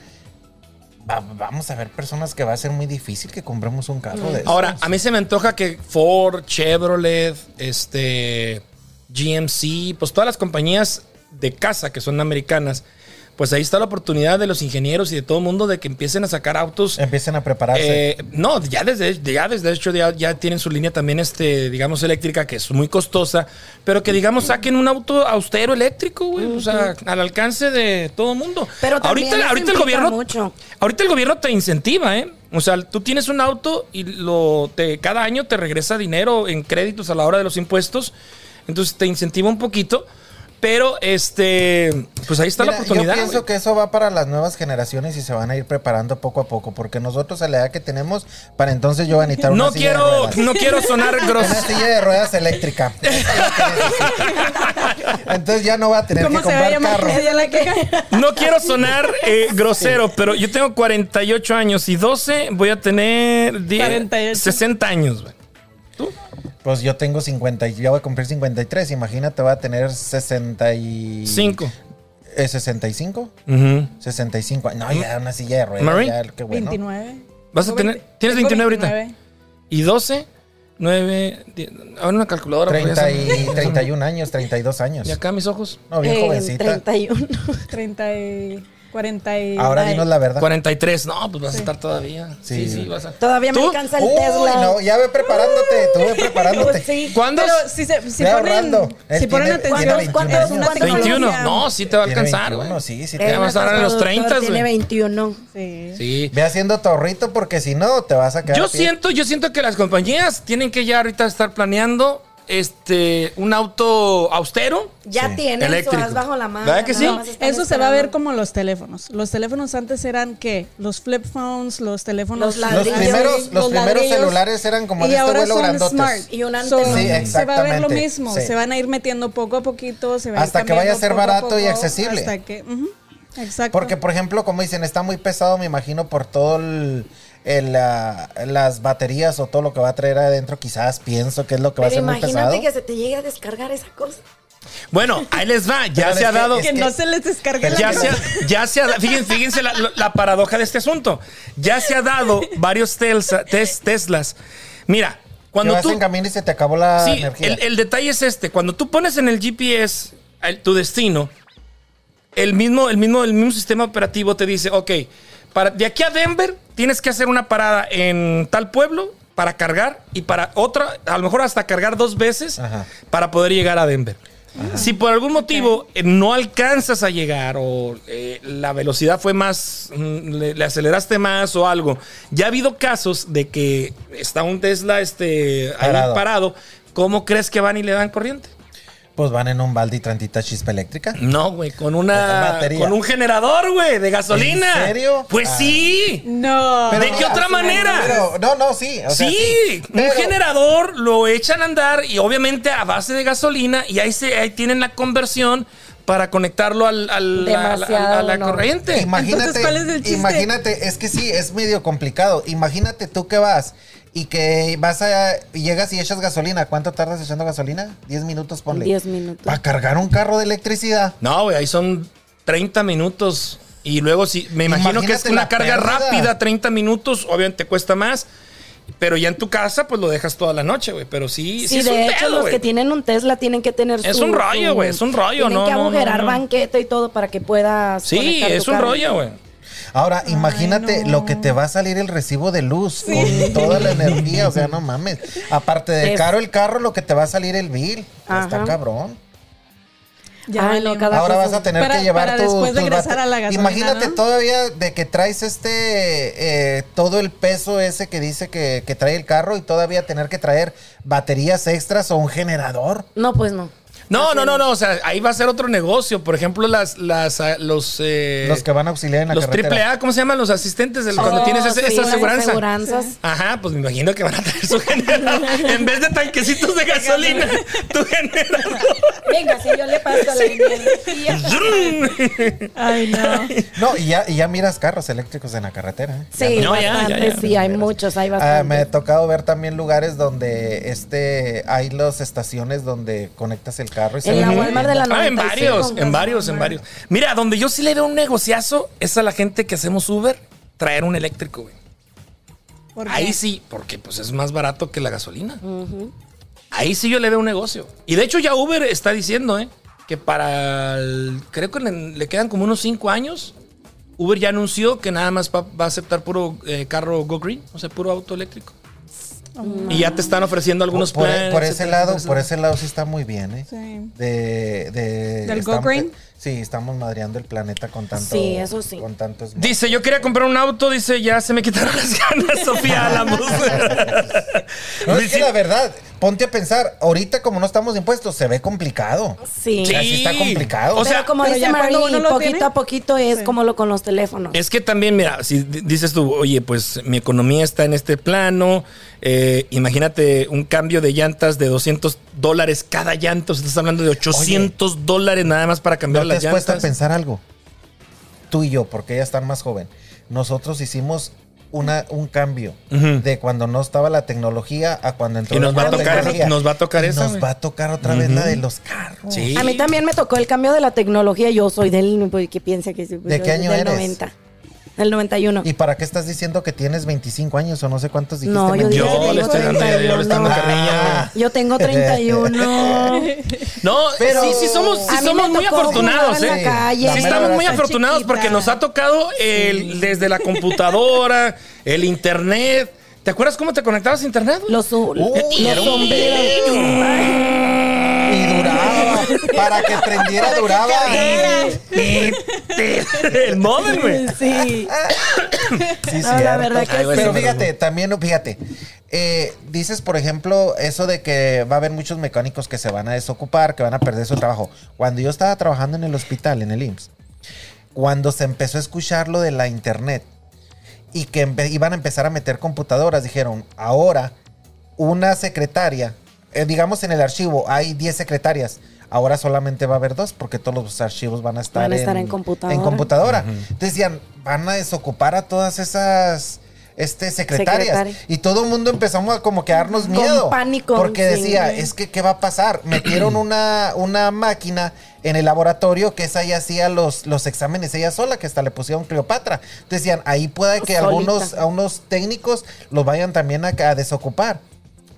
[SPEAKER 4] va- vamos a ver personas que va a ser muy difícil que compremos un carro de esos.
[SPEAKER 3] Ahora, a mí se me antoja que Ford, Chevrolet, este, GMC, pues todas las compañías de casa que son americanas, pues ahí está la oportunidad de los ingenieros y de todo el mundo de que empiecen a sacar autos.
[SPEAKER 4] empiecen a prepararse.
[SPEAKER 3] eh, no, ya desde, ya desde hecho ya, ya tienen su línea también, este, digamos, eléctrica, que es muy costosa, pero que digamos saquen un auto austero eléctrico, güey, o sea, al alcance de todo el mundo.
[SPEAKER 5] Pero también
[SPEAKER 3] ahorita,
[SPEAKER 5] eso
[SPEAKER 3] ahorita el
[SPEAKER 5] implica
[SPEAKER 3] gobierno,
[SPEAKER 5] mucho.
[SPEAKER 3] Ahorita el gobierno te incentiva, ¿eh? O sea, tú tienes un auto y lo te, cada año te regresa dinero en créditos a la hora de los impuestos. Entonces te incentiva un poquito. Pero este, pues ahí está la
[SPEAKER 4] Mira,
[SPEAKER 3] oportunidad.
[SPEAKER 4] Yo pienso
[SPEAKER 3] güey.
[SPEAKER 4] que eso va para las nuevas generaciones y se van a ir preparando poco a poco, porque nosotros a la edad que tenemos, para entonces yo voy a necesitar una
[SPEAKER 3] no
[SPEAKER 4] silla de
[SPEAKER 3] quiero,
[SPEAKER 4] ruedas.
[SPEAKER 3] no quiero sonar
[SPEAKER 4] Una
[SPEAKER 3] grosero.
[SPEAKER 4] silla de ruedas eléctrica. Eso es lo que necesito. Entonces ya no va a tener que
[SPEAKER 6] ¿Cómo se va
[SPEAKER 4] comprar
[SPEAKER 6] a llamar?
[SPEAKER 4] carro.
[SPEAKER 6] ¿Cómo se llama la queja?
[SPEAKER 3] No quiero sonar eh, grosero, pero yo tengo 48 años y 12 voy a tener 10,
[SPEAKER 6] 48.
[SPEAKER 3] 60 años, güey.
[SPEAKER 4] Pues yo tengo 50 y ya voy a cumplir 53. Imagínate, va a tener 60 y...
[SPEAKER 3] 5.
[SPEAKER 4] Eh, 65. 65. No, ya una silla de ruedas.
[SPEAKER 3] Marín.
[SPEAKER 4] ya, qué bueno.
[SPEAKER 6] 29.
[SPEAKER 3] Vas a tener- tienes 29 ahorita. Y 12, 9, 10. Ahora una calculadora. porque pues ya
[SPEAKER 4] 30
[SPEAKER 3] se-
[SPEAKER 4] y 31 años, 32 años.
[SPEAKER 3] Y acá mis ojos.
[SPEAKER 4] No, bien
[SPEAKER 5] En
[SPEAKER 4] jovencita.
[SPEAKER 5] 31.
[SPEAKER 6] 30 y 40 y...
[SPEAKER 4] Ahora dinos la verdad.
[SPEAKER 3] 43. No, pues vas a estar todavía. Sí, sí,
[SPEAKER 4] Sí.
[SPEAKER 3] vas a.
[SPEAKER 5] Todavía
[SPEAKER 3] ¿Tú?
[SPEAKER 5] me alcanza el
[SPEAKER 4] Uy,
[SPEAKER 5] Tesla.
[SPEAKER 4] no, ya ve preparándote, tú ve
[SPEAKER 5] Pues
[SPEAKER 4] preparándote.
[SPEAKER 5] sí.
[SPEAKER 3] ¿Cuándo?
[SPEAKER 6] Pero si, se, si
[SPEAKER 4] Ve
[SPEAKER 6] ponen,
[SPEAKER 4] ahorrando. Él
[SPEAKER 6] si ponen
[SPEAKER 4] tiene-
[SPEAKER 5] tiene
[SPEAKER 6] atención,
[SPEAKER 5] 21
[SPEAKER 6] ¿cuánto es
[SPEAKER 5] años.
[SPEAKER 6] una
[SPEAKER 3] 21.
[SPEAKER 6] tecnología?
[SPEAKER 3] No, sí te va a
[SPEAKER 4] Tiene
[SPEAKER 3] alcanzar,
[SPEAKER 4] 21,
[SPEAKER 3] güey.
[SPEAKER 4] sí, sí
[SPEAKER 5] Eh,
[SPEAKER 4] te
[SPEAKER 3] Ya vas a
[SPEAKER 5] nuestro
[SPEAKER 3] estar en los
[SPEAKER 5] productor
[SPEAKER 3] 30,
[SPEAKER 5] Tiene
[SPEAKER 3] güey.
[SPEAKER 5] 21.
[SPEAKER 6] Sí.
[SPEAKER 3] Sí.
[SPEAKER 4] Ve haciendo torrito porque si no te vas a quedar.
[SPEAKER 3] Yo
[SPEAKER 4] a pie.
[SPEAKER 3] siento, yo siento que las compañías tienen que ya ahorita estar planeando este un auto austero.
[SPEAKER 5] Ya tiene
[SPEAKER 3] Eléctrico.
[SPEAKER 5] su as bajo la mano.
[SPEAKER 3] ¿Verdad que sí?
[SPEAKER 5] nada más están
[SPEAKER 6] Eso se va a ver
[SPEAKER 5] esperando.
[SPEAKER 6] como los teléfonos. Los teléfonos antes eran que los flip phones, los
[SPEAKER 5] Los
[SPEAKER 4] Los
[SPEAKER 6] teléfonos
[SPEAKER 5] ladrillos,
[SPEAKER 4] primeros, los primeros
[SPEAKER 6] ladrillos,
[SPEAKER 4] celulares eran como
[SPEAKER 6] y
[SPEAKER 4] de este
[SPEAKER 6] ahora
[SPEAKER 4] vuelo
[SPEAKER 6] son
[SPEAKER 4] grandotes.
[SPEAKER 6] smart
[SPEAKER 5] Y una
[SPEAKER 6] So,
[SPEAKER 5] antena. Sí,
[SPEAKER 6] se va a ver lo
[SPEAKER 4] exactamente,
[SPEAKER 6] mismo,
[SPEAKER 4] sí.
[SPEAKER 6] se van a ir metiendo poco a poquito, se va a ir
[SPEAKER 4] Hasta que vaya a
[SPEAKER 6] cambiando
[SPEAKER 4] ser
[SPEAKER 6] poco
[SPEAKER 4] barato y
[SPEAKER 6] poco,
[SPEAKER 4] accesible.
[SPEAKER 6] Hasta que, ujú, exacto.
[SPEAKER 4] Porque, por ejemplo, como dicen, está muy pesado, me imagino, por todo el. el, ah, las baterías o todo lo que va a traer adentro, quizás pienso que es lo que va a
[SPEAKER 5] Pero
[SPEAKER 4] ser muy pesado.
[SPEAKER 5] imagínate que se te llegue a descargar esa cosa.
[SPEAKER 3] Bueno, ahí les va. Ya
[SPEAKER 4] Pero
[SPEAKER 3] se
[SPEAKER 4] es
[SPEAKER 3] ha
[SPEAKER 4] que-
[SPEAKER 3] dado.
[SPEAKER 6] que, no se les descargue la
[SPEAKER 3] Ya
[SPEAKER 6] cosa.
[SPEAKER 3] se, ha- ya se ha- fíjense, fíjense la, la paradoja de este asunto. Ya se ha dado varios telsa- tes- Teslas. Mira,
[SPEAKER 4] Cuando
[SPEAKER 3] cuando
[SPEAKER 4] vas
[SPEAKER 3] tú
[SPEAKER 4] en camino y se te acabó la
[SPEAKER 3] Sí,
[SPEAKER 4] energía.
[SPEAKER 3] el, el detalle es este. Cuando tú pones en el GPS el- tu destino, el mismo, el, mismo, el mismo sistema operativo te dice, ok, para, de aquí a Denver tienes que hacer una parada en tal pueblo para cargar y para otra, a lo mejor hasta cargar dos veces
[SPEAKER 4] Ajá.
[SPEAKER 3] para poder llegar a Denver. Si por algún motivo eh, no alcanzas a llegar o eh, la velocidad fue más, mm, le, le aceleraste más o algo, ya ha habido casos de que está un Tesla este, ahí
[SPEAKER 4] Parado.
[SPEAKER 3] parado, ¿cómo crees que van y le dan corriente?
[SPEAKER 4] Pues van en un balde y tantita chispa eléctrica.
[SPEAKER 3] No, güey, con una
[SPEAKER 4] batería.
[SPEAKER 3] con un generador, güey, de gasolina.
[SPEAKER 4] ¿En serio?
[SPEAKER 3] Pues
[SPEAKER 4] Ah.
[SPEAKER 3] sí.
[SPEAKER 6] No.
[SPEAKER 3] ¿De qué otra manera?
[SPEAKER 4] Pero- no, no, sí. o sea,
[SPEAKER 3] sí, un
[SPEAKER 4] Pero-
[SPEAKER 3] generador lo echan a andar y obviamente a base de gasolina y ahí se ahí tienen la conversión para conectarlo al, al- a, la- a la
[SPEAKER 5] Demasiado, no.
[SPEAKER 3] corriente.
[SPEAKER 4] Imagínate,
[SPEAKER 6] Entonces, ¿cuál es el chiste?
[SPEAKER 4] Imagínate, es que sí, es medio complicado. Imagínate tú que vas y que vas a y llegas y echas gasolina. ¿Cuánto tardas echando gasolina? 10 minutos, ponle.
[SPEAKER 5] 10 minutos.
[SPEAKER 4] Para cargar un carro de electricidad.
[SPEAKER 3] No, güey, ahí son 30 minutos. Y luego, si me imagino que es
[SPEAKER 4] Imagínate
[SPEAKER 3] una
[SPEAKER 4] la
[SPEAKER 3] carga
[SPEAKER 4] pérdida.
[SPEAKER 3] rápida, 30 minutos, obviamente cuesta más. Pero ya en tu casa, pues lo dejas toda la noche, güey. Pero sí, sí,
[SPEAKER 5] Sí,
[SPEAKER 3] es un
[SPEAKER 5] de hecho,
[SPEAKER 3] pedo,
[SPEAKER 5] los
[SPEAKER 3] güey.
[SPEAKER 5] que tienen un Tesla tienen que tener
[SPEAKER 3] Es un rollo,
[SPEAKER 5] su-
[SPEAKER 3] güey, es un rollo,
[SPEAKER 5] tienen
[SPEAKER 3] no,
[SPEAKER 5] que
[SPEAKER 3] no, no,
[SPEAKER 5] agujerar
[SPEAKER 3] no.
[SPEAKER 5] banqueta y todo para que puedas
[SPEAKER 3] Sí,
[SPEAKER 5] conectar tu
[SPEAKER 3] es un
[SPEAKER 5] carro.
[SPEAKER 3] rollo, güey.
[SPEAKER 4] Ahora, imagínate
[SPEAKER 6] no.
[SPEAKER 4] lo que te va a salir el recibo de luz con toda la energía. O sea, no mames. Aparte de
[SPEAKER 5] Es-
[SPEAKER 4] caro el carro, lo que te va a salir el bill. Está
[SPEAKER 5] Ajá.
[SPEAKER 4] cabrón.
[SPEAKER 6] Ya
[SPEAKER 5] Ay, no,
[SPEAKER 6] valió.
[SPEAKER 5] cada-
[SPEAKER 4] Ahora
[SPEAKER 5] cosa
[SPEAKER 4] vas a
[SPEAKER 5] son-
[SPEAKER 4] tener
[SPEAKER 6] Para-
[SPEAKER 4] que llevar
[SPEAKER 6] para
[SPEAKER 4] tu-
[SPEAKER 6] después
[SPEAKER 4] tus
[SPEAKER 6] regresar
[SPEAKER 4] bate-
[SPEAKER 6] a la gasolina,
[SPEAKER 4] Imagínate
[SPEAKER 6] ¿no?
[SPEAKER 4] todavía de que traes este eh, todo el peso ese que dice que, que trae el carro y todavía tener que traer baterías extras o un generador.
[SPEAKER 5] No, pues no.
[SPEAKER 3] No, no, no, no. O sea, ahí va a ser otro negocio. Por ejemplo, las, las, ah, los, eh,
[SPEAKER 4] los que van a auxiliar en la
[SPEAKER 3] los
[SPEAKER 4] carretera.
[SPEAKER 3] triple A, ¿cómo se llaman? Los asistentes del- Pues cuando
[SPEAKER 5] Oh,
[SPEAKER 3] tienes ese-
[SPEAKER 5] sí,
[SPEAKER 3] esa
[SPEAKER 5] las
[SPEAKER 3] aseguranza.
[SPEAKER 5] aseguranzas.
[SPEAKER 3] Ajá, pues me imagino que van a traer su generador. en vez de tanquecitos de gasolina, tu generador.
[SPEAKER 5] Venga, si yo le paso la energía.
[SPEAKER 6] Ay, no.
[SPEAKER 4] No, y ya, y ya miras carros eléctricos en la carretera. ¿eh?
[SPEAKER 5] Sí,
[SPEAKER 3] No, ya,
[SPEAKER 5] bastantes,
[SPEAKER 3] ya, ya.
[SPEAKER 5] sí, hay muchos, hay
[SPEAKER 4] Ah, me ha
[SPEAKER 5] bastantes.
[SPEAKER 4] tocado ver también lugares donde este hay las estaciones donde conectas el carro y
[SPEAKER 5] En la
[SPEAKER 4] va
[SPEAKER 5] Walmart de la
[SPEAKER 4] prendiendo.
[SPEAKER 3] Ah, en
[SPEAKER 5] 95,
[SPEAKER 3] varios, en
[SPEAKER 5] Casa
[SPEAKER 3] varios, en
[SPEAKER 5] Walmart.
[SPEAKER 3] varios. Mira, donde yo sí le veo un negociazo es a la gente que hacemos Uber traer un eléctrico, güey.
[SPEAKER 6] ¿Por qué?
[SPEAKER 3] Ahí sí, porque pues es más barato que la gasolina. Ahí sí yo le veo un negocio. Y de hecho ya Uber está diciendo, ¿eh? Que para el- creo que le, le quedan como unos cinco años. Uber ya anunció que nada más va, va a aceptar puro eh, carro Go Green, o sea, puro auto eléctrico. Y ya te están ofreciendo algunos
[SPEAKER 4] por, e-,
[SPEAKER 3] planes.
[SPEAKER 4] por ese
[SPEAKER 3] etcétera,
[SPEAKER 4] lado,
[SPEAKER 3] etcétera.
[SPEAKER 4] por ese lado sí está muy bien, ¿eh?
[SPEAKER 6] Sí.
[SPEAKER 4] De, de-
[SPEAKER 6] ¿Del
[SPEAKER 4] estamos-
[SPEAKER 6] Go Green?
[SPEAKER 4] Sí, estamos madreando el planeta con tanto.
[SPEAKER 5] Sí, eso sí.
[SPEAKER 4] Con tantos.
[SPEAKER 3] Dice, yo quería comprar un auto, dice, ya se me quitaron las ganas, Sofía Álamos.
[SPEAKER 4] No, es que la verdad, ponte a pensar, ahorita como no estamos de impuestos, se ve complicado.
[SPEAKER 5] Sí.
[SPEAKER 4] O sea, sí está complicado.
[SPEAKER 3] O
[SPEAKER 5] O
[SPEAKER 3] sea,
[SPEAKER 5] sea, como
[SPEAKER 6] pero
[SPEAKER 5] dice
[SPEAKER 6] ya
[SPEAKER 5] Marie,
[SPEAKER 6] cuando uno lo
[SPEAKER 5] poquito
[SPEAKER 6] tiene-
[SPEAKER 5] a poquito es
[SPEAKER 6] Sí.
[SPEAKER 5] como lo con los teléfonos.
[SPEAKER 3] Es que también, mira, si di- dices tú, oye, pues mi economía está en este plano, eh, imagínate un cambio de llantas de 200 dólares cada llanto, estás hablando de 800 dólares nada más para cambiar
[SPEAKER 4] ¿No te
[SPEAKER 3] las
[SPEAKER 4] has puesto a
[SPEAKER 3] llantas.
[SPEAKER 4] pensar algo? Tú y yo, porque ella está más joven. Nosotros hicimos una, un cambio
[SPEAKER 3] Ujú.
[SPEAKER 4] de cuando no estaba la tecnología a cuando entró
[SPEAKER 3] Y nos
[SPEAKER 4] la
[SPEAKER 3] va a
[SPEAKER 4] nueva
[SPEAKER 3] tocar-
[SPEAKER 4] tecnología.
[SPEAKER 3] nos va a tocar
[SPEAKER 4] Y
[SPEAKER 3] esa,
[SPEAKER 4] Nos
[SPEAKER 3] güey.
[SPEAKER 4] va a tocar otra vez la de los carros.
[SPEAKER 3] Sí.
[SPEAKER 5] A mí también me tocó el cambio de la tecnología. Yo soy del pues, que piensa que soy-
[SPEAKER 4] ¿De qué año
[SPEAKER 5] del
[SPEAKER 4] eres?
[SPEAKER 5] 90. Del 91.
[SPEAKER 4] ¿Y para qué estás diciendo que tienes 25 años o no sé cuántos dijiste?
[SPEAKER 5] No, yo
[SPEAKER 4] mentira?
[SPEAKER 5] dije
[SPEAKER 3] Yo le estoy dando, yo le estoy dando
[SPEAKER 5] No.
[SPEAKER 3] carrilla.
[SPEAKER 5] Yo tengo 31.
[SPEAKER 3] No,
[SPEAKER 4] Pero-
[SPEAKER 3] sí, sí somos, sí
[SPEAKER 5] A mí
[SPEAKER 3] somos
[SPEAKER 5] me
[SPEAKER 3] muy
[SPEAKER 5] tocó
[SPEAKER 3] afortunados,
[SPEAKER 5] jugar en la
[SPEAKER 3] ¿eh?
[SPEAKER 5] calle.
[SPEAKER 4] La
[SPEAKER 3] Sí,
[SPEAKER 4] mera
[SPEAKER 3] estamos muy
[SPEAKER 4] verdad.
[SPEAKER 3] afortunados
[SPEAKER 6] Chiquita.
[SPEAKER 3] porque nos ha tocado el- desde la computadora, el internet. ¿Te acuerdas cómo te conectabas a internet? güey?
[SPEAKER 5] Los, los
[SPEAKER 4] Uy, era un
[SPEAKER 5] sombreros.
[SPEAKER 4] Ah, Y duraba. Para que prendiera duraba.
[SPEAKER 3] el modem, güey.
[SPEAKER 5] Sí.
[SPEAKER 4] Sí,
[SPEAKER 5] No, la
[SPEAKER 4] cierto.
[SPEAKER 5] verdad que Ay,
[SPEAKER 3] güey, sí.
[SPEAKER 4] Pero
[SPEAKER 3] sí me
[SPEAKER 4] fíjate, también, fíjate. eh, dices, por ejemplo, eso de que va a haber muchos mecánicos que se van a desocupar, que van a perder su trabajo. Cuando yo estaba trabajando en el hospital, en el IMSS, cuando se empezó a escuchar lo de la internet y que empe- iban a empezar a meter computadoras, dijeron, ahora una secretaria, eh, digamos en el archivo hay 10 secretarias, ahora solamente va a haber dos porque todos los archivos van a estar,
[SPEAKER 5] Van a estar en computadora.
[SPEAKER 4] en computadora. Decían, van a desocupar a todas esas este, secretarias.
[SPEAKER 5] Secretaria.
[SPEAKER 4] Y todo el mundo empezamos a como quedarnos
[SPEAKER 5] Con
[SPEAKER 4] miedo.
[SPEAKER 5] pánico,
[SPEAKER 4] Porque
[SPEAKER 5] sí.
[SPEAKER 4] decía, es que ¿qué va a pasar? Metieron una, una máquina en el laboratorio que esa ya hacía los, los exámenes ella sola, que hasta le pusieron Cleopatra. Decían, ahí puede que
[SPEAKER 5] Solita.
[SPEAKER 4] algunos a unos técnicos los vayan también a, a desocupar.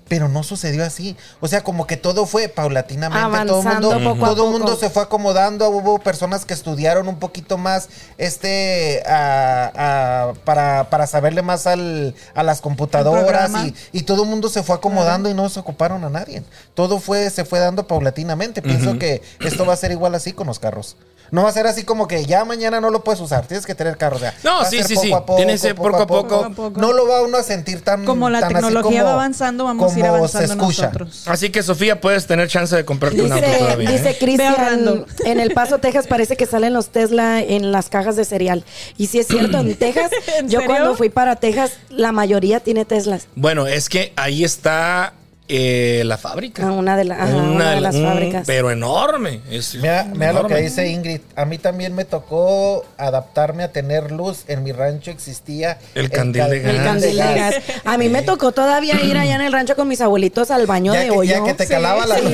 [SPEAKER 4] Pero no sucedió así. O sea, como que todo fue paulatinamente.
[SPEAKER 5] Avanzando
[SPEAKER 4] todo el mundo,
[SPEAKER 5] poco a
[SPEAKER 4] todo
[SPEAKER 5] poco.
[SPEAKER 4] mundo se fue acomodando. Hubo personas que estudiaron un poquito más este a- a- para, para saberle más al, a las computadoras.
[SPEAKER 6] programa.
[SPEAKER 4] Y, y todo el mundo se fue acomodando y no se ocuparon a nadie. Todo fue, se fue dando paulatinamente. Pienso que esto va a ser igual así con los carros. No va a ser así como que ya mañana no lo puedes usar. Tienes que tener carro. O sea,
[SPEAKER 3] No,
[SPEAKER 4] va a
[SPEAKER 3] sí,
[SPEAKER 4] ser
[SPEAKER 3] sí, sí. Tiene que ser poco a poco.
[SPEAKER 6] Poco a poco.
[SPEAKER 4] No lo va uno a sentir tan
[SPEAKER 6] Como la
[SPEAKER 4] tan así
[SPEAKER 6] tecnología
[SPEAKER 4] como-
[SPEAKER 6] va avanzando, vamos a ir
[SPEAKER 4] como
[SPEAKER 6] avanzando
[SPEAKER 4] se escucha.
[SPEAKER 6] nosotros.
[SPEAKER 3] Así que, Sofía, puedes tener chance de comprarte un auto
[SPEAKER 5] Dice,
[SPEAKER 3] todavía. ¿eh?
[SPEAKER 5] dice
[SPEAKER 6] Ve ahorrando.
[SPEAKER 5] Cristian, en El Paso, Texas, parece que salen los Tesla en las cajas de cereal. Y si es cierto, en Texas,
[SPEAKER 6] ¿En
[SPEAKER 5] yo
[SPEAKER 6] serio?
[SPEAKER 5] cuando fui para Texas, la mayoría tiene Teslas.
[SPEAKER 3] Bueno, es que ahí está eh, la fábrica.
[SPEAKER 5] Ah, una de la- ajá, una de las fábricas.
[SPEAKER 3] Pero enorme. Es
[SPEAKER 4] Mira, mira lo que
[SPEAKER 3] enorme.
[SPEAKER 4] dice Ingrid. A mí también me tocó adaptarme a tener luz. En mi rancho existía
[SPEAKER 3] El candil
[SPEAKER 4] Ah,
[SPEAKER 3] de
[SPEAKER 5] El
[SPEAKER 3] gas.
[SPEAKER 5] candil de gas. A mí me tocó todavía ir allá en el rancho con mis abuelitos al baño
[SPEAKER 4] Ya
[SPEAKER 5] de
[SPEAKER 4] que,
[SPEAKER 5] hoyo.
[SPEAKER 4] ya que te calaba la
[SPEAKER 5] Sí,
[SPEAKER 4] luz.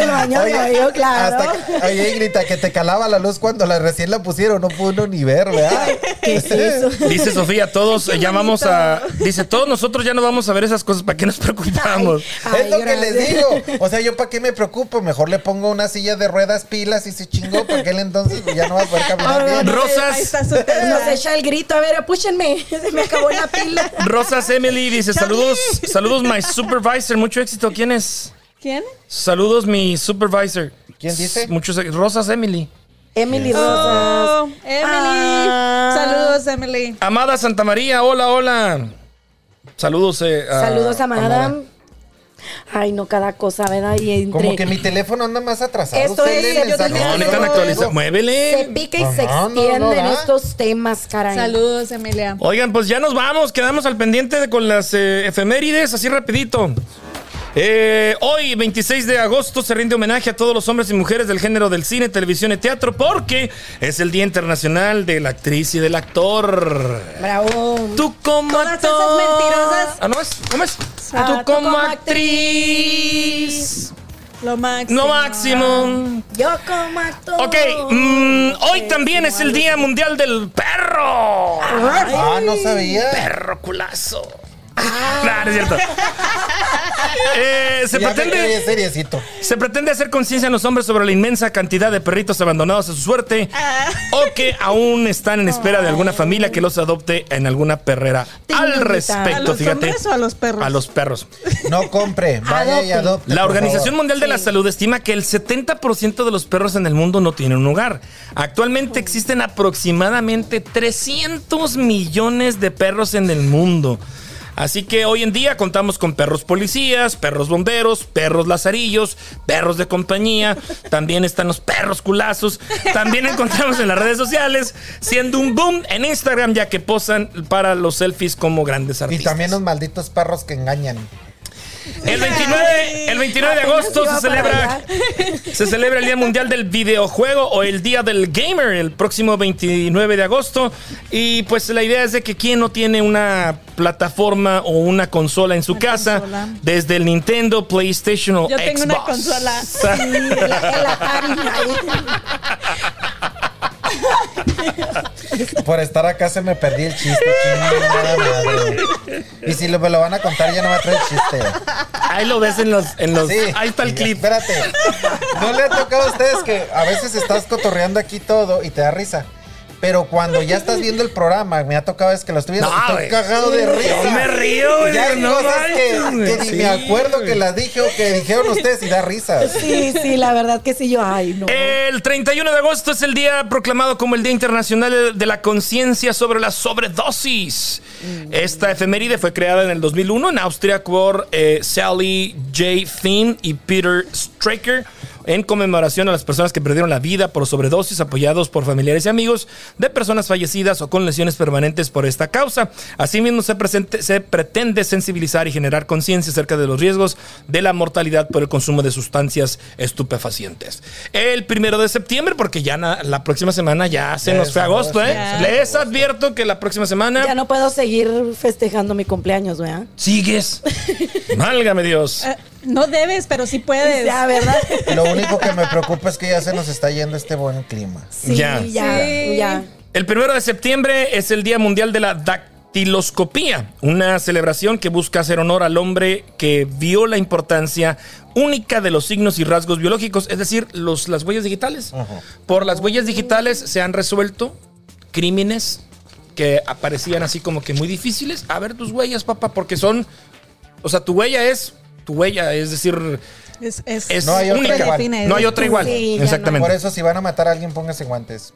[SPEAKER 5] el baño de hoyo, claro.
[SPEAKER 4] hasta que- oye, Ingrid, a que te calaba la luz cuando la recién la pusieron, no pudo uno ni ver, ¿verdad?
[SPEAKER 5] ¿Qué es eso?
[SPEAKER 3] Dice Sofía, todos eh, ya vamos a. Dice, todos nosotros ya no vamos a ver esas cosas. ¿Para qué nos preocupamos?
[SPEAKER 5] Ay,
[SPEAKER 4] es lo que
[SPEAKER 5] gracias.
[SPEAKER 4] les digo. O sea, yo para qué me preocupo. Mejor le pongo una silla de ruedas, pilas y se chingó. Porque él entonces ya no va a poder caminar bien.
[SPEAKER 3] Rosas.
[SPEAKER 6] Ahí está su Tesla.
[SPEAKER 5] Nos echa el grito, a ver, apúchenme, se me acabó la pila.
[SPEAKER 3] Rosas Emily dice, saludos, saludos, my supervisor. Mucho éxito. ¿Quién es?
[SPEAKER 6] ¿Quién?
[SPEAKER 3] Saludos, mi supervisor.
[SPEAKER 4] ¿Quién dice?
[SPEAKER 3] Muchos. Rosas Emily.
[SPEAKER 5] Emily Rosas.
[SPEAKER 6] Oh, Emily.
[SPEAKER 5] Ah.
[SPEAKER 6] Saludos, Emily.
[SPEAKER 3] Amada Santa María, hola, hola. Saludos eh, a.
[SPEAKER 5] Saludos a Madame. Ay, no, cada cosa, ¿verdad? Y entre.
[SPEAKER 4] Como que mi teléfono anda más atrasado.
[SPEAKER 5] Esto
[SPEAKER 4] Usted
[SPEAKER 5] es,
[SPEAKER 4] lee el
[SPEAKER 5] yo
[SPEAKER 4] mensaje.
[SPEAKER 5] también-
[SPEAKER 3] No, necesitan actualizar.
[SPEAKER 5] Se
[SPEAKER 3] Muévele.
[SPEAKER 5] pica y
[SPEAKER 4] No,
[SPEAKER 5] se
[SPEAKER 4] no, no,
[SPEAKER 5] extienden
[SPEAKER 4] no, ¿verdad?
[SPEAKER 5] estos temas, caray.
[SPEAKER 6] Saludos, Emilia.
[SPEAKER 3] Oigan, pues ya nos vamos. Quedamos al pendiente de- con las eh, efemérides, así rapidito. Eh, hoy, 26 de agosto, se rinde homenaje a todos los hombres y mujeres del género del cine, televisión y teatro, porque es el Día Internacional de la Actriz y del Actor.
[SPEAKER 5] Bravo.
[SPEAKER 3] Tú como
[SPEAKER 6] Todas esas
[SPEAKER 3] actor.
[SPEAKER 6] mentirosas.
[SPEAKER 3] Ah, no es. ¿Cómo es?
[SPEAKER 5] Ah,
[SPEAKER 3] tú, como, actriz.
[SPEAKER 6] Lo máximo.
[SPEAKER 3] No máximo.
[SPEAKER 5] Yo como actor.
[SPEAKER 3] Ok, mm, hoy también es el Día Mundial del Perro.
[SPEAKER 4] Ah, no sabía.
[SPEAKER 3] Perro culazo.
[SPEAKER 6] Ah.
[SPEAKER 3] Nah, no es cierto. Eh, se
[SPEAKER 4] Ya me
[SPEAKER 3] pretende.
[SPEAKER 4] quedé seriecito.
[SPEAKER 3] Se pretende hacer conciencia en los hombres sobre la inmensa cantidad de perritos abandonados a su suerte
[SPEAKER 6] Ah.
[SPEAKER 3] o que aún están en espera de alguna familia que los adopte en alguna perrera. Al
[SPEAKER 5] Tignita.
[SPEAKER 3] respecto,
[SPEAKER 6] ¿A los
[SPEAKER 3] fíjate.
[SPEAKER 6] hombres o a los perros?
[SPEAKER 3] A los perros.
[SPEAKER 4] No compre, vaya y
[SPEAKER 5] Adopte.
[SPEAKER 4] adopte.
[SPEAKER 3] La
[SPEAKER 4] por
[SPEAKER 3] Organización
[SPEAKER 4] favor.
[SPEAKER 3] Mundial de la Salud estima que el 70% de los perros en el mundo no tienen un hogar. Actualmente existen aproximadamente 300 millones de perros en el mundo. Así que hoy en día contamos con perros policías, perros bomberos, perros lazarillos, perros de compañía, también están los perros culazos, también encontramos en las redes sociales, siendo un boom en Instagram ya que posan para los selfies como grandes
[SPEAKER 4] Y
[SPEAKER 3] artistas.
[SPEAKER 4] también los malditos perros que engañan.
[SPEAKER 3] El 29, el 29 de agosto se
[SPEAKER 5] Apenas iba para
[SPEAKER 3] celebra, se celebra el Día Mundial del Videojuego o el Día del Gamer, el próximo 29 de agosto. Y pues la idea es de que quien no tiene una plataforma o una consola en su casa,
[SPEAKER 6] consola.
[SPEAKER 3] desde el Nintendo, PlayStation o
[SPEAKER 6] Yo
[SPEAKER 3] Xbox.
[SPEAKER 6] tengo una consola.
[SPEAKER 5] El, el Atari.
[SPEAKER 4] Por estar acá se me perdí el chiste. chingada madre. Y si lo- me lo van a contar, ya no va a traer chiste.
[SPEAKER 3] Ahí lo ves en los, en los
[SPEAKER 4] Sí.
[SPEAKER 3] ahí está el clip.
[SPEAKER 4] Espérate. ¿No le ha tocado a ustedes que a veces estás cotorreando aquí todo y te da risa? Pero cuando ya estás viendo el programa, me ha tocado es que lo estoy viendo.
[SPEAKER 3] No,
[SPEAKER 4] y estoy
[SPEAKER 3] güey.
[SPEAKER 4] cagado de risa.
[SPEAKER 3] Yo me río, güey.
[SPEAKER 4] Ya hay
[SPEAKER 3] No
[SPEAKER 4] cosas que,
[SPEAKER 3] manches,
[SPEAKER 4] que ni
[SPEAKER 3] güey.
[SPEAKER 4] me
[SPEAKER 3] Sí,
[SPEAKER 4] acuerdo
[SPEAKER 3] güey.
[SPEAKER 4] que las dije o que dijeron ustedes y da risa.
[SPEAKER 5] Sí, sí, la verdad que sí, yo, ay, no.
[SPEAKER 3] El 31 de agosto es el día proclamado como el Día Internacional de la Conciencia sobre la Sobredosis. Esta efeméride fue creada en el 2001 en Austria por eh, Sally J. Finn y Peter Straker en conmemoración a las personas que perdieron la vida por sobredosis apoyados por familiares y amigos de personas fallecidas o con lesiones permanentes por esta causa. Asimismo, se, presente- se pretende sensibilizar y generar conciencia acerca de los riesgos de la mortalidad por el consumo de sustancias estupefacientes. El primero de septiembre, porque ya na- la próxima semana ya se
[SPEAKER 4] Ya
[SPEAKER 3] nos
[SPEAKER 4] es
[SPEAKER 3] fue agosto,
[SPEAKER 4] agosto,
[SPEAKER 3] ¿eh?
[SPEAKER 6] ya es
[SPEAKER 3] Les advierto que la próxima semana
[SPEAKER 5] Ya no puedo seguir festejando mi cumpleaños, ¿verdad?
[SPEAKER 3] sigues. Válgame Dios.
[SPEAKER 6] Eh, no debes, pero sí puedes.
[SPEAKER 5] Ya, ¿verdad?
[SPEAKER 4] Lo único que me preocupa es que ya se nos está yendo este buen clima.
[SPEAKER 5] Sí,
[SPEAKER 3] Ya.
[SPEAKER 5] ya,
[SPEAKER 6] Sí.
[SPEAKER 5] ya.
[SPEAKER 3] El primero de septiembre es el Día Mundial de la Dactiloscopía, una celebración que busca hacer honor al hombre que vio la importancia única de los signos y rasgos biológicos, es decir, los, las huellas digitales. Por las huellas digitales se han resuelto crímenes que aparecían así como que muy difíciles. A ver tus huellas, papá, porque son, o sea, tu huella es, tu huella, es decir,
[SPEAKER 6] Es, es-
[SPEAKER 3] es
[SPEAKER 4] No hay otra
[SPEAKER 3] única.
[SPEAKER 4] igual.
[SPEAKER 3] No hay otra igual.
[SPEAKER 5] Sí, ya no.
[SPEAKER 3] Exactamente.
[SPEAKER 4] Por eso, si van a matar a alguien, pónganse guantes.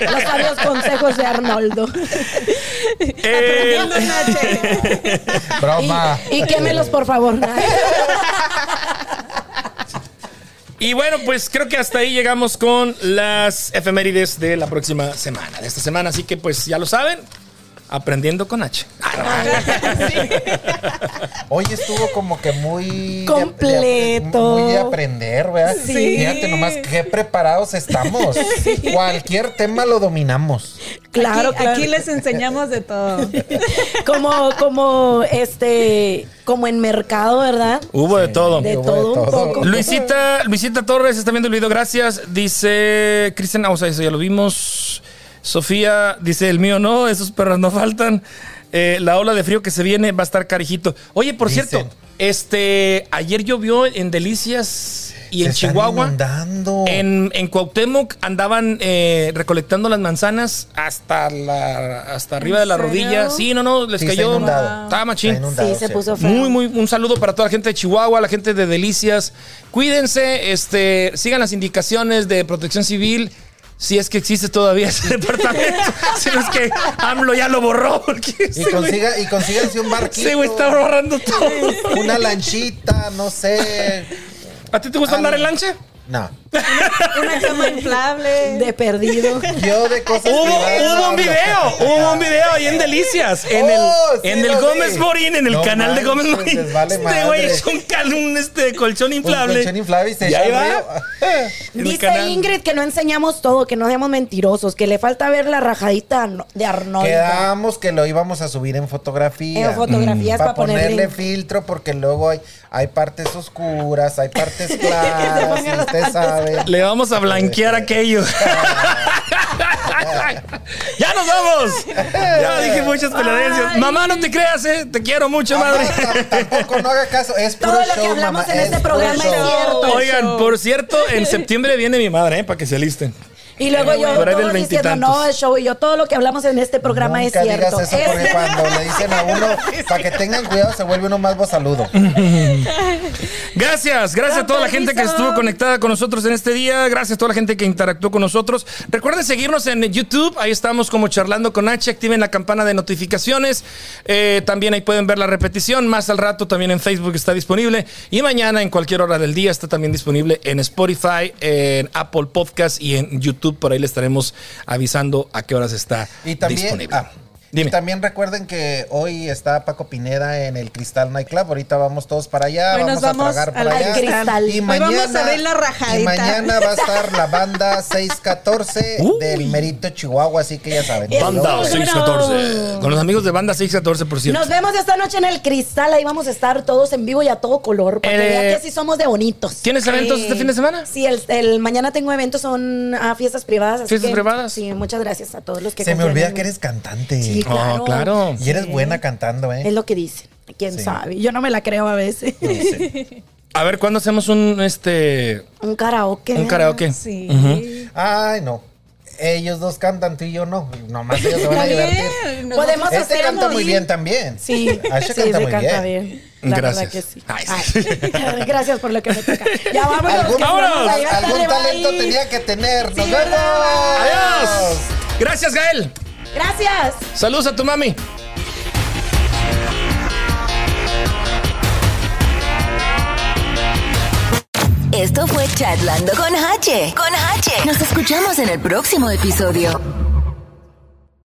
[SPEAKER 5] Los sabios consejos de Arnoldo.
[SPEAKER 3] El-
[SPEAKER 6] Aprendiendo
[SPEAKER 4] Eh,
[SPEAKER 6] en H.
[SPEAKER 4] Broma.
[SPEAKER 5] Y, y quémelos, por favor.
[SPEAKER 3] Y bueno, pues creo que hasta ahí llegamos con las efemérides de la próxima semana, de esta semana. Así que pues ya lo saben, aprendiendo con H.
[SPEAKER 4] Hoy estuvo como que muy. de- de-
[SPEAKER 5] Completo.
[SPEAKER 4] muy de aprender, ¿verdad?
[SPEAKER 5] Sí.
[SPEAKER 4] Fíjate nomás qué preparados estamos. Cualquier tema lo dominamos.
[SPEAKER 5] Claro,
[SPEAKER 6] aquí,
[SPEAKER 5] claro.
[SPEAKER 6] aquí les enseñamos de todo.
[SPEAKER 5] Como, como, este, como en mercado, ¿verdad?
[SPEAKER 3] Hubo de todo.
[SPEAKER 5] De
[SPEAKER 4] Hubo
[SPEAKER 5] todo un poco.
[SPEAKER 3] Luisita, Luisita Torres está viendo el video, gracias. Dice Cristian, ah, o sea, eso ya lo vimos. Sofía dice, el mío no, esos perros no faltan. Eh, la ola de frío que se viene va a estar carijito. Oye, por
[SPEAKER 4] Dicen.
[SPEAKER 3] cierto, este, ayer llovió en Delicias. Y en
[SPEAKER 4] se están
[SPEAKER 3] Chihuahua,
[SPEAKER 4] inundando.
[SPEAKER 3] En, en Cuauhtémoc andaban eh, recolectando las manzanas hasta la hasta arriba de la
[SPEAKER 6] serio?
[SPEAKER 3] rodilla. Sí, no, no, les
[SPEAKER 4] Sí, está
[SPEAKER 3] cayó.
[SPEAKER 4] inundado.
[SPEAKER 3] Estaba machín.
[SPEAKER 4] Está inundado,
[SPEAKER 5] Sí, se
[SPEAKER 4] sí.
[SPEAKER 5] puso feo.
[SPEAKER 3] Muy, muy, un saludo para toda la gente de Chihuahua, la gente de Delicias. Cuídense, este, sigan las indicaciones de protección civil. Si es que existe todavía ese departamento. si no es que AMLO ya lo borró. Porque
[SPEAKER 4] Y,
[SPEAKER 3] ese güey-
[SPEAKER 4] consiga, y consíganse un barquito.
[SPEAKER 3] ese güey está borrando todo.
[SPEAKER 4] Una lanchita, no sé.
[SPEAKER 3] ¿A ti te
[SPEAKER 4] Ah,
[SPEAKER 3] gusta andar en lancha?
[SPEAKER 4] No.
[SPEAKER 6] Una cama inflable.
[SPEAKER 5] De perdido.
[SPEAKER 4] Yo de cosas
[SPEAKER 3] Hubo,
[SPEAKER 4] privadas
[SPEAKER 3] hubo un
[SPEAKER 4] hablo.
[SPEAKER 3] video, hubo un video ahí en Delicias, en el,
[SPEAKER 4] Oh, sí
[SPEAKER 3] en
[SPEAKER 4] lo
[SPEAKER 3] el
[SPEAKER 4] vi.
[SPEAKER 3] Gómez Morín, en el
[SPEAKER 4] No
[SPEAKER 3] canal de Gómez
[SPEAKER 4] manches,
[SPEAKER 3] Morín.
[SPEAKER 4] les vale
[SPEAKER 3] este güey
[SPEAKER 4] madre.
[SPEAKER 3] es un, cal- un, este, colchón
[SPEAKER 4] Un
[SPEAKER 3] inflable.
[SPEAKER 4] colchón inflable y se
[SPEAKER 3] Y
[SPEAKER 4] echa
[SPEAKER 3] ahí
[SPEAKER 4] al
[SPEAKER 3] va.
[SPEAKER 4] río.
[SPEAKER 3] en el
[SPEAKER 5] Dice
[SPEAKER 3] canal.
[SPEAKER 5] Ingrid que no enseñamos todo, que no seamos mentirosos, que le falta ver la rajadita no- de Arnoldo.
[SPEAKER 4] Quedamos que lo íbamos a subir en fotografía.
[SPEAKER 5] En fotografías
[SPEAKER 4] para
[SPEAKER 5] pa' ponerle-
[SPEAKER 4] ponerle filtro porque luego hay, hay partes oscuras, hay partes claras, y usted sabe.
[SPEAKER 3] Le vamos a blanquear aquello. ¡Ya nos vamos! Ya dije muchas peladencias. Mamá, no te creas, ¿eh? Te quiero mucho,
[SPEAKER 4] Mamá,
[SPEAKER 3] madre.
[SPEAKER 4] tam- tampoco no haga caso, es puro
[SPEAKER 5] Todo lo que
[SPEAKER 4] show,
[SPEAKER 5] hablamos
[SPEAKER 4] mamá,
[SPEAKER 5] en
[SPEAKER 4] es
[SPEAKER 5] este
[SPEAKER 4] puro
[SPEAKER 5] programa es
[SPEAKER 4] show.
[SPEAKER 5] cierto.
[SPEAKER 3] Oigan, por cierto, en septiembre viene mi madre, ¿eh? Para que se alisten.
[SPEAKER 5] Y luego yo
[SPEAKER 3] Por ahí del
[SPEAKER 5] todos diciendo,
[SPEAKER 3] veintitantos.
[SPEAKER 5] no, es show. Y yo, todo lo que hablamos en este programa
[SPEAKER 4] Nunca
[SPEAKER 5] es cierto.
[SPEAKER 4] digas eso
[SPEAKER 5] Es
[SPEAKER 4] porque
[SPEAKER 5] verdad.
[SPEAKER 4] cuando le dicen a uno para que tengan cuidado se vuelve uno más bozaludo.
[SPEAKER 3] Gracias, gracias a toda la
[SPEAKER 5] Con
[SPEAKER 3] gente que
[SPEAKER 5] permiso.
[SPEAKER 3] estuvo conectada con nosotros en este día, gracias a toda la gente que interactuó con nosotros. Recuerden seguirnos en YouTube, ahí estamos como charlando con H, activen la campana de notificaciones, Eh, también ahí pueden ver la repetición, más al rato también en Facebook está disponible y mañana en cualquier hora del día está también disponible en Spotify, en Apple Podcast y en YouTube, por ahí le estaremos avisando a qué horas está
[SPEAKER 4] Y también,
[SPEAKER 3] disponible.
[SPEAKER 4] ah,
[SPEAKER 3] Dime.
[SPEAKER 4] y también recuerden que hoy está Paco Pineda en el Cristal Nightclub. Ahorita vamos todos para allá.
[SPEAKER 6] Hoy
[SPEAKER 4] vamos,
[SPEAKER 6] nos vamos
[SPEAKER 4] a tragar
[SPEAKER 6] al
[SPEAKER 4] para allá.
[SPEAKER 5] Cristal.
[SPEAKER 4] Y
[SPEAKER 6] Hoy
[SPEAKER 4] mañana,
[SPEAKER 6] vamos a abrir la rajadita.
[SPEAKER 4] Y mañana va a estar la banda 614
[SPEAKER 3] Uy.
[SPEAKER 4] del Merito Chihuahua. Así que ya saben.
[SPEAKER 3] Banda
[SPEAKER 5] Número.
[SPEAKER 3] 614. Con los amigos de Banda 614, por cierto.
[SPEAKER 5] Nos vemos esta noche en el cristal. Ahí vamos a estar todos en vivo y a todo color. Para que
[SPEAKER 3] Eh,
[SPEAKER 5] vean que sí somos de bonitos.
[SPEAKER 3] ¿Tienes eventos este fin de semana?
[SPEAKER 5] Sí, el, el mañana tengo eventos, son ah, fiestas privadas. así
[SPEAKER 3] ¿Fiestas
[SPEAKER 5] que-
[SPEAKER 3] privadas?
[SPEAKER 5] Sí, muchas gracias a todos los que
[SPEAKER 4] Se me
[SPEAKER 5] confían
[SPEAKER 4] olvida
[SPEAKER 5] en
[SPEAKER 4] que
[SPEAKER 5] mí.
[SPEAKER 4] eres cantante.
[SPEAKER 5] Sí,
[SPEAKER 3] Oh,
[SPEAKER 5] claro.
[SPEAKER 3] claro.
[SPEAKER 4] Y eres buena cantando, ¿eh?
[SPEAKER 5] Es lo que dicen. ¿Quién
[SPEAKER 4] Sí.
[SPEAKER 5] sabe? Yo no me la creo a veces.
[SPEAKER 3] A ver, ¿cuándo hacemos un este
[SPEAKER 5] un karaoke.
[SPEAKER 3] un karaoke?
[SPEAKER 6] Sí.
[SPEAKER 4] Ay, no. Ellos dos cantan, tú y yo no. Nomás ellos se van a
[SPEAKER 6] Está
[SPEAKER 4] divertir.
[SPEAKER 6] bien, nos
[SPEAKER 5] Podemos hacer
[SPEAKER 4] Este canta
[SPEAKER 5] un
[SPEAKER 4] muy
[SPEAKER 5] oír.
[SPEAKER 4] bien también.
[SPEAKER 5] Sí,
[SPEAKER 4] Asha
[SPEAKER 5] sí,
[SPEAKER 4] canta
[SPEAKER 5] se
[SPEAKER 4] muy
[SPEAKER 5] canta
[SPEAKER 4] bien.
[SPEAKER 5] La
[SPEAKER 3] Gracias.
[SPEAKER 5] verdad que sí.
[SPEAKER 3] Ay,
[SPEAKER 5] Ay, gracias por lo que me toca. Ya vámonos.
[SPEAKER 4] Algún,
[SPEAKER 5] que nos vamos a ir hasta
[SPEAKER 4] algún
[SPEAKER 5] arriba
[SPEAKER 4] talento
[SPEAKER 5] ahí.
[SPEAKER 4] tenía que tener. ¡Nos
[SPEAKER 5] Sí,
[SPEAKER 4] vemos!
[SPEAKER 5] ¿verdad?
[SPEAKER 3] Adiós. Gracias, Gael.
[SPEAKER 5] Gracias.
[SPEAKER 3] Saludos a tu mami.
[SPEAKER 2] Esto fue Chatlando con H. Con H. Nos escuchamos en el próximo episodio.